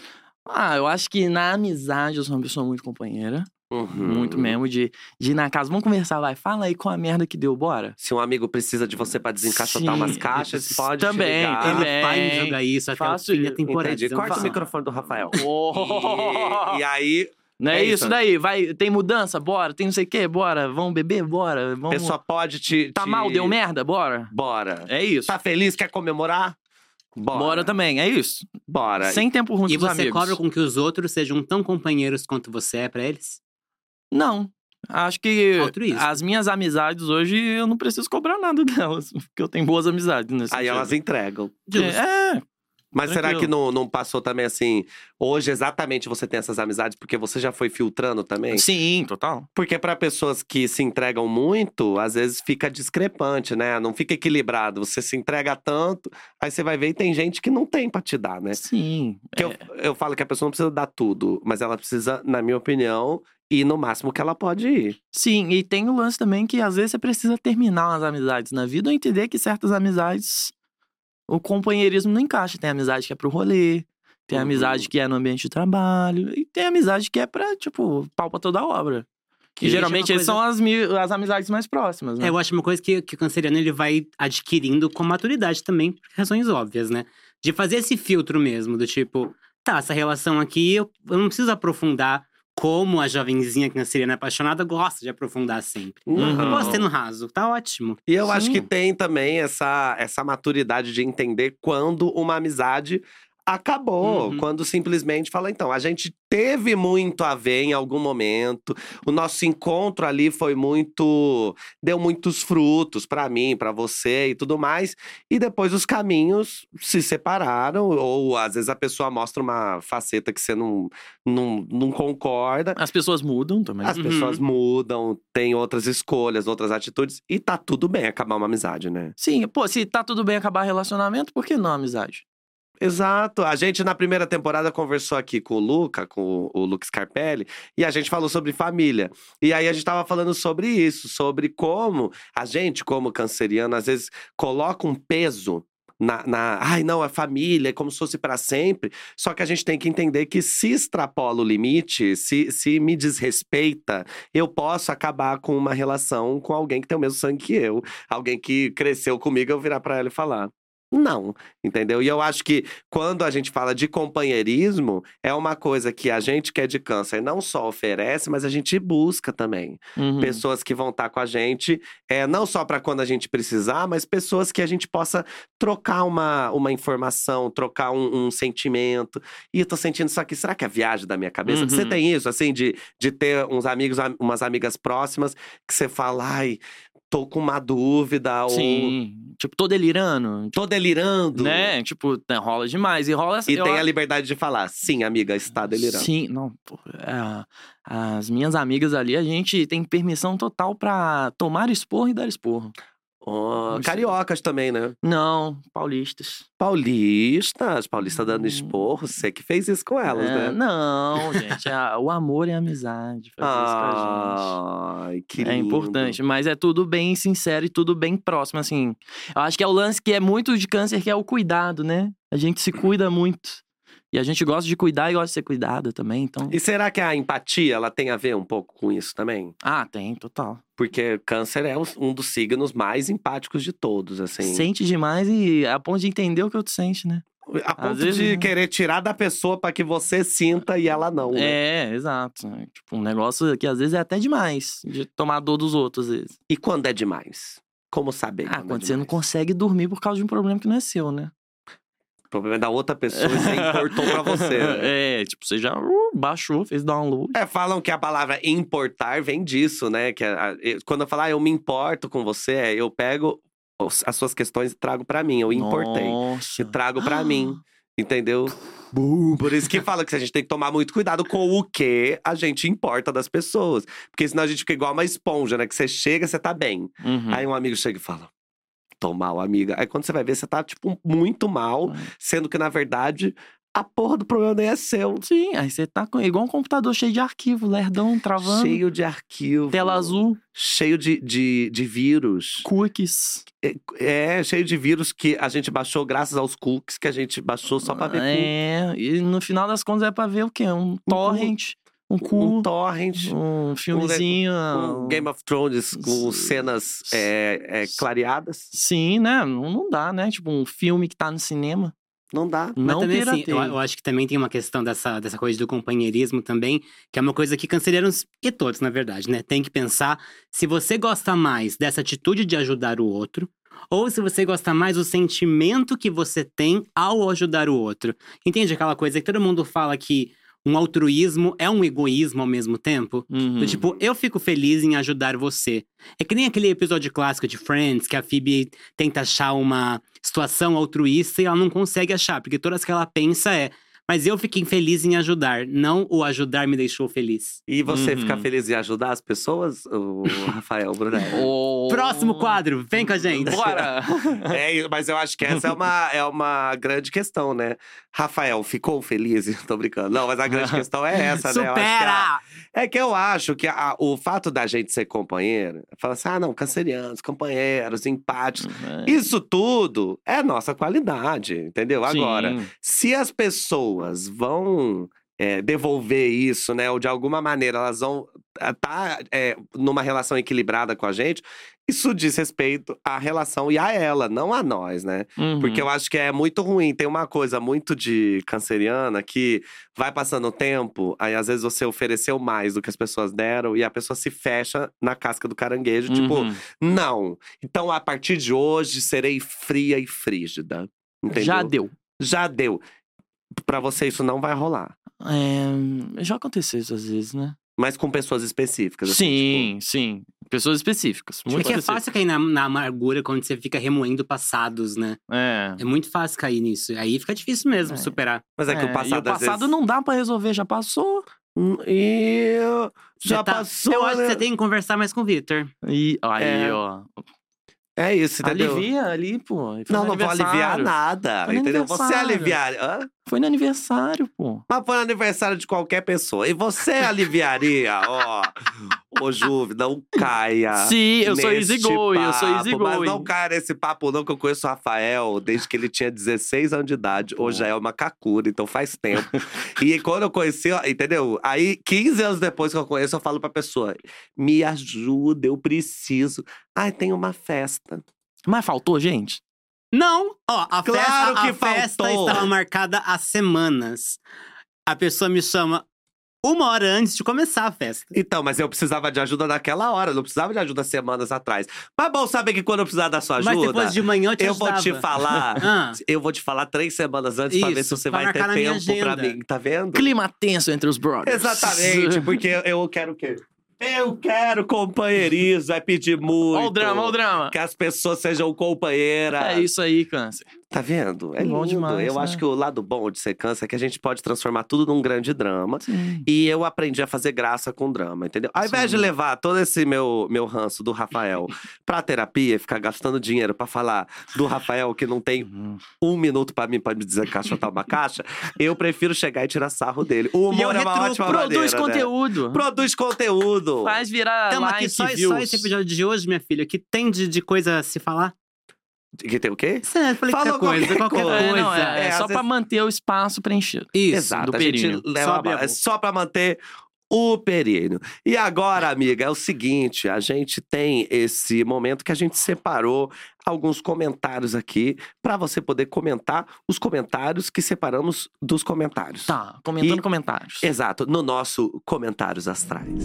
Speaker 3: Ah, eu acho que na amizade eu sou uma pessoa muito companheira.
Speaker 1: Hum.
Speaker 3: Muito mesmo. De, de ir na casa, vamos conversar, vai. Fala aí qual a merda que deu, bora.
Speaker 1: Se um amigo precisa de você pra desencaixotar
Speaker 3: Sim.
Speaker 1: umas caixas, pode te
Speaker 3: Também, é
Speaker 1: ligar.
Speaker 3: também.
Speaker 2: Ela vai jogar isso até o
Speaker 3: Faço
Speaker 2: fim da
Speaker 3: isso.
Speaker 2: temporada.
Speaker 1: Ah,
Speaker 2: então
Speaker 1: Entendi.
Speaker 2: Vamos
Speaker 1: Corta o
Speaker 2: falar.
Speaker 1: microfone do Rafael. E,
Speaker 3: E-
Speaker 1: e
Speaker 3: <laughs> e-
Speaker 1: aí,
Speaker 3: Não é,
Speaker 1: é isso.
Speaker 3: isso daí, vai. Tem mudança, bora. Tem não sei o quê, bora. Vamos beber, bora.
Speaker 1: a
Speaker 3: Vamos...
Speaker 1: pessoa pode te,
Speaker 3: tá
Speaker 1: te-
Speaker 3: mal, deu merda, bora.
Speaker 1: Bora.
Speaker 3: É isso.
Speaker 1: Tá feliz? Quer comemorar? Bora.
Speaker 3: bora. também, é isso.
Speaker 1: Bora.
Speaker 3: Sem tempo ruim
Speaker 2: E
Speaker 3: com os
Speaker 2: você
Speaker 3: amigos.
Speaker 2: cobra com que os outros sejam tão companheiros quanto você é pra eles?
Speaker 3: Não. Acho que
Speaker 2: Altruísmo.
Speaker 3: as minhas amizades hoje eu <laughs> não preciso cobrar nada delas, porque eu tenho boas amizades nesse
Speaker 1: Aí elas entregam.
Speaker 2: Justo.
Speaker 3: É,
Speaker 1: Mas será
Speaker 3: Tranquilo.
Speaker 1: que não, não passou também assim? Hoje, exatamente, você tem essas amizades porque você já foi filtrando também?
Speaker 3: É, Sim, total.
Speaker 1: Porque para pessoas que se entregam muito, às vezes fica discrepante, né? Não fica equilibrado. Você se entrega tanto, aí você vai ver e tem gente que não tem pra te
Speaker 3: É.
Speaker 1: dar, né?
Speaker 3: Sim.
Speaker 1: Que eu, eu falo que a pessoa não precisa dar tudo, mas ela precisa, na minha opinião, ir no máximo que ela pode ir.
Speaker 3: Sim, e tem o lance também que às vezes você precisa terminar umas amizades na vida ou entender que certas amizades o companheirismo não encaixa. Tem amizade que é pro rolê, tem
Speaker 1: Uhum.
Speaker 3: amizade que é no ambiente de trabalho, e tem amizade que é pra, tipo, pau pra toda obra. Que
Speaker 2: E
Speaker 3: geralmente
Speaker 2: é uma
Speaker 3: essas são as, mi- as amizades mais próximas, né?
Speaker 2: É, Eu acho uma coisa que, que o canceriano ele vai adquirindo com maturidade também, por razões óbvias, né? De fazer esse filtro mesmo, do tipo, tá, essa relação aqui, eu, eu não preciso aprofundar como a jovenzinha canceriana apaixonada gosta de aprofundar sempre. Eu
Speaker 3: Uhum.
Speaker 2: gosto de ser no raso, tá ótimo.
Speaker 1: E eu acho que
Speaker 3: Sim.
Speaker 1: tem também essa, essa maturidade de entender quando uma amizade acabou.
Speaker 2: Uhum.
Speaker 1: Quando simplesmente fala, então, a gente teve muito a ver em algum momento. O nosso encontro ali foi muito. deu muitos frutos pra mim, pra você e tudo mais. E depois os caminhos se separaram, ou às vezes a pessoa mostra uma faceta que você não, não, não concorda.
Speaker 3: As pessoas mudam também.
Speaker 1: As
Speaker 2: Uhum.
Speaker 1: pessoas mudam, têm outras escolhas, outras atitudes, e tá tudo bem acabar uma amizade, né?
Speaker 3: Sim, pô, se tá tudo bem acabar relacionamento, por que não amizade?
Speaker 1: Exato. A gente, na primeira temporada, conversou aqui com o Luca, com o Luke Scarpelli, e a gente falou sobre família. E aí a gente tava falando sobre isso, sobre como a gente, como canceriano, às vezes coloca um peso. Na, na- ai, não, é família, é como se fosse pra sempre. Só que a gente tem que entender que se extrapola o limite, se, se me desrespeita, eu posso acabar com uma relação com alguém que tem o mesmo sangue que eu, alguém que cresceu comigo, eu virar pra ela e falar. Não, entendeu? E eu acho que quando a gente fala de companheirismo, é uma coisa que a gente que é de câncer não só oferece, mas a gente busca também.
Speaker 3: Uhum.
Speaker 1: Pessoas que vão estar com a gente, é, não só para quando a gente precisar, mas pessoas que a gente possa trocar uma, uma informação, trocar um, um sentimento. E eu tô sentindo isso aqui, será que é viagem da minha cabeça?
Speaker 3: Uhum.
Speaker 1: Você tem isso, assim, de, de ter uns amigos, am- umas amigas próximas, que você fala, ai, tô com uma dúvida, ou
Speaker 3: Sim. Tipo, tô delirando.
Speaker 1: tô delirando.
Speaker 3: Né? Tipo, né, rola demais. E rola essa.
Speaker 1: E
Speaker 3: eu
Speaker 1: tem a liberdade de falar, sim, amiga, está
Speaker 3: tá
Speaker 1: delirando.
Speaker 3: Sim, não. pô, é, as minhas amigas ali, a gente tem permissão total pra tomar esporro e dar esporro.
Speaker 1: Ó,
Speaker 3: Isso.
Speaker 1: cariocas também, né?
Speaker 3: Não, paulistas.
Speaker 1: Paulistas, paulista dando
Speaker 3: Hum.
Speaker 1: esporro, você que fez isso com elas,
Speaker 3: É,
Speaker 1: né?
Speaker 3: Não, gente. é, o amor e a amizade. Fazer isso com a gente.
Speaker 1: Ai, que lindo.
Speaker 3: É importante, mas é tudo bem sincero e tudo bem próximo, assim. Eu acho que é o lance que é muito de câncer, que é o cuidado, né? A gente se cuida muito. E a gente gosta de cuidar e gosta de ser cuidado também, então.
Speaker 1: E será que a empatia, ela tem a ver um pouco com isso também?
Speaker 3: Ah, tem, total.
Speaker 1: Porque câncer é os- um dos signos mais empáticos de todos, assim.
Speaker 3: Sente demais e a ponto de entender o que eu sente, né?
Speaker 1: A ponto
Speaker 3: vezes,
Speaker 1: de
Speaker 3: né?
Speaker 1: querer tirar da pessoa pra que você sinta e ela não, né?
Speaker 3: É, exato. né? Tipo, um negócio que às vezes é até demais, de tomar dor dos outros, às vezes.
Speaker 1: E quando é demais? Como saber
Speaker 3: ah,
Speaker 1: quando,
Speaker 3: quando
Speaker 1: é
Speaker 3: você não
Speaker 1: demais?
Speaker 3: consegue dormir por causa de um problema que não é seu, né?
Speaker 1: O problema é da outra pessoa e você importou pra
Speaker 3: <laughs>
Speaker 1: você, né?
Speaker 3: É, tipo, você já uh, baixou, fez download.
Speaker 1: É, falam que a palavra importar vem disso, né? Que a- a- eu- quando eu falar "Ah, eu me importo com você, é, eu pego os- as suas questões e trago pra mim. Eu importei.
Speaker 3: Nossa.
Speaker 1: E trago pra mim. Entendeu? Por isso que fala que a gente tem que tomar muito cuidado com o que a gente importa das pessoas. Porque senão a gente fica igual uma esponja, né? Que você chega, você tá bem.
Speaker 3: Uhum.
Speaker 1: Aí um amigo chega e fala: Tô mal, amiga. Aí quando você vai ver, você tá, tipo, muito mal,
Speaker 3: É.
Speaker 1: sendo que, na verdade, a porra do problema nem é seu.
Speaker 3: Sim, aí você tá com, igual um computador cheio de arquivo, lerdão, travando,
Speaker 1: Cheio de arquivo.
Speaker 3: tela azul,
Speaker 1: cheio de, de, de vírus.
Speaker 3: cookies.
Speaker 1: É, cheio de vírus que a gente baixou graças aos cookies que a gente baixou só pra ver cookie,
Speaker 3: É, e no final das contas é pra ver o quê? Um torrent, um
Speaker 1: um
Speaker 3: cu,
Speaker 1: torrent,
Speaker 3: um filmezinho.
Speaker 1: um Game of Thrones com
Speaker 3: S-
Speaker 1: cenas é, é,
Speaker 3: s-
Speaker 1: clareadas.
Speaker 3: Sim, né? Não, não dá, né? Tipo, um filme que tá no cinema.
Speaker 1: Não dá.
Speaker 2: Mas
Speaker 3: Não
Speaker 2: também, assim, eu,
Speaker 3: pirateia.
Speaker 2: eu acho que também tem uma questão dessa, dessa coisa do companheirismo também, que é uma coisa que cancerianos, e todos, na verdade, né? Tem que pensar se você gosta mais dessa atitude de ajudar o outro, ou se você gosta mais do sentimento que você tem ao ajudar o outro. Entende aquela coisa que todo mundo fala que um altruísmo é um egoísmo ao mesmo tempo.
Speaker 3: Uhum.
Speaker 1: Hum.
Speaker 2: Do tipo, eu fico feliz em ajudar você. É que nem aquele episódio clássico de Friends, que a Phoebe tenta achar uma situação altruísta e ela não consegue achar, porque todas que ela pensa é, mas eu fiquei feliz em ajudar, não o ajudar me deixou feliz.
Speaker 1: E você
Speaker 3: Uhum.
Speaker 1: fica feliz em ajudar as pessoas,
Speaker 3: <laughs>
Speaker 1: o Rafael Brunel?
Speaker 3: Oh.
Speaker 2: Próximo quadro, vem com a
Speaker 1: né,
Speaker 2: gente.
Speaker 3: Bora!
Speaker 1: É, mas eu acho que essa é uma, é uma grande questão, né? Rafael, ficou feliz? <laughs> Tô brincando. Não, mas a grande questão é essa, né? Eu acho que a-
Speaker 2: Supera!
Speaker 1: é que eu acho que a- o fato da gente ser companheiro, fala assim, ah, não, cancerianos, companheiros, empáticos.
Speaker 3: É.
Speaker 1: Isso tudo é nossa qualidade, entendeu? Agora,
Speaker 3: Sim.
Speaker 1: se as pessoas vão é, devolver isso, né? Ou de alguma maneira elas vão estar numa relação equilibrada com a gente, isso diz respeito à relação e a ela, não a nós, né?
Speaker 3: Uhum.
Speaker 1: Porque eu acho que é muito ruim. Tem uma coisa muito de canceriana que vai passando o tempo, aí às vezes você ofereceu mais do que as pessoas deram e a pessoa se fecha na casca do caranguejo, tipo,
Speaker 3: Uhum.
Speaker 1: não. Então a partir de hoje serei fria e frígida. Entendeu?
Speaker 3: já deu.
Speaker 1: Já deu. Pra você isso não vai rolar.
Speaker 3: É, já aconteceu isso às vezes, né?
Speaker 1: Mas com pessoas específicas. assim, Tipo,
Speaker 3: Sim, sim. Pessoas específicas. Muito
Speaker 2: É que é
Speaker 3: específicas.
Speaker 2: fácil cair na, na amargura quando você fica remoendo passados, né?
Speaker 3: É.
Speaker 2: É muito fácil cair nisso. Aí fica difícil mesmo
Speaker 3: É.
Speaker 2: superar.
Speaker 1: tipo, mas é que
Speaker 3: É,
Speaker 1: o passado,
Speaker 3: e o passado não dá pra resolver, já passou.
Speaker 1: não. E... Já
Speaker 2: Você tá-
Speaker 1: passou.
Speaker 2: Eu acho que
Speaker 1: né?
Speaker 2: você tem que conversar mais com o Victor.
Speaker 3: E aí,
Speaker 1: É.
Speaker 3: ó.
Speaker 1: É isso, entendeu?
Speaker 3: Alivia ali, pô. E foi
Speaker 1: Não,
Speaker 3: no
Speaker 1: não vou
Speaker 3: aniversário.
Speaker 1: aliviar nada.
Speaker 3: Foi no
Speaker 1: entendeu? Você
Speaker 3: aniversário.
Speaker 1: aliviar. Hã?
Speaker 3: Foi no aniversário, pô.
Speaker 1: Mas foi no aniversário de qualquer pessoa. E
Speaker 3: <laughs>
Speaker 1: você aliviaria, ó. Ô, Juve, não caia.
Speaker 3: Sim, eu sou
Speaker 1: Ah, neste
Speaker 3: easy going, eu sou
Speaker 1: papo,
Speaker 3: easy
Speaker 1: Mas
Speaker 3: going.
Speaker 1: não caia nesse papo, não, que eu conheço o Rafael desde que ele tinha 16 anos de idade.
Speaker 3: Pô.
Speaker 1: Hoje já é uma cacura, então faz tempo.
Speaker 3: <laughs>
Speaker 1: e quando eu conheci, ó, entendeu? Aí, 15 anos depois que eu conheço, eu falo pra pessoa: me ajuda, eu preciso. Ai, tem uma festa.
Speaker 3: Mas faltou, gente?
Speaker 2: Não! Ó, a
Speaker 1: Claro
Speaker 2: festa,
Speaker 1: que
Speaker 2: a festa
Speaker 1: faltou.
Speaker 2: estava marcada há semanas. A pessoa me chama uma hora antes de começar a festa.
Speaker 1: Então, mas eu precisava de ajuda naquela hora, não precisava de ajuda semanas atrás. Mas é bom saber que quando eu precisar da sua
Speaker 2: Mas
Speaker 1: ajuda.
Speaker 2: depois de manhã eu te
Speaker 1: Eu vou
Speaker 2: ajudava.
Speaker 1: te
Speaker 3: <laughs>
Speaker 1: falar. <laughs>
Speaker 2: Ah,
Speaker 1: Eu vou te falar três semanas antes pra ver
Speaker 2: Isso,
Speaker 1: se
Speaker 3: tá
Speaker 1: você
Speaker 2: pra
Speaker 1: vai ter
Speaker 2: marcar na minha
Speaker 1: tempo pra
Speaker 2: agenda.
Speaker 1: mim, tá vendo?
Speaker 3: Clima tenso entre os brothers. <laughs>
Speaker 1: Exatamente, porque eu- eu quero o quê? Eu quero companheirismo, é pedir muito.
Speaker 3: Olha o drama, olha o drama.
Speaker 1: Que as pessoas sejam companheiras.
Speaker 3: É isso aí, câncer.
Speaker 1: Tá vendo? É
Speaker 3: Bom
Speaker 1: lindo.
Speaker 3: demais,
Speaker 1: eu
Speaker 3: né?
Speaker 1: acho que o lado bom de ser câncer é que a gente pode transformar tudo num grande drama.
Speaker 3: Sim.
Speaker 1: E eu aprendi a fazer graça com drama, entendeu? Ao invés de
Speaker 3: Sim.
Speaker 1: levar todo esse meu, meu ranço do Rafael pra terapia e ficar gastando dinheiro pra falar do Rafael que não tem um minuto pra mim pra me dizer caixa tá uma caixa, eu prefiro chegar e tirar sarro dele. O
Speaker 2: E eu
Speaker 1: humor é uma
Speaker 2: retruco,
Speaker 1: ótima
Speaker 3: Produz
Speaker 1: maneira, né?
Speaker 3: conteúdo.
Speaker 1: Produz conteúdo.
Speaker 3: Faz virar
Speaker 2: Tamo aqui
Speaker 3: like,
Speaker 2: só,
Speaker 3: views.
Speaker 2: só esse episódio de hoje, minha filha. Que tem de, de coisa a se falar?
Speaker 1: Que tem o quê?
Speaker 2: Sério, eu falei
Speaker 1: Falou
Speaker 2: qualquer coisa,
Speaker 1: qualquer
Speaker 2: qualquer
Speaker 1: coisa.
Speaker 2: coisa.
Speaker 3: É, não, é,
Speaker 1: É,
Speaker 3: é só
Speaker 1: às
Speaker 3: pra
Speaker 1: vezes-
Speaker 3: manter o espaço preenchido.
Speaker 2: Isso.
Speaker 1: Exato,
Speaker 3: do
Speaker 1: a gente
Speaker 3: períneo.
Speaker 1: leva
Speaker 2: Sobe
Speaker 1: a
Speaker 2: a
Speaker 1: ba- é
Speaker 2: boca.
Speaker 1: só pra manter o períneo. E agora, amiga, é o seguinte, a gente tem esse momento que a gente separou alguns comentários aqui pra você poder comentar os comentários que separamos dos comentários.
Speaker 3: Tá, comentando
Speaker 1: E-
Speaker 3: comentários.
Speaker 1: Exato, no nosso comentários astrais.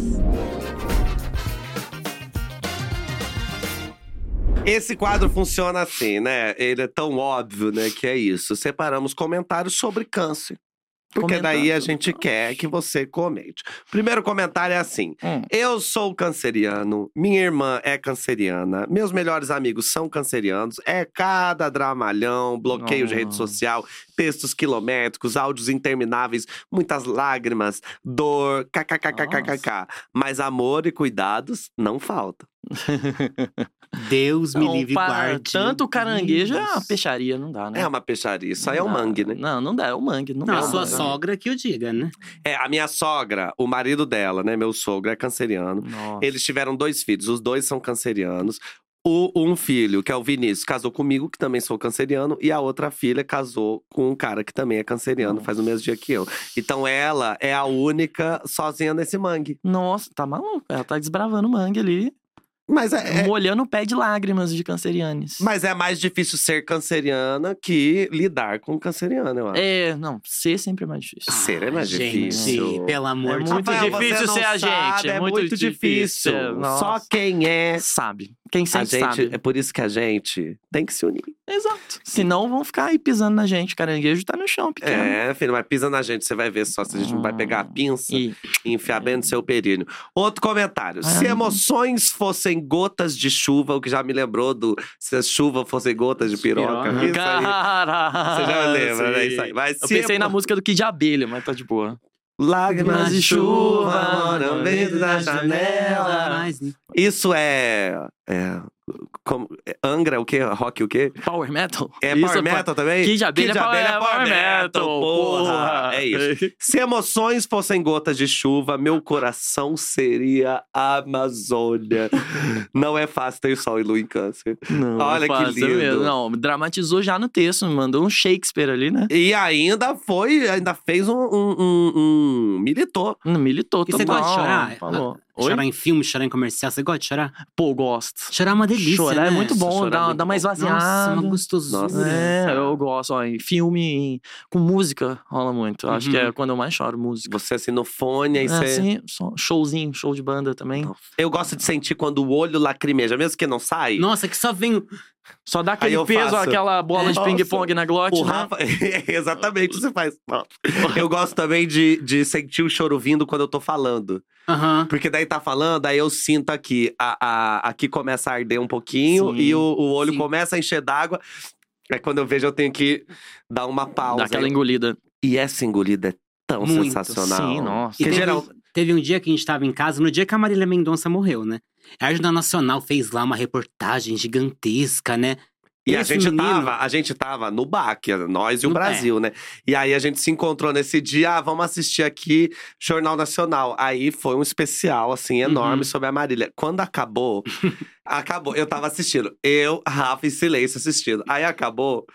Speaker 1: Esse quadro funciona assim, né? Ele é tão óbvio, né? Que é isso. Separamos comentários sobre câncer. Porque
Speaker 3: Comentários
Speaker 1: daí a
Speaker 3: sobre
Speaker 1: gente
Speaker 3: câncer.
Speaker 1: quer que você comente. Primeiro comentário é assim:
Speaker 3: Hum.
Speaker 1: Eu sou canceriano, minha irmã é canceriana, meus melhores amigos são cancerianos, é cada dramalhão, bloqueio de rede
Speaker 3: Nossa.
Speaker 1: social, textos quilométricos, áudios intermináveis, muitas lágrimas, dor, kkkkkkk. Mas amor e cuidados não faltam.
Speaker 2: Deus me
Speaker 3: Não,
Speaker 2: livre e
Speaker 3: para
Speaker 2: guarde.
Speaker 3: Tanto caranguejo é uma
Speaker 2: Deus.
Speaker 3: peixaria, não dá, né?
Speaker 1: É uma peixaria, isso aí é
Speaker 3: Não
Speaker 1: um
Speaker 3: dá.
Speaker 1: mangue, né?
Speaker 3: Não, não dá, é o mangue. Não,
Speaker 2: Não, a
Speaker 3: dá,
Speaker 1: Não,
Speaker 2: sua
Speaker 1: não.
Speaker 2: sogra que o diga, né?
Speaker 1: É, a minha sogra, o marido dela, né, meu sogro, é canceriano.
Speaker 3: Nossa.
Speaker 1: Eles tiveram dois filhos, os dois são cancerianos. O, um filho, que é o Vinícius, casou comigo, que também sou canceriano, e a outra filha casou com um cara que também é canceriano, faz o mesmo dia que eu. Então ela é a única sozinha nesse mangue.
Speaker 3: Nossa, tá maluco. Ela tá desbravando o mangue ali.
Speaker 1: Mas é, é-
Speaker 3: Molhando o pé de lágrimas de cancerianes.
Speaker 1: mas é mais difícil ser canceriana que lidar com canceriano, eu acho.
Speaker 3: É, não, ser sempre é mais difícil.
Speaker 1: Será mais
Speaker 2: gente,
Speaker 1: difícil?
Speaker 2: pelo amor
Speaker 3: É
Speaker 2: de
Speaker 3: muito
Speaker 2: Deus.
Speaker 1: Rafael, você
Speaker 3: é difícil
Speaker 1: não
Speaker 3: ser a gente,
Speaker 1: sabe,
Speaker 3: é muito difícil.
Speaker 1: Só
Speaker 3: Nossa.
Speaker 1: quem é
Speaker 3: Sabe. Quem
Speaker 1: A
Speaker 3: sente
Speaker 1: gente, é
Speaker 3: sabe.
Speaker 1: por isso que a gente tem que se unir.
Speaker 3: Exato. Senão vão ficar aí pisando na gente. O caranguejo tá no chão, pequeno.
Speaker 1: É, filho, mas pisa na gente, você vai ver só se a gente não vai pegar a pinça
Speaker 3: E
Speaker 1: e enfiar bem no seu períneo. Outro comentário. Se
Speaker 3: Ah.
Speaker 1: emoções fossem gotas de chuva, o que já me lembrou do se a chuva fosse gotas de piroca. Isso
Speaker 2: Piroca.
Speaker 1: aí.
Speaker 3: Cara!
Speaker 1: Você já lembra, né? Isso aí.
Speaker 3: Ah, Eu
Speaker 1: Mas se
Speaker 3: pensei na
Speaker 1: emo-
Speaker 3: música do Kid Abelha, mas tá de boa.
Speaker 1: Lágrimas de chuva, moram
Speaker 3: moram
Speaker 1: dentro da janela.
Speaker 2: Mas, né?
Speaker 1: Isso é. é como, é Angra, o quê? Rock, o quê?
Speaker 3: Power metal?
Speaker 1: É
Speaker 3: Isso,
Speaker 1: Power
Speaker 3: pô.
Speaker 1: Metal também?
Speaker 3: Kid Abelha,
Speaker 1: Kid
Speaker 3: é power,
Speaker 1: Abelha
Speaker 3: é power metal, porra.
Speaker 1: É isso. Se emoções fossem gotas de chuva, meu coração seria a Amazônia. Não é fácil ter sol e lua em câncer.
Speaker 3: <laughs> Não,
Speaker 1: Olha que
Speaker 3: fácil
Speaker 1: lindo.
Speaker 3: mesmo. Não, dramatizou já no texto, me mandou um Shakespeare ali, né?
Speaker 1: E ainda foi, ainda fez um, um, um, um militou.
Speaker 3: Hum, Militou
Speaker 2: E você
Speaker 3: total,
Speaker 2: gosta de chorar?
Speaker 3: Falou.
Speaker 1: Ah,
Speaker 3: Oi?
Speaker 2: Chorar em filme, chorar em comercial, você gosta de chorar?
Speaker 3: Pô, gosto.
Speaker 2: Chorar é uma delícia,
Speaker 3: chorar
Speaker 2: né?
Speaker 3: é muito bom,
Speaker 1: Chorar é
Speaker 3: dá,
Speaker 1: muito
Speaker 3: dá uma
Speaker 1: bom.
Speaker 3: esvaziada.
Speaker 2: Nossa, uma gostosura.
Speaker 1: Nossa.
Speaker 3: É, eu gosto. Ó, em filme, em- com música, rola muito. Acho
Speaker 2: Uhum.
Speaker 3: que é quando eu mais choro, música.
Speaker 1: Você assim no fone, aí
Speaker 3: É,
Speaker 1: você.
Speaker 3: assim, só- showzinho, show de banda também.
Speaker 1: Eu gosto de sentir quando o olho lacrimeja, mesmo que não sai.
Speaker 2: Nossa, que só vem... um- o-
Speaker 3: Só dá aquele
Speaker 1: eu
Speaker 3: peso,
Speaker 1: faço.
Speaker 3: aquela bola de
Speaker 1: Nossa.
Speaker 3: ping-pong na glote.
Speaker 1: O
Speaker 3: né?
Speaker 1: Rafa. <laughs> Exatamente, você faz. Eu gosto também de, de sentir o choro vindo quando eu tô falando.
Speaker 2: Aham.
Speaker 1: Porque daí tá falando, aí eu sinto aqui. A, a- aqui começa a arder um pouquinho
Speaker 3: Sim,
Speaker 1: e o, o olho
Speaker 2: sim.
Speaker 1: começa a encher d'água. É quando eu vejo, eu tenho que dar uma pausa.
Speaker 3: Dá aquela engolida.
Speaker 1: E essa engolida é tão
Speaker 2: Muito,
Speaker 1: sensacional.
Speaker 3: Sim, nossa.
Speaker 1: Que
Speaker 2: E teve,
Speaker 1: geral-
Speaker 2: teve um dia que a gente tava em casa, no dia que a Marília Mendonça morreu, né? A Jornal Nacional fez lá uma reportagem gigantesca, né?
Speaker 1: E a
Speaker 2: Esse
Speaker 1: gente,
Speaker 2: menino-
Speaker 1: tava, a gente tava no BAC, nós e o
Speaker 2: No-
Speaker 1: Brasil, né? E aí a gente se encontrou nesse dia, ah, vamos assistir aqui Jornal Nacional. Aí foi um especial, assim, enorme
Speaker 2: Uhum.
Speaker 1: sobre a Marília. Quando acabou, acabou. Eu tava assistindo. Eu, Rafa, em silêncio assistindo. Aí acabou.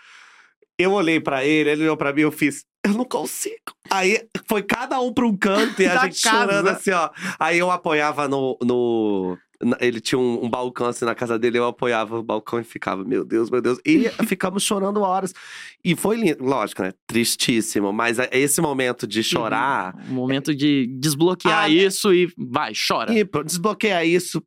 Speaker 1: Eu olhei pra ele, ele olhou pra mim, eu fiz. Eu não consigo. Aí foi cada um pra um canto e a
Speaker 3: Da
Speaker 1: gente
Speaker 3: casa.
Speaker 1: chorando assim, ó. Aí eu apoiava no. no- na- ele tinha um, um balcão assim na casa dele, eu apoiava o balcão e ficava, meu Deus, meu Deus.
Speaker 3: <laughs>
Speaker 1: E ficamos chorando horas. E foi lindo, lógico, né? Tristíssimo, mas é esse momento de chorar.
Speaker 3: Um momento de desbloquear
Speaker 1: Ah,
Speaker 3: isso e vai, chora.
Speaker 1: E pô, desbloqueia isso,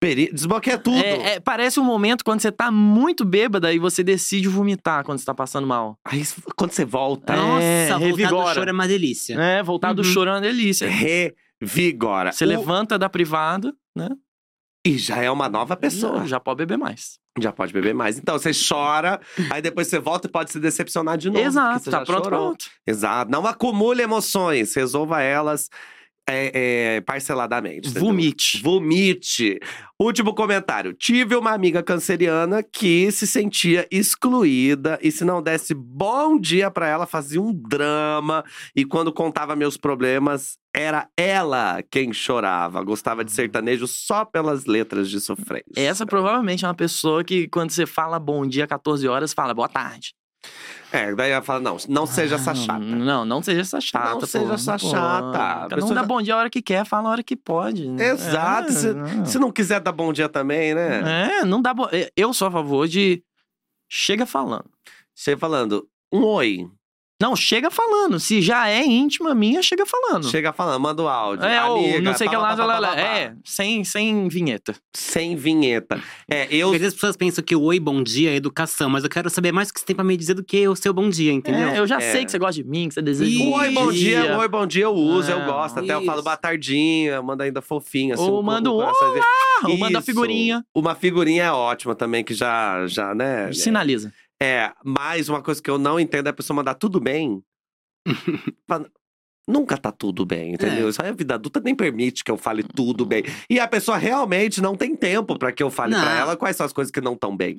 Speaker 1: peri- desbloqueia tudo.
Speaker 3: É- é- parece um momento quando você tá muito bêbada e você decide vomitar quando você tá passando mal.
Speaker 1: Aí quando você volta,
Speaker 3: É,
Speaker 2: Nossa, voltar do
Speaker 3: revigora.
Speaker 2: choro é uma delícia.
Speaker 3: É, voltar do
Speaker 2: Uhum.
Speaker 3: choro é uma delícia.
Speaker 1: revigora.
Speaker 3: Você
Speaker 1: O-
Speaker 3: levanta da privada, né?
Speaker 1: E já é uma nova pessoa.
Speaker 3: Já, já pode beber mais.
Speaker 1: Já pode beber mais. Então, você chora, aí depois você volta e pode se decepcionar de novo. porque
Speaker 3: Exato,
Speaker 1: você
Speaker 3: tá
Speaker 1: já
Speaker 3: pronto,
Speaker 1: chorou.
Speaker 3: pronto.
Speaker 1: Exato. Não acumule emoções, resolva elas é, é, parceladamente. entendeu?
Speaker 3: Vomite.
Speaker 1: Vomite. Último comentário. Tive uma amiga canceriana que se sentia excluída e se não desse bom dia pra ela, fazia um drama. E quando contava meus problemas, era ela quem chorava. Gostava de sertanejo só pelas letras de sofrência.
Speaker 3: Uhum. Essa provavelmente é uma pessoa que, quando você fala bom dia 14 horas, fala boa tarde.
Speaker 1: É, daí ela fala: não, não seja essa
Speaker 3: Ah,
Speaker 1: chata.
Speaker 3: Não, não seja essa chata.
Speaker 1: Não seja
Speaker 3: pô,
Speaker 1: essa
Speaker 3: pô.
Speaker 1: chata. A
Speaker 3: Cada
Speaker 1: pessoa
Speaker 3: um dá
Speaker 1: já-
Speaker 3: bom dia a hora que quer, fala a hora que pode. né?
Speaker 1: Exato,
Speaker 3: É,
Speaker 1: cê-
Speaker 3: não.
Speaker 1: Se não quiser dar bom dia também, né?
Speaker 3: É, não dá bom. Eu sou a favor de. Chega falando.
Speaker 1: Você falando, um oi.
Speaker 3: Não, chega falando. Se já é íntima minha, chega falando.
Speaker 1: Chega falando, manda o áudio.
Speaker 3: É, ou
Speaker 1: Amiga, tá
Speaker 3: não sei o que
Speaker 1: pá,
Speaker 3: lá,
Speaker 1: pá, pá,
Speaker 3: lá,
Speaker 1: pá,
Speaker 3: lá.
Speaker 1: pá,
Speaker 3: É,
Speaker 1: pá.
Speaker 3: sem, sem vinheta.
Speaker 1: Sem vinheta. É, eu.
Speaker 2: Porque às vezes as pessoas pensam que o oi, bom dia é educação, mas eu quero saber mais o que você tem pra me dizer do que o seu bom dia, entendeu?
Speaker 3: É, eu já
Speaker 1: É.
Speaker 3: sei que você gosta de mim, que você deseja.
Speaker 2: Ih,
Speaker 3: um
Speaker 1: Oi, bom dia. oi, bom dia, eu uso, eu
Speaker 3: Ah,
Speaker 1: gosto. Até eu falo
Speaker 2: isso.
Speaker 1: boa tardinha, manda ainda fofinho, assim.
Speaker 3: Ou
Speaker 1: um
Speaker 3: manda um
Speaker 1: coraçãozinho.
Speaker 3: Ah, ou manda
Speaker 1: Isso.
Speaker 3: figurinha.
Speaker 1: Uma figurinha é ótima também, que já, já né?
Speaker 3: Sinaliza.
Speaker 1: É, mas uma coisa que eu não entendo é a pessoa mandar tudo
Speaker 3: <laughs>
Speaker 1: bem. Fala, Nunca tá tudo bem, entendeu?
Speaker 3: É.
Speaker 1: Isso aí a vida adulta nem permite que eu fale tudo bem.
Speaker 3: Uhum.
Speaker 1: E a pessoa realmente não tem tempo pra que eu fale pra
Speaker 2: Não.
Speaker 1: ela quais são as coisas que não estão bem.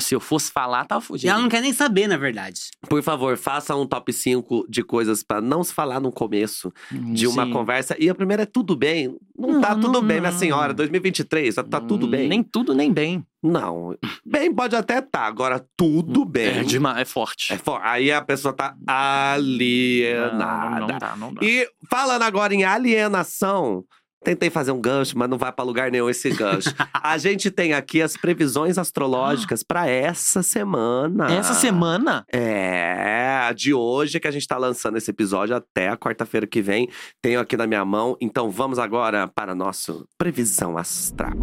Speaker 3: Se eu fosse falar, tá tava
Speaker 2: E
Speaker 3: fugindo.
Speaker 2: ela não quer nem saber, na verdade.
Speaker 1: Por favor, faça um top 5 de coisas pra não se falar no começo de uma
Speaker 3: Hum, Sim.
Speaker 1: conversa. E a primeira é tudo bem. Não,
Speaker 3: Não,
Speaker 1: tá tudo
Speaker 3: não,
Speaker 1: bem, minha
Speaker 3: não.
Speaker 1: senhora. 2023, tá, tá tudo bem.
Speaker 3: Hum. Nem tudo, nem bem.
Speaker 1: Não. Bem, pode até tá. Agora, tudo bem.
Speaker 3: É, demais, é forte.
Speaker 1: É fo- Aí a pessoa tá alienada.
Speaker 3: Não, não, não dá, não dá.
Speaker 1: É E falando agora em alienação, tentei fazer um gancho, mas não vai pra lugar nenhum esse gancho.
Speaker 3: <laughs>
Speaker 1: a gente tem aqui as previsões astrológicas pra essa semana.
Speaker 3: Essa semana,
Speaker 1: É, de hoje que a gente tá lançando esse episódio até a quarta-feira que vem. Tenho aqui na minha mão. Então vamos agora para nosso previsão astral.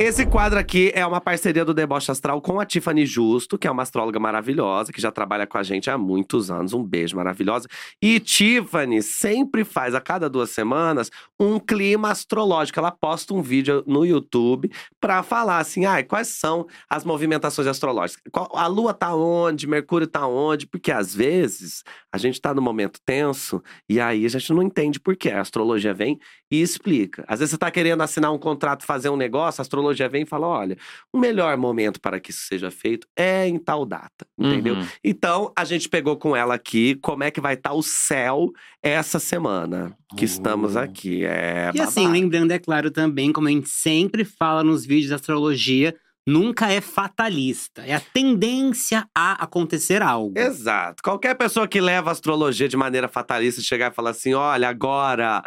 Speaker 1: Esse quadro aqui é uma parceria do Deboche Astral com a Tiffany Justo, que é uma astróloga maravilhosa, que já trabalha com a gente há muitos anos. Um beijo maravilhosa. E Tiffany sempre faz, a cada duas semanas, um clima astrológico. Ela posta um vídeo no YouTube pra falar assim: ai, quais são as movimentações astrológicas? Qual- a Lua tá onde? Mercúrio tá onde? Porque às vezes a gente tá num momento tenso e aí a gente não entende por quê. A astrologia vem e explica. Às vezes você está querendo assinar um contrato, fazer um negócio, a astrologia vem e fala: olha, o melhor momento para que isso seja feito é em tal data, entendeu?
Speaker 3: Uhum.
Speaker 1: Então, a gente pegou com ela aqui como é que vai estar o céu essa semana que
Speaker 3: Uh.
Speaker 1: estamos aqui. É
Speaker 2: E assim,
Speaker 1: babado.
Speaker 2: lembrando, é claro, também, como a gente sempre fala nos vídeos de astrologia, nunca é fatalista. É a tendência a acontecer algo.
Speaker 1: Exato. Qualquer pessoa que leva a astrologia de maneira fatalista e chegar e falar assim: olha, agora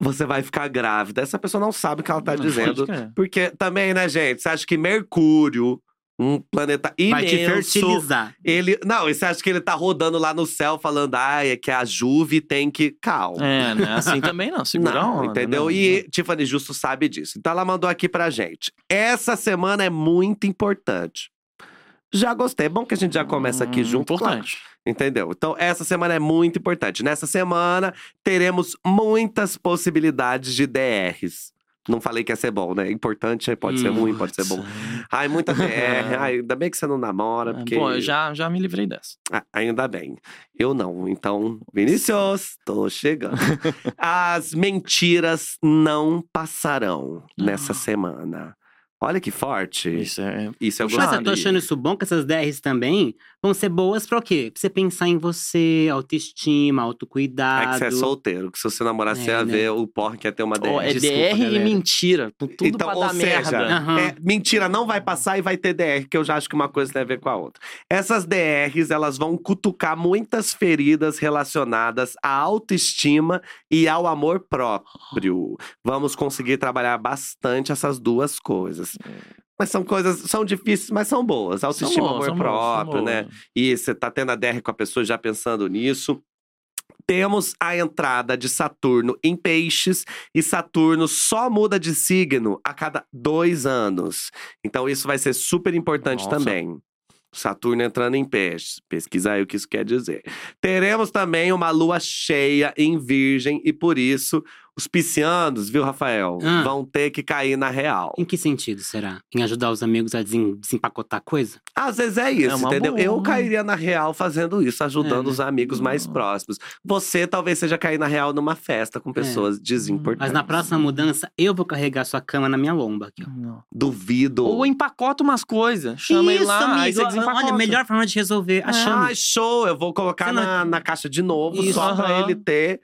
Speaker 1: você vai ficar grávida. Essa pessoa não sabe o que ela está
Speaker 2: <laughs>
Speaker 3: Não,
Speaker 1: Tá dizendo.
Speaker 3: pode crer.
Speaker 1: Porque também, né, gente? Você acha que Mercúrio, um planeta
Speaker 2: Vai te
Speaker 1: imenso,
Speaker 2: fertilizar.
Speaker 1: ele. Não, e você acha que ele tá rodando lá no céu falando, ai, é que a Juve tem que. Calma.
Speaker 3: É, né? Assim também não. né? Segura a
Speaker 1: Não,
Speaker 3: onda,
Speaker 1: entendeu?
Speaker 3: não,
Speaker 1: e Tiffany Justo sabe disso. Então ela mandou aqui pra gente. Essa semana é muito importante. Já gostei. É bom que a gente já começa aqui
Speaker 3: Hum,
Speaker 1: junto. claro.
Speaker 3: Importante.
Speaker 1: Entendeu? Então, essa semana é muito importante. Nessa semana, teremos muitas possibilidades de DRs. Não falei que ia ser bom, né? Importante, pode ser
Speaker 2: Hum,
Speaker 1: ruim, pode ser bom. Ai, muita
Speaker 3: <laughs>
Speaker 1: DR. Ai, ainda bem que você não namora, porque.
Speaker 3: Pô, É, eu já, já me livrei dessa.
Speaker 1: Ah, ainda bem. Eu não. Então, Vinícius, tô chegando.
Speaker 2: <laughs>
Speaker 1: As mentiras não passarão
Speaker 2: Ah.
Speaker 1: nessa semana. Olha que forte. Isso,
Speaker 3: Isso é.
Speaker 1: eu
Speaker 2: Mas
Speaker 3: Puxado.
Speaker 1: gostei.
Speaker 2: eu tô achando isso bom, que essas DRs também vão ser boas pra o quê? Pra você pensar em você, autoestima,
Speaker 1: É que
Speaker 2: autocuidado.
Speaker 1: você é solteiro, que se você namorasse,
Speaker 2: É,
Speaker 1: você ia
Speaker 2: né?
Speaker 1: ver o porra que ia ter uma DR.
Speaker 3: Ó, é
Speaker 1: Desculpa,
Speaker 3: DR e
Speaker 1: galera.
Speaker 3: mentira. com Tudo
Speaker 1: então,
Speaker 3: pra
Speaker 1: ou
Speaker 3: dar
Speaker 1: seja,
Speaker 3: merda.
Speaker 2: Aham.
Speaker 1: é, mentira, não vai passar e vai ter DR, que eu já acho que uma coisa tem a ver com a outra. Essas DRs, elas vão cutucar muitas feridas relacionadas à autoestima e ao amor próprio. Vamos conseguir trabalhar bastante essas duas coisas. Mas são coisas, são difíceis, mas são boas.
Speaker 3: É. São
Speaker 1: Autoestima,
Speaker 3: boas,
Speaker 1: é amor
Speaker 3: são boas, são
Speaker 1: próprio, né?
Speaker 3: boas.
Speaker 1: e você tá tendo a DR com a pessoa já pensando nisso. Temos a entrada de Saturno em Peixes e Saturno só muda de signo a cada dois anos. Então isso vai ser super importante
Speaker 3: Nossa.
Speaker 1: também. Saturno entrando em peixes. Pesquisa aí o que isso quer dizer. Teremos também uma lua cheia em Virgem e por isso os piscianos, viu, Rafael?
Speaker 2: Ah.
Speaker 1: Vão ter que cair na real.
Speaker 2: Em que sentido será? Em ajudar os amigos a desen- desempacotar coisa?
Speaker 1: Às vezes é isso,
Speaker 3: uma
Speaker 1: entendeu?
Speaker 3: boa,
Speaker 1: Eu
Speaker 3: né?
Speaker 1: cairia na real fazendo isso, ajudando
Speaker 3: É, né?
Speaker 1: os amigos mais
Speaker 3: Hum.
Speaker 1: próximos. Você talvez seja cair na real numa festa com pessoas desimportantes.
Speaker 2: Mas na próxima mudança, eu vou carregar sua cama na minha lomba aqui, ó.
Speaker 3: Não.
Speaker 1: Duvido.
Speaker 3: Ou empacota umas coisas. Chama ele
Speaker 2: Isso,
Speaker 3: lá, aí
Speaker 2: amigo.
Speaker 3: você desempacota.
Speaker 2: Olha, melhor forma de resolver. Achamos.
Speaker 1: Ah, show! Eu vou colocar
Speaker 2: Você não-
Speaker 1: na, na caixa de novo,
Speaker 3: Isso,
Speaker 1: só pra
Speaker 3: aham.
Speaker 1: ele ter.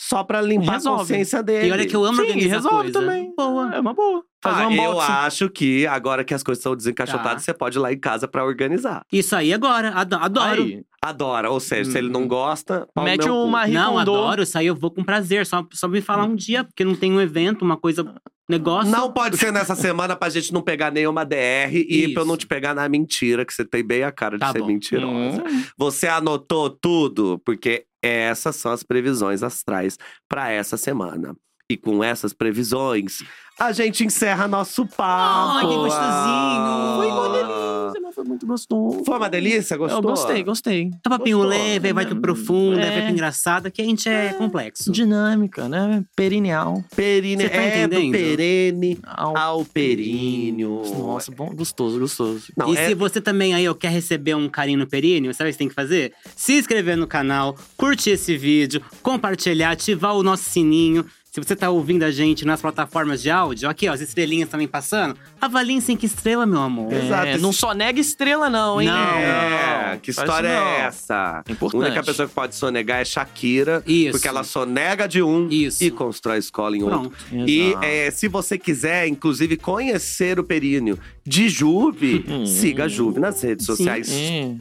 Speaker 1: Só pra limpar a
Speaker 3: Resolve.
Speaker 1: consciência dele.
Speaker 2: E olha que eu amo
Speaker 3: Sim,
Speaker 2: organizar
Speaker 3: resolve
Speaker 2: coisa.
Speaker 3: também.
Speaker 2: Boa.
Speaker 3: É uma boa. Fazer
Speaker 1: Ah,
Speaker 3: um
Speaker 1: eu
Speaker 3: unboxing.
Speaker 1: acho que agora que as coisas são desencaixotadas,
Speaker 2: Tá.
Speaker 1: você pode ir lá em casa pra organizar.
Speaker 2: Isso aí agora. Ado- Adoro.
Speaker 3: Aí,
Speaker 1: Adora. Ou seja, se ele não gosta, pau no
Speaker 3: mete
Speaker 1: meu cu.
Speaker 3: uma
Speaker 2: Não,
Speaker 3: ricondô.
Speaker 2: adoro. Isso aí eu vou com prazer. Só, só me falar um dia, porque não tem um evento, uma coisa, negócio.
Speaker 1: Não pode ser nessa semana pra gente não pegar nenhuma DR e
Speaker 2: Isso.
Speaker 1: pra eu não te pegar na mentira, que você tem bem a cara de
Speaker 2: Tá
Speaker 1: ser
Speaker 2: bom.
Speaker 1: mentirosa.
Speaker 3: Hum.
Speaker 1: Você anotou tudo? Porque essas são as previsões astrais pra essa semana. E com essas previsões, a gente encerra nosso papo.
Speaker 2: Ai, que gostosinho.
Speaker 3: Foi uma delícia, mas foi muito gostoso.
Speaker 1: Ah. Foi uma delícia? Gostou?
Speaker 3: Eu gostei, gostei.
Speaker 2: É papinho
Speaker 1: Gostou,
Speaker 2: leve, aí vai
Speaker 3: né?
Speaker 2: pro profundo, aí vai
Speaker 3: É.
Speaker 2: pro engraçado, que a gente é complexo.
Speaker 3: Dinâmica, né? Perineal.
Speaker 1: Perine,
Speaker 2: Você tá
Speaker 1: é do
Speaker 2: entendendo? É um
Speaker 1: perene
Speaker 3: Ao...
Speaker 1: ao períneo.
Speaker 3: Nossa, bom, gostoso, gostoso.
Speaker 1: Não,
Speaker 2: e
Speaker 1: é-
Speaker 2: se você também aí ó, quer receber um carinho no períneo, sabe o que você tem que fazer? Se inscrever no canal, curtir esse vídeo, compartilhar, ativar o nosso sininho. Se você tá ouvindo a gente nas plataformas de áudio, aqui ó, as estrelinhas também passando, avalie em 5 estrelas, meu amor.
Speaker 1: É. Exato.
Speaker 3: É, não só nega estrela, não, hein?
Speaker 2: Não.
Speaker 1: É, que
Speaker 3: Faz
Speaker 1: história
Speaker 3: isso
Speaker 1: é
Speaker 3: não.
Speaker 1: essa? A
Speaker 3: Importante.
Speaker 1: única pessoa que pode sonegar é Shakira.
Speaker 2: Isso.
Speaker 1: Porque ela sonega de um
Speaker 2: Isso.
Speaker 1: e constrói escola em outro.
Speaker 2: Pronto.
Speaker 1: E
Speaker 3: Exato.
Speaker 1: é, se você quiser, inclusive, conhecer o períneo de Juve,
Speaker 3: Hum.
Speaker 1: siga a Juve nas redes
Speaker 2: Sim.
Speaker 1: sociais
Speaker 3: É.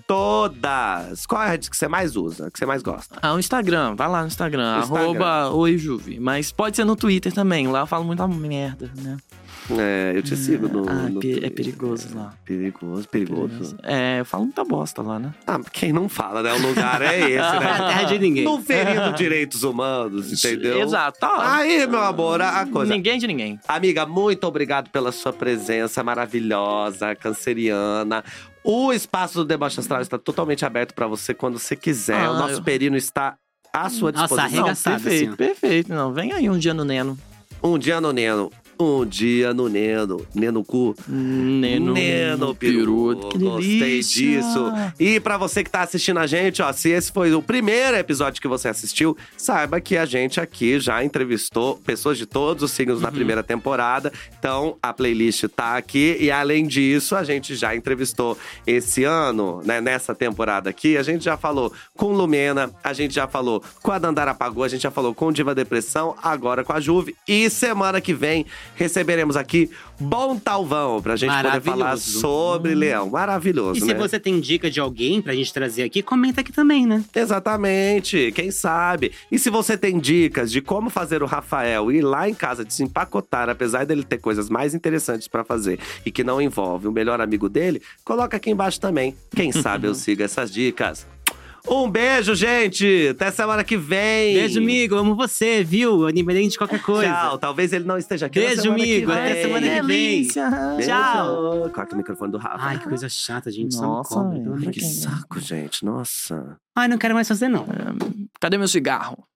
Speaker 1: todas. Qual é a rede que você mais usa, que você mais gosta?
Speaker 3: Ah, o Instagram, vai lá no Instagram,
Speaker 1: Instagram.
Speaker 3: arroba Oi Juve. Mas pode ser no Twitter também, lá eu falo muita merda, né?
Speaker 1: É, eu te sigo no.
Speaker 3: Ah,
Speaker 1: no
Speaker 3: pe- é
Speaker 1: Twitter. É
Speaker 3: perigoso lá.
Speaker 1: Perigoso, perigoso.
Speaker 3: É, eu falo muita bosta lá, né?
Speaker 1: Ah, quem não fala, né? O lugar é esse,
Speaker 2: É
Speaker 1: <laughs>
Speaker 2: a
Speaker 3: <laughs>
Speaker 1: né?
Speaker 2: terra de ninguém.
Speaker 1: Não ferindo direitos humanos, entendeu?
Speaker 3: Exato. Tá.
Speaker 1: Aí, meu amor, a a coisa.
Speaker 3: Ninguém de ninguém.
Speaker 1: Amiga, muito obrigado pela sua presença maravilhosa, canceriana. O espaço do Deboche Astral está totalmente aberto para você quando você quiser.
Speaker 3: Ah,
Speaker 1: o nosso
Speaker 3: eu-
Speaker 1: perino está à sua
Speaker 2: Nossa,
Speaker 1: disposição.
Speaker 3: Não,
Speaker 2: Arregaçado,
Speaker 3: perfeito,
Speaker 2: assim, ó.
Speaker 3: perfeito. Não, vem aí um dia no Neno.
Speaker 1: Um dia no Neno, um dia no Neno, Neno Cu.
Speaker 3: Neno.
Speaker 1: Neno Peru.
Speaker 3: Peru. Que
Speaker 1: Gostei
Speaker 3: delícia.
Speaker 1: disso. E pra você que tá assistindo a gente, ó, se esse foi o primeiro episódio que você assistiu, saiba que a gente aqui já entrevistou pessoas de todos os signos
Speaker 2: Uhum.
Speaker 1: na primeira temporada. Então, a playlist tá aqui. E além disso, a gente já entrevistou esse ano, né, nessa temporada aqui, a gente já falou com Lumena, a gente já falou com a Dandara Pagou, a gente já falou com Diva Depressão, agora com a Juve. E semana que vem receberemos aqui Bom Talvão, pra gente poder falar
Speaker 2: Maravilhoso.
Speaker 1: sobre Leão. Maravilhoso,
Speaker 2: E se
Speaker 1: né?
Speaker 2: você tem dica de alguém pra gente trazer aqui, comenta aqui também, né?
Speaker 1: Exatamente, quem sabe? E se você tem dicas de como fazer o Rafael ir lá em casa desempacotar, apesar dele ter coisas mais interessantes pra fazer e que não envolve o melhor amigo dele, coloca aqui embaixo também. Quem
Speaker 2: <laughs>
Speaker 1: sabe eu sigo essas dicas. Um beijo, gente! Até semana que vem!
Speaker 2: Beijo, amigo. Amo você, viu? Independente de qualquer coisa.
Speaker 1: Tchau, talvez ele não esteja aqui na
Speaker 2: Beijo,
Speaker 1: semana que
Speaker 2: amigo.
Speaker 1: vem.
Speaker 2: Até semana que vem.
Speaker 3: Delícia.
Speaker 1: Beijo.
Speaker 2: Tchau.
Speaker 1: Corta o microfone do Rafa.
Speaker 2: Ai, que coisa chata, gente. Só um
Speaker 3: Nossa,
Speaker 2: cobre. pelo
Speaker 3: velho.
Speaker 2: amor
Speaker 1: Ai, que
Speaker 2: de Deus.
Speaker 1: saco, gente. Nossa.
Speaker 2: Ai, não quero mais fazer, não.
Speaker 3: Cadê meu cigarro?